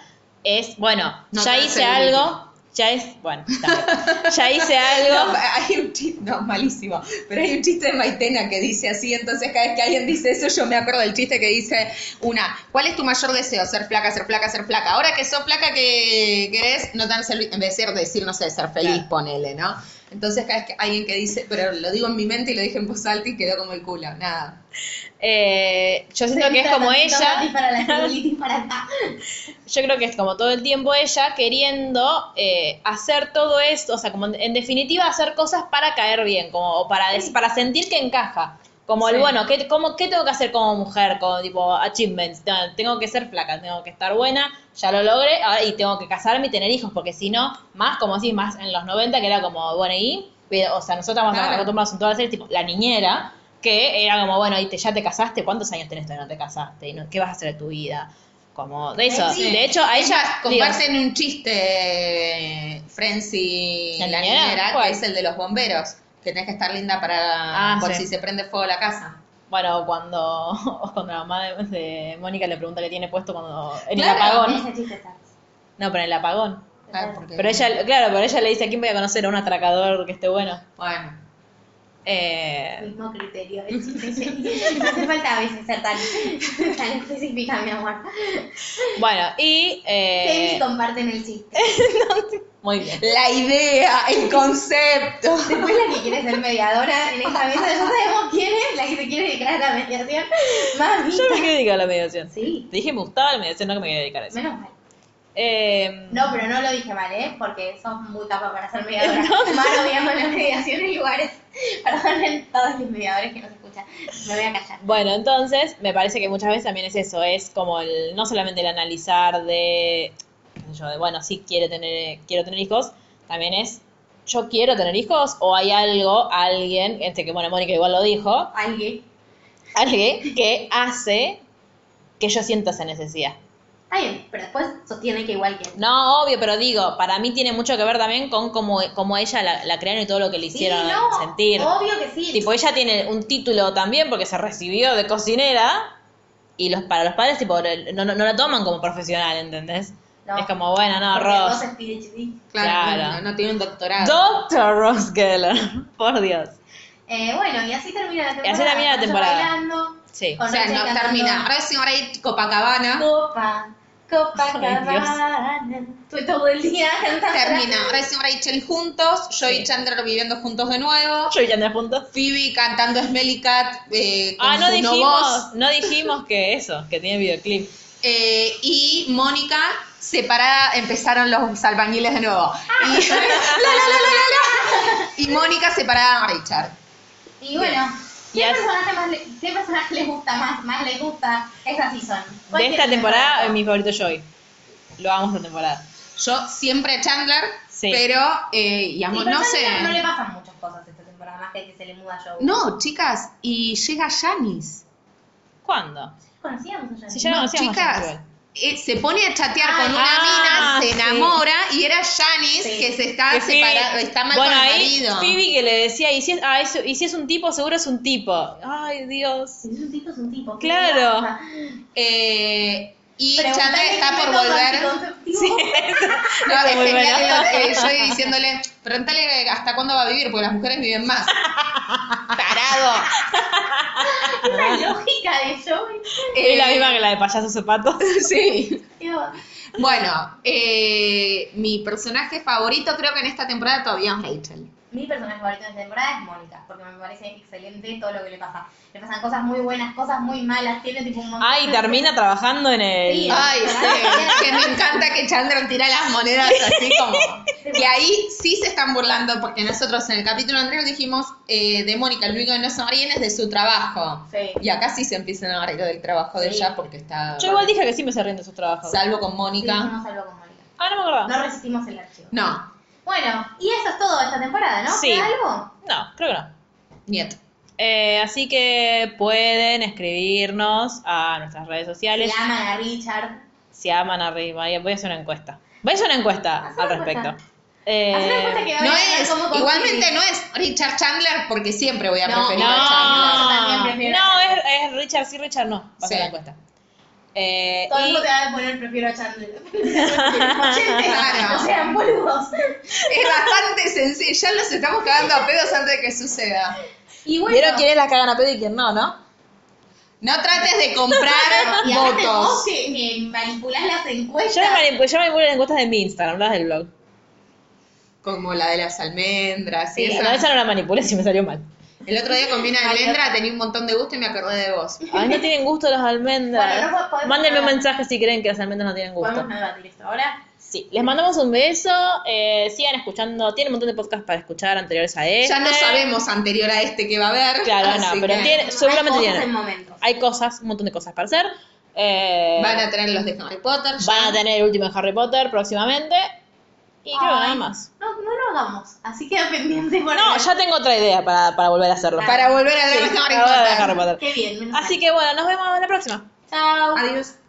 A: es, bueno,
C: No
A: ya
C: tener
A: hice
C: celulitis.
A: algo, ya es, bueno, también. ya hice algo.
C: No, hay un chiste, no, malísimo, pero hay un chiste de Maitena que dice así, entonces cada vez que alguien dice eso yo me acuerdo del chiste que dice una, ¿cuál es tu mayor deseo? Ser flaca, ser flaca, ser flaca. Ahora que sos flaca que querés, no tan ser, en vez de ser- decir, no sé, ser feliz, ponele, ¿no? Entonces cada vez que alguien que dice, pero lo digo en mi mente y lo dije en voz alta y quedó como el culo, nada.
A: Eh, yo siento que es como
B: Gratis
A: ella,
B: para la celulitis para acá.
A: yo creo que es como todo el tiempo ella queriendo eh, hacer todo esto, o sea, como en, en definitiva hacer cosas para caer bien, como para, des- para sentir que encaja. Como el, bueno, ¿qué, cómo, ¿qué tengo que hacer como mujer? Como tipo, achievements, ta- tengo que ser flaca, tengo que estar buena, ya lo logré, ahora, y tengo que casarme y tener hijos, porque si no, más como así, más en los 90 que era como, bueno, y, eh, o sea, nosotros estamos
C: Claro.
A: acostumbrados en todas las series, tipo, la niñera, que era como, bueno, y te, ya te casaste, ¿cuántos años tenés todavía no te casaste? ¿Y no- ¿Qué vas a hacer de tu vida? Como, de eso.
C: Sí.
A: De hecho, a ella,
C: Ellas
A: digo,
C: comparten un chiste, Friends y
A: ¿La
C: la
A: niñera?
C: niñera,
A: ¿Cuál?
C: que es el de los bomberos, que tenés que estar linda
A: Ah,
C: para por
A: sí.
C: si se prende fuego la casa.
A: bueno, cuando, cuando la mamá de, de Mónica le pregunta qué tiene puesto cuando, en
C: Claro,
A: el apagón.
B: Ese chiste está.
A: No, pero en el apagón.
C: Ah, porque-
A: Pero ella, claro, pero ella le dice, ¿a quién voy a conocer? A un atracador que esté bueno.
C: Bueno,
A: Eh,
B: Mismo criterio. el chiste. No hace falta a veces ser tan, tan específica, mi amor.
A: Eh. bueno, y... eh,
B: Kevin comparten el chiste.
A: muy bien.
C: la idea, el concepto.
B: Después la que quiere ser mediadora en esta mesa, ya sabemos quién es la que se quiere dedicar a la mediación. Mami.
A: Yo me quiero dedicar a la mediación.
B: Sí.
A: Te dije, me gustaba la mediación, no que me quería dedicar a eso.
B: Menos mal.
A: Eh,
B: No, pero no lo dije mal, ¿eh? Porque sos muy capa para ser mediadora. Malo digamos la mediación en lugares. Perdonen todos los mediadores que nos escuchan. Me voy a callar.
A: Bueno, entonces me parece que muchas veces también es eso, es como el, no solamente el analizar de, qué sé yo, de, bueno, sí quiero tener, quiero tener hijos, también es yo quiero tener hijos o hay algo, alguien, este que bueno, Mónica igual lo dijo,
B: Alguien.
A: alguien que hace que yo sienta esa necesidad.
B: Está bien, pero después sostiene que igual que.
A: No, obvio, pero digo, para mí tiene mucho que ver también con cómo, cómo ella la, la crearon y todo lo que le hicieron sentir.
B: Obvio que sí.
A: Tipo, ella tiene un título también porque se recibió de cocinera y los para los padres, tipo, no, no, no la toman como profesional, ¿entendés?
B: No.
A: Es como, bueno, no,
B: Porque vos
A: Ross.
B: es PhD.
C: Claro,
A: Claro.
C: No, no tiene un doctorado.
A: Doctor Ross Geller, por Dios.
B: Eh, bueno, y así termina la temporada.
A: así termina la
B: con ellos
A: temporada.
B: Bailando,
A: Sí.
B: con
C: o sea,
B: Rachel
C: no
B: cantando
C: termina. Ahora sí, ahora hay Copacabana.
B: Copa, Copa
A: ¿Ah? Dios.
B: Cabana. Estuve todo el día cantando.
C: Termina. Recién Rachel juntos, yo
A: Sí.
C: y Chandler viviendo juntos de nuevo,
A: Yo y Yandra juntos.
C: Phoebe cantando Smelly Cat eh, con
A: Ah, no
C: su no voz.
A: dijimos, no dijimos que eso, que tiene videoclip.
C: Eh, y Mónica separada, empezaron los albañiles de nuevo. Y, La, la, la, la, la, la. Y Mónica separada a Richard.
B: Y bueno, ¿qué,
A: Y as-
B: personaje más le- ¿qué personaje les gusta más? Más les gusta esa season. ¿Cuál
A: De esta
B: quieren
A: temporada,
B: empezar?
A: mi favorito Joy. Lo amo esta temporada.
C: Yo siempre a Chandler,
A: Sí.
C: pero eh, y a
B: Sí,
C: Mo-
B: pero
C: no
B: a
C: sé.
B: Chandler No le pasan muchas cosas esta temporada, más que que se le muda Joe.
C: No, chicas, y llega Janis.
A: ¿Cuándo?
B: Conocíamos a Joe.
A: Si ya
C: No,
A: conocíamos a
C: chicas,
A: Joy.
C: eh, se pone a chatear
B: Ah,
C: con una
A: ah,
C: mina, se
A: sí.
C: enamora y era Janis
B: Sí.
C: que se está
A: Que Phoebe-
C: separando, está mal
A: bueno,
C: con el
A: ahí,
C: marido.
A: Phoebe que le decía, y si es, ah, eso- y si es un tipo, seguro es un tipo. Ay, Dios.
B: Si es un tipo, es un tipo.
A: Claro.
C: Eh, y
B: Preguntale
C: Chandler está
B: qué
C: por
B: método
C: volver.
B: anticonceptivo.
C: No, es
A: Muy
C: genial
A: bueno.
C: lo que yo diciéndole, pregúntale hasta cuándo va a vivir, porque las mujeres viven más. Tarado.
B: La lógica de Joey.
A: es
C: Eh,
A: la misma que la de payaso zapatos.
C: Sí.
B: Digo,
C: Bueno, eh, mi personaje favorito creo que en esta temporada todavía es Rachel.
B: mi personaje favorito de esta temporada es Mónica, porque me parece excelente todo lo que le pasa. Le pasan cosas muy buenas, cosas muy malas, tiene tipo un montón
A: Ah, y
B: de-
A: termina trabajando en el.
B: Sí. Ah.
C: Ay, sí, que me encanta que Chandler tira las monedas así como. Que ahí sí se están burlando, porque nosotros en el capítulo anterior dijimos eh, de Mónica, lo único que no sonríen es de su trabajo.
B: Sí.
C: Y acá sí se empiezan a reír del trabajo de
B: Sí.
C: ella porque está.
A: Yo igual dije que sí me se ríen de sus trabajos.
C: Salvo con
B: Sí,
C: Mónica.
B: hicimos algo con Mónica.
A: Ah, no me acordaba.
B: No resistimos el archivo.
C: No,
B: Bueno, y eso es todo esta temporada, ¿no?
A: Sí.
B: ¿Queda algo?
A: No, creo que no.
C: nieto.
A: Eh, así que pueden escribirnos a nuestras redes sociales.
B: Le aman a Richard.
A: Si aman a Rey María, voy a hacer una encuesta. Voy a hacer una encuesta
B: Haz
A: al
B: una encuesta.
A: respecto. Eh,
B: Haz una encuesta que
C: No
B: vaya a ver
C: es,
B: cómo consigue.
C: igualmente no es Richard Chandler porque siempre voy a
B: No,
C: preferir a
B: yo
C: Chandler.
B: también
A: no,
B: prefiero-
A: no es, es Richard sí, Richard no. Va a ser
C: Sí.
A: la encuesta. Eh,
B: Todo el
A: y-
B: mundo te va a poner prefiero a Chandler. Oyentes,
C: Claro.
B: No sean boludos.
C: Es bastante sencillo, ya los estamos cagando a pedos antes de que suceda.
B: Y bueno,
A: Vieron quiénes la cagan a pedo y quién no, ¿no?
C: No trates de comprar
B: y aparte vos
C: votos.
B: que eh, manipulás las
A: Yo me
B: encuestas.
A: manipulo, yo manipulo las encuestas de mi Instagram, no las del blog.
C: Como la de las almendras y
A: No,
C: esa.
A: esa no la manipulé si me salió mal.
C: El otro día comí una almendra, tenía un montón de gusto y me acordé de vos.
A: Ay, no tienen gusto las almendras.
B: Bueno, no po- podemos-
A: Mándenme un mensaje si creen que las almendras no tienen gusto.
B: Podemos no debatir esto ahora.
A: Sí, les mandamos un beso. eh, sigan escuchando. Tienen un montón de podcasts para escuchar anteriores a este.
C: Ya no sabemos anterior a este que va a haber.
A: Claro, no,
C: así
A: pero
C: que
A: tiene- seguramente
B: Hay cosas
A: tienen.
B: en momentos.
A: Hay cosas, un montón de cosas para hacer. Eh,
C: Van a tener los de Harry Potter. ya.
A: van a tener el último de Harry Potter próximamente. Y creo que
B: Ay,
A: nada más.
B: No, no lo hagamos. Así queda pendiente por
A: No,
B: ahí.
A: ya tengo otra idea para, para volver a hacerlo.
C: Para volver a
A: Sí,
C: ver los de Harry
A: para volver a ver
C: Potter.
A: Harry Potter.
B: Qué bien. menos
A: Así
B: mal.
A: que bueno, nos vemos en la próxima.
B: Chao.
C: Adiós.